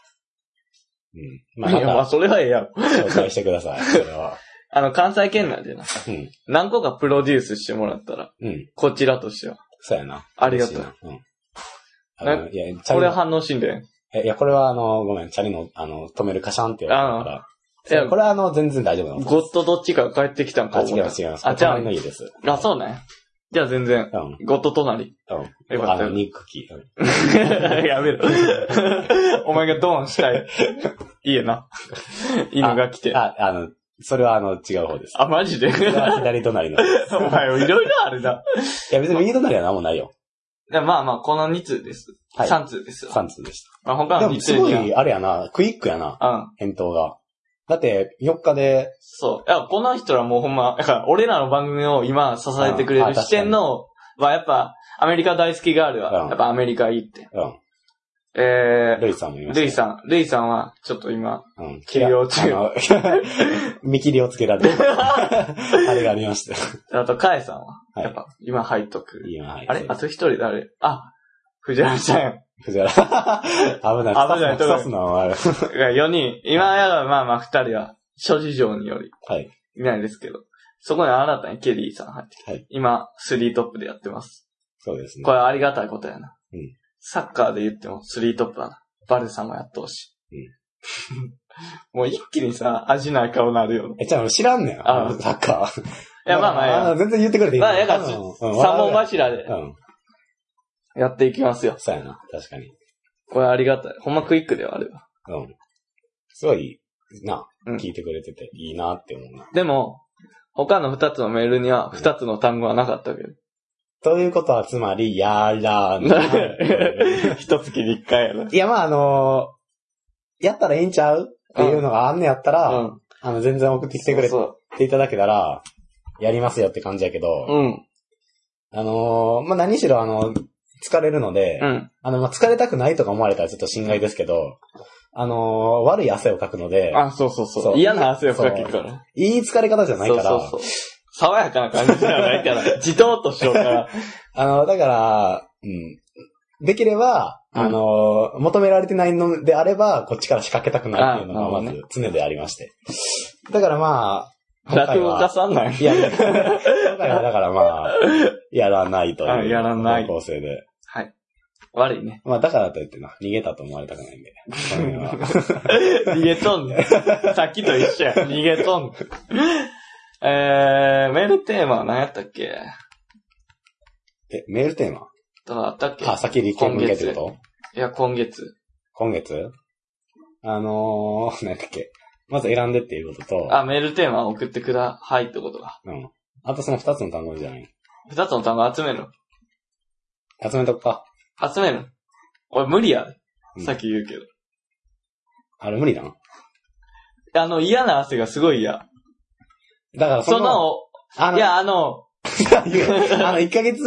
Speaker 2: うん。まあ、
Speaker 1: いや、まあ、
Speaker 2: ま
Speaker 1: それはええやろ。
Speaker 2: た紹介してください。それは。
Speaker 1: あの、関西圏内でな。
Speaker 2: うん。
Speaker 1: 何個かプロデュースしてもらったら、
Speaker 2: うん。
Speaker 1: こちらとしては。
Speaker 2: そうやな。
Speaker 1: ありがとう
Speaker 2: 嬉しいな。うん。あの
Speaker 1: ない
Speaker 2: や、チ
Speaker 1: こ
Speaker 2: ャリ
Speaker 1: れ
Speaker 2: の
Speaker 1: 反応しんでん。
Speaker 2: えいや、これはあの、ごめん、チャリの、あの、止めるカシャンって言われたから。
Speaker 1: いや
Speaker 2: これはあの、全然大丈夫なの。
Speaker 1: ゴッドどっちかが帰ってきたんか
Speaker 2: あ、
Speaker 1: 思っ
Speaker 2: 違い
Speaker 1: た
Speaker 2: ます、違います。
Speaker 1: あ、じゃ
Speaker 2: 隣の家です。
Speaker 1: あ、あ、そうね。じゃあ全然、
Speaker 2: うん。
Speaker 1: ゴッド隣。
Speaker 2: う
Speaker 1: よ
Speaker 2: ん。
Speaker 1: か
Speaker 2: あ
Speaker 1: った
Speaker 2: の、
Speaker 1: よ
Speaker 2: 肉器。うん
Speaker 1: やめろ。お前がドーンしたい。家な。犬が来て。あ
Speaker 2: あ、あの、それはあの、違う方です。
Speaker 1: マ ジで
Speaker 2: それは左隣の。い
Speaker 1: お前、いろいろあるな。
Speaker 2: や、別に右隣は何もないよ。
Speaker 1: でまあまあ、この2通です。
Speaker 2: はい
Speaker 1: 3通です。
Speaker 2: 3通でし
Speaker 1: まあ、
Speaker 2: た。
Speaker 1: 他
Speaker 2: で
Speaker 1: の
Speaker 2: も、
Speaker 1: 2
Speaker 2: す
Speaker 1: 通
Speaker 2: ご
Speaker 1: には。
Speaker 2: い、あれやな、クイックやな、
Speaker 1: うん。
Speaker 2: 返答が。だって、4日で、
Speaker 1: そう。いや、この人らもうほんま、だから俺らの番組を今支えてくれ
Speaker 2: うん
Speaker 1: る
Speaker 2: あ
Speaker 1: 視点の、はやっぱ、アメリカ大好きガールは
Speaker 2: う、ん
Speaker 1: やっぱアメリカいいって。
Speaker 2: うん。
Speaker 1: え
Speaker 2: ルイさんもい
Speaker 1: ー、
Speaker 2: ました。
Speaker 1: ルイさん、ルイさんは、ちょっと今、
Speaker 2: ん。うん。
Speaker 1: 切り落ちる
Speaker 2: あの 見切りをつけられる。 あれがありました。
Speaker 1: あと、カエさんは、
Speaker 2: はい
Speaker 1: やっぱ、今入っとく。
Speaker 2: 今、はい。
Speaker 1: あれあと一人誰あ、藤原ちゃんや。
Speaker 2: 藤原。 危な
Speaker 1: 危
Speaker 2: い。
Speaker 1: ない
Speaker 2: 刺すの刺すのは
Speaker 1: 4人。今やらまあまあ2人は、諸事情により、
Speaker 2: あれ。はい。
Speaker 1: いないですけど。そこに新たにケリーさん入ってきて、
Speaker 2: はい
Speaker 1: 今、スリートップでやってます。
Speaker 2: そうですね。
Speaker 1: これありがたいことやな。
Speaker 2: うん
Speaker 1: サッカーで言ってもスリートップだな。バルさんもやってほしい。 もう一気にさ、味ない顔なるよ。
Speaker 2: え、じゃあ知らんねん。
Speaker 1: あ
Speaker 2: あの、サッカー。い
Speaker 1: いや、まあまあや、
Speaker 2: 全然言ってくれていい。
Speaker 1: まあやから
Speaker 2: うんうん
Speaker 1: 三本柱で
Speaker 2: うん。
Speaker 1: やっていきますよ。
Speaker 2: そうやな。確かに。
Speaker 1: これありがたい。ほんまクイックではあるわ。
Speaker 2: うん。すごい、な
Speaker 1: うん、
Speaker 2: 聞いてくれてて、いいなって思うな。
Speaker 1: でも、他の二つのメールには二つの単語はなかったけど。
Speaker 2: ということは、つまり、や らない。
Speaker 1: 一月に一回やな。
Speaker 2: いや、まあ、あのーやったらいいんちゃうっていうのがあんねやったら、
Speaker 1: うん。
Speaker 2: あの、全然送ってきてくれ
Speaker 1: そ
Speaker 2: ていただけたら、やりますよって感じやけど、
Speaker 1: う。うん。
Speaker 2: あのーまあ、何しろ、あの、疲れるので、
Speaker 1: うん。
Speaker 2: あの、まあ、疲れたくないとか思われたらちょっと心外ですけど、あのー悪い汗をかくので、
Speaker 1: あ、そうそうそう。
Speaker 2: そう
Speaker 1: 嫌な汗をかけるから。
Speaker 2: いい疲れ方じゃないから、
Speaker 1: そうそうそう。爽やかな 感じじゃないから。じとっとしようから。
Speaker 2: あの、だから、うん。できれば、
Speaker 1: うん
Speaker 2: あのー求められてないのであれば、こっちから仕掛けたくないっていうの
Speaker 1: あ
Speaker 2: が
Speaker 1: な
Speaker 2: ま
Speaker 1: る
Speaker 2: ず常でありまして。だからまあ、今回
Speaker 1: 落語家
Speaker 2: は、
Speaker 1: さんなんや
Speaker 2: いや いや、今回はだからまあ、やらないと
Speaker 1: あ
Speaker 2: いう。
Speaker 1: やらない
Speaker 2: 構成で。
Speaker 1: はい。悪いね。
Speaker 2: まあだからといってな、逃げたと思われたくない んで。この辺は
Speaker 1: 逃げとんねん。 さっきと一緒や。逃げとんねん。えー、メールテーマは何やったっけ
Speaker 2: え、メールテーマ
Speaker 1: どうだったっけ
Speaker 2: あ、先に今月ってこと
Speaker 1: いや、今月。
Speaker 2: 今月あのー、なんだっけ。まず選んでっていうことと、
Speaker 1: あ、メールテーマを送ってくだ、はいってことが。
Speaker 2: うん。あとその二つの単語じゃない。
Speaker 1: 二つの単語集める。
Speaker 2: 集めとくか。
Speaker 1: 集める。俺無理やで
Speaker 2: う。ん
Speaker 1: さっき言うけど。
Speaker 2: あれ無理だな。
Speaker 1: あの、嫌な汗がすごい嫌。
Speaker 2: だから
Speaker 1: その、
Speaker 2: あの、
Speaker 1: いや、あの、
Speaker 2: あの、1ヶ月に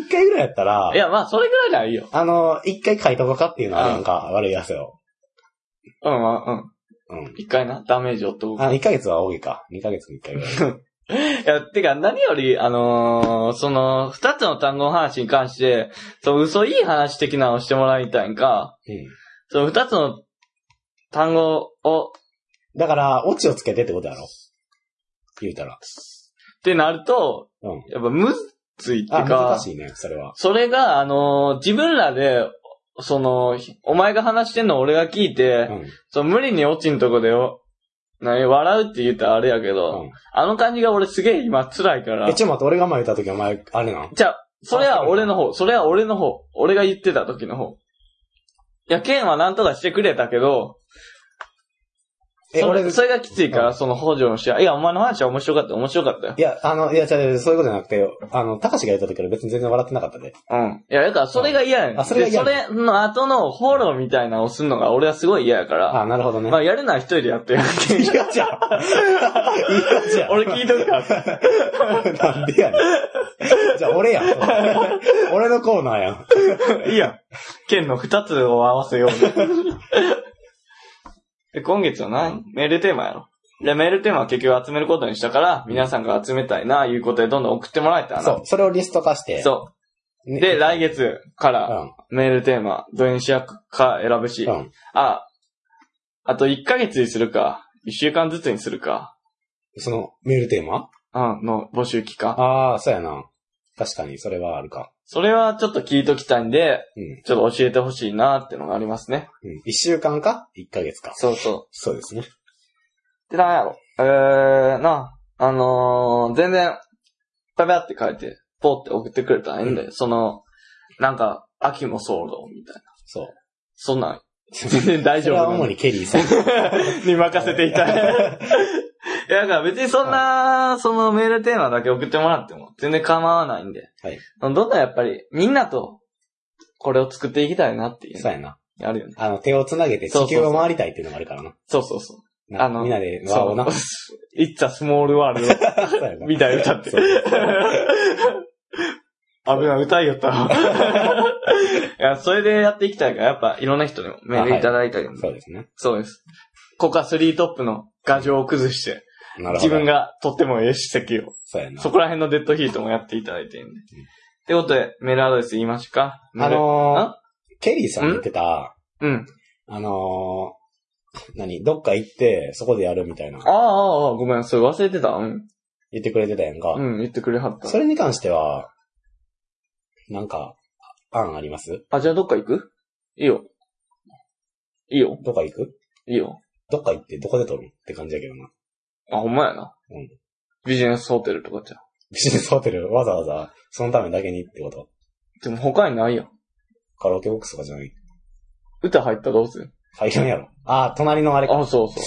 Speaker 2: 1回ぐらいやったら
Speaker 1: い、や、まあ、それぐらいならいいよ。
Speaker 2: あの、1回書いとこうかっていうのはなんか悪い汗を。
Speaker 1: うん、うん、うん。
Speaker 2: うん。
Speaker 1: 一回な、ダメージを負っとこう
Speaker 2: あ、1ヶ月は多いか。2ヶ月に1回ぐらい。
Speaker 1: いや、てか、何より、あのーその、二つの単語の話に関して、その嘘いい話的なのをしてもらいたいんか、
Speaker 2: うん。
Speaker 1: その二つの単語を、っ
Speaker 2: だから、オチをつけてってことやろ言うたら。
Speaker 1: てなると、
Speaker 2: うん。
Speaker 1: やっぱむずいって
Speaker 2: あ、
Speaker 1: か
Speaker 2: 難、しいね、それは。
Speaker 1: それが、あのー自分らで、その、お前が話してんのを俺が聞いて、
Speaker 2: うん。
Speaker 1: その無理に落ちんとこでよ、何、笑うって言ったらあれやけど、
Speaker 2: うん
Speaker 1: あの感じが俺すげえ今辛いから
Speaker 2: え、、ちょ、待って、俺が前言った時お前、あれなん
Speaker 1: じゃあ、それは俺の方、それは俺の方、俺が言ってた時の方。いや、ケンはなんとかしてくれたけど、
Speaker 2: え、
Speaker 1: そ
Speaker 2: 俺、
Speaker 1: れ
Speaker 2: い
Speaker 1: それがきついか
Speaker 2: う
Speaker 1: ら、その北条の試合。いや、お前の話は面白かった、面白かったよ。
Speaker 2: や、あの、いや、違う違う、そういうことじゃなくて、あの、高志が言った時は別に全然笑ってなかったで。
Speaker 1: うん。いや、だからそれが嫌やねん。
Speaker 2: あそれが嫌
Speaker 1: でそれの後のフォローみたいなのをするのが俺はすごい嫌やから、
Speaker 2: あ、なるほどね。
Speaker 1: まあ、やるなら一人でやってよって
Speaker 2: いや、じゃあ。 いや、じゃあ。
Speaker 1: 俺聞いとくから。
Speaker 2: なんでやねん。じゃあ、俺やん。俺のコーナーやん。
Speaker 1: いいやん。ケンの二つを合わせようで。今月は何メールテーマやろ。で、メールテーマは結局集めることにしたから、皆さんが集めたいな、いうことでどんどん送ってもらえたらな。
Speaker 2: そう、それをリスト化して。
Speaker 1: そう。
Speaker 2: ね
Speaker 1: で、来月か
Speaker 2: う
Speaker 1: ら、
Speaker 2: ん。
Speaker 1: メールテーマ、どれにしようか選ぶし、
Speaker 2: うん。
Speaker 1: あ、あと1ヶ月にするか、1週間ずつにするか、
Speaker 2: その、メールテーマ
Speaker 1: うん、の募集期間。
Speaker 2: ああ、そうやな。確かに、それはあるか。
Speaker 1: それはちょっと聞いときたいんで、
Speaker 2: うん。
Speaker 1: ちょっと教えてほしいなってのがありますね。
Speaker 2: うん。一週間か一ヶ月か。
Speaker 1: そうそう。
Speaker 2: そうですね。
Speaker 1: で、なんやろ。えー、な、あのー、全然、パパって書いて、ポーって送ってくれたらええんで、その、なんか、秋もそうだ、みたいな。
Speaker 2: そう。
Speaker 1: そんなん、全然大
Speaker 2: そ
Speaker 1: 丈
Speaker 2: れ
Speaker 1: 夫
Speaker 2: は
Speaker 1: な
Speaker 2: 主
Speaker 1: の
Speaker 2: にケリ ーさん。
Speaker 1: に任せていた。いや、だから別にそんな、そのメールテーマだけ送ってもらっても、全然構わないんで。
Speaker 2: はい。
Speaker 1: どんどんやっぱり、みんなと、これを作っていきたいなっていう
Speaker 2: そうやな。
Speaker 1: の、あるよね。
Speaker 2: あの、手を繋げて地球
Speaker 1: そうそうそ
Speaker 2: を
Speaker 1: う
Speaker 2: 回りたいっていうのもあるからな。
Speaker 1: そうそうそう。
Speaker 2: な
Speaker 1: あの
Speaker 2: みんなで、わ
Speaker 1: そ
Speaker 2: お
Speaker 1: う
Speaker 2: な。。
Speaker 1: It's a small world.
Speaker 2: そうやな
Speaker 1: みたいな歌って
Speaker 2: そう
Speaker 1: 危ない、歌いよった。 いや、それでやっていきたいから、やっぱいろんな人にもメールいただいたりも、
Speaker 2: そうですね。
Speaker 1: そうです。ここはスリートップの画像を崩して、
Speaker 2: なるほど。
Speaker 1: 自分。がとってもええ史跡を、
Speaker 2: そうやな
Speaker 1: そ。こら辺のデッドヒートもやっていただいてるんで。ってことで、メールアドレス言いましょうか。
Speaker 2: あの
Speaker 1: あ
Speaker 2: ー、ケリーさん言ってた、
Speaker 1: メールうん。
Speaker 2: あのー、何どっか行って、そこでやるみたいな
Speaker 1: あ。あ、ああ、ごめん、それ忘れてた。うん。
Speaker 2: 言ってくれてたやんか。
Speaker 1: うん、言ってくれはった
Speaker 2: そ。れに関しては、なんか、案あります
Speaker 1: あ、じゃあどっか行くいいよ。いいよ。
Speaker 2: どっか行く
Speaker 1: いいよ。
Speaker 2: どっか行って、どこで撮るのって感じやけどな。
Speaker 1: あ、ほんまやな。
Speaker 2: うん
Speaker 1: ビジネスホテルとかじゃん。
Speaker 2: ビジネスホテル、わざわざ、そのためだけにってこと
Speaker 1: でも他にないよ。
Speaker 2: カラオケボックスとかじゃない
Speaker 1: 歌入ったらどうする
Speaker 2: 入らんやろ。ああ、隣のあれか。
Speaker 1: あ、そうそう。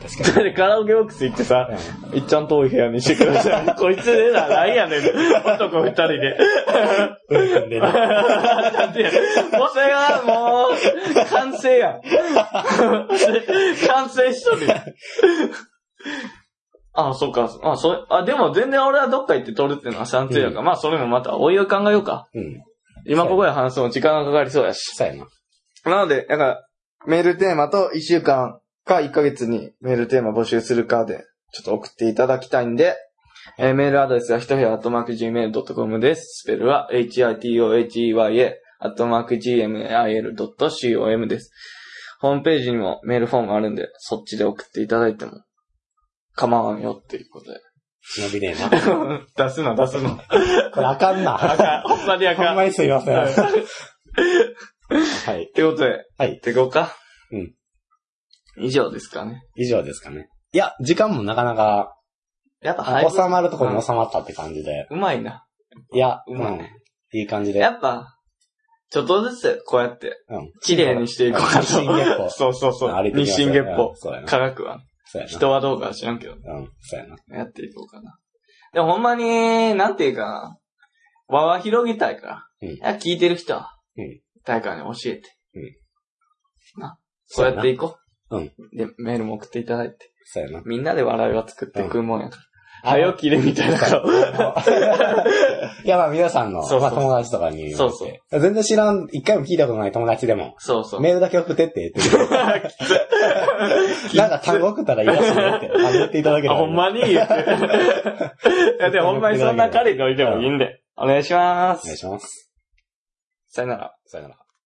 Speaker 2: 確かに。
Speaker 1: で、カラオケボックス行ってさ、いっちゃん遠い部屋にしてください。 こいつでな、なんやねん。男二人で。
Speaker 2: うんうんで ね
Speaker 1: なんでやもうそれはもう、完成 やん。完成しとるやん。あそっか。あ、それ、あ、でも全然俺はどっか行って撮るっていうのは賛成やから、まあそれもまたおいおい考えようか。
Speaker 2: うん。
Speaker 1: 今ここで話すのも時間がかかりそうやし。
Speaker 2: そうやな。
Speaker 1: なので、なんか、メールテーマと1週間か1ヶ月にメールテーマ募集するかで、ちょっと送っていただきたいんで、えーメールアドレスはひとへアットマーク gmail.com です。スペルは hitohea アットマーク gmail.com です。ホームページにもメールフォームあるんで、そっちで送っていただいても構わんよっていうことで。
Speaker 2: 伸びねえな。
Speaker 1: 出すな、出すな。
Speaker 2: これあかんな。
Speaker 1: かん、ほんまにあ
Speaker 2: ほんま
Speaker 1: っ
Speaker 2: にすいません。
Speaker 1: はい
Speaker 2: はい。
Speaker 1: てことで、
Speaker 2: はい。
Speaker 1: てこうか。
Speaker 2: うん。
Speaker 1: 以上ですかね。
Speaker 2: 以上ですかね。いや、時間もなかなか、
Speaker 1: やっぱ配分
Speaker 2: 収まるとこに収まったって感じで。
Speaker 1: うまいな。
Speaker 2: いや、
Speaker 1: う
Speaker 2: う
Speaker 1: まい
Speaker 2: ん。いい感じで。
Speaker 1: やっぱ、ちょっとずつこうやって、
Speaker 2: うん。
Speaker 1: 綺麗にしていこうかと。
Speaker 2: 日進月 歩。
Speaker 1: そうそうそう。
Speaker 2: 歩いていきま
Speaker 1: 日
Speaker 2: しょ
Speaker 1: 進
Speaker 2: う
Speaker 1: 月
Speaker 2: う
Speaker 1: 歩
Speaker 2: ん。そうやな。
Speaker 1: 科学は。
Speaker 2: そうやな。
Speaker 1: 人はどうかは知らんけど、
Speaker 2: うん。そうやな。
Speaker 1: やっていこうかな。でもほんまに、なんていうかな。輪は広げたいから。
Speaker 2: うん
Speaker 1: いや聞いてる人は、
Speaker 2: うん
Speaker 1: 誰かに教えて。
Speaker 2: うん
Speaker 1: な。そうやっていこ
Speaker 2: うん。
Speaker 1: で、メールも送っていただいて。
Speaker 2: そうやな。
Speaker 1: みんなで笑いは作っていくもんやから。
Speaker 2: うん
Speaker 1: 早起きでみたいな顔。
Speaker 2: いや、まあ皆さんの、
Speaker 1: そうそう
Speaker 2: まあ友達とかに。。
Speaker 1: そうそう
Speaker 2: 全然知らん、一回も聞いたことない友達でも、
Speaker 1: そうそう。
Speaker 2: メールだけ送ってって言 ってなんか単語送ったらいいらしいよって、あ言っていただければ
Speaker 1: あ、ほんまに言って。いや、でもほんまにそんな彼がいてもいいんで。お願いしま
Speaker 2: お願い
Speaker 1: す。
Speaker 2: します。
Speaker 1: さよなら。
Speaker 2: さよなら。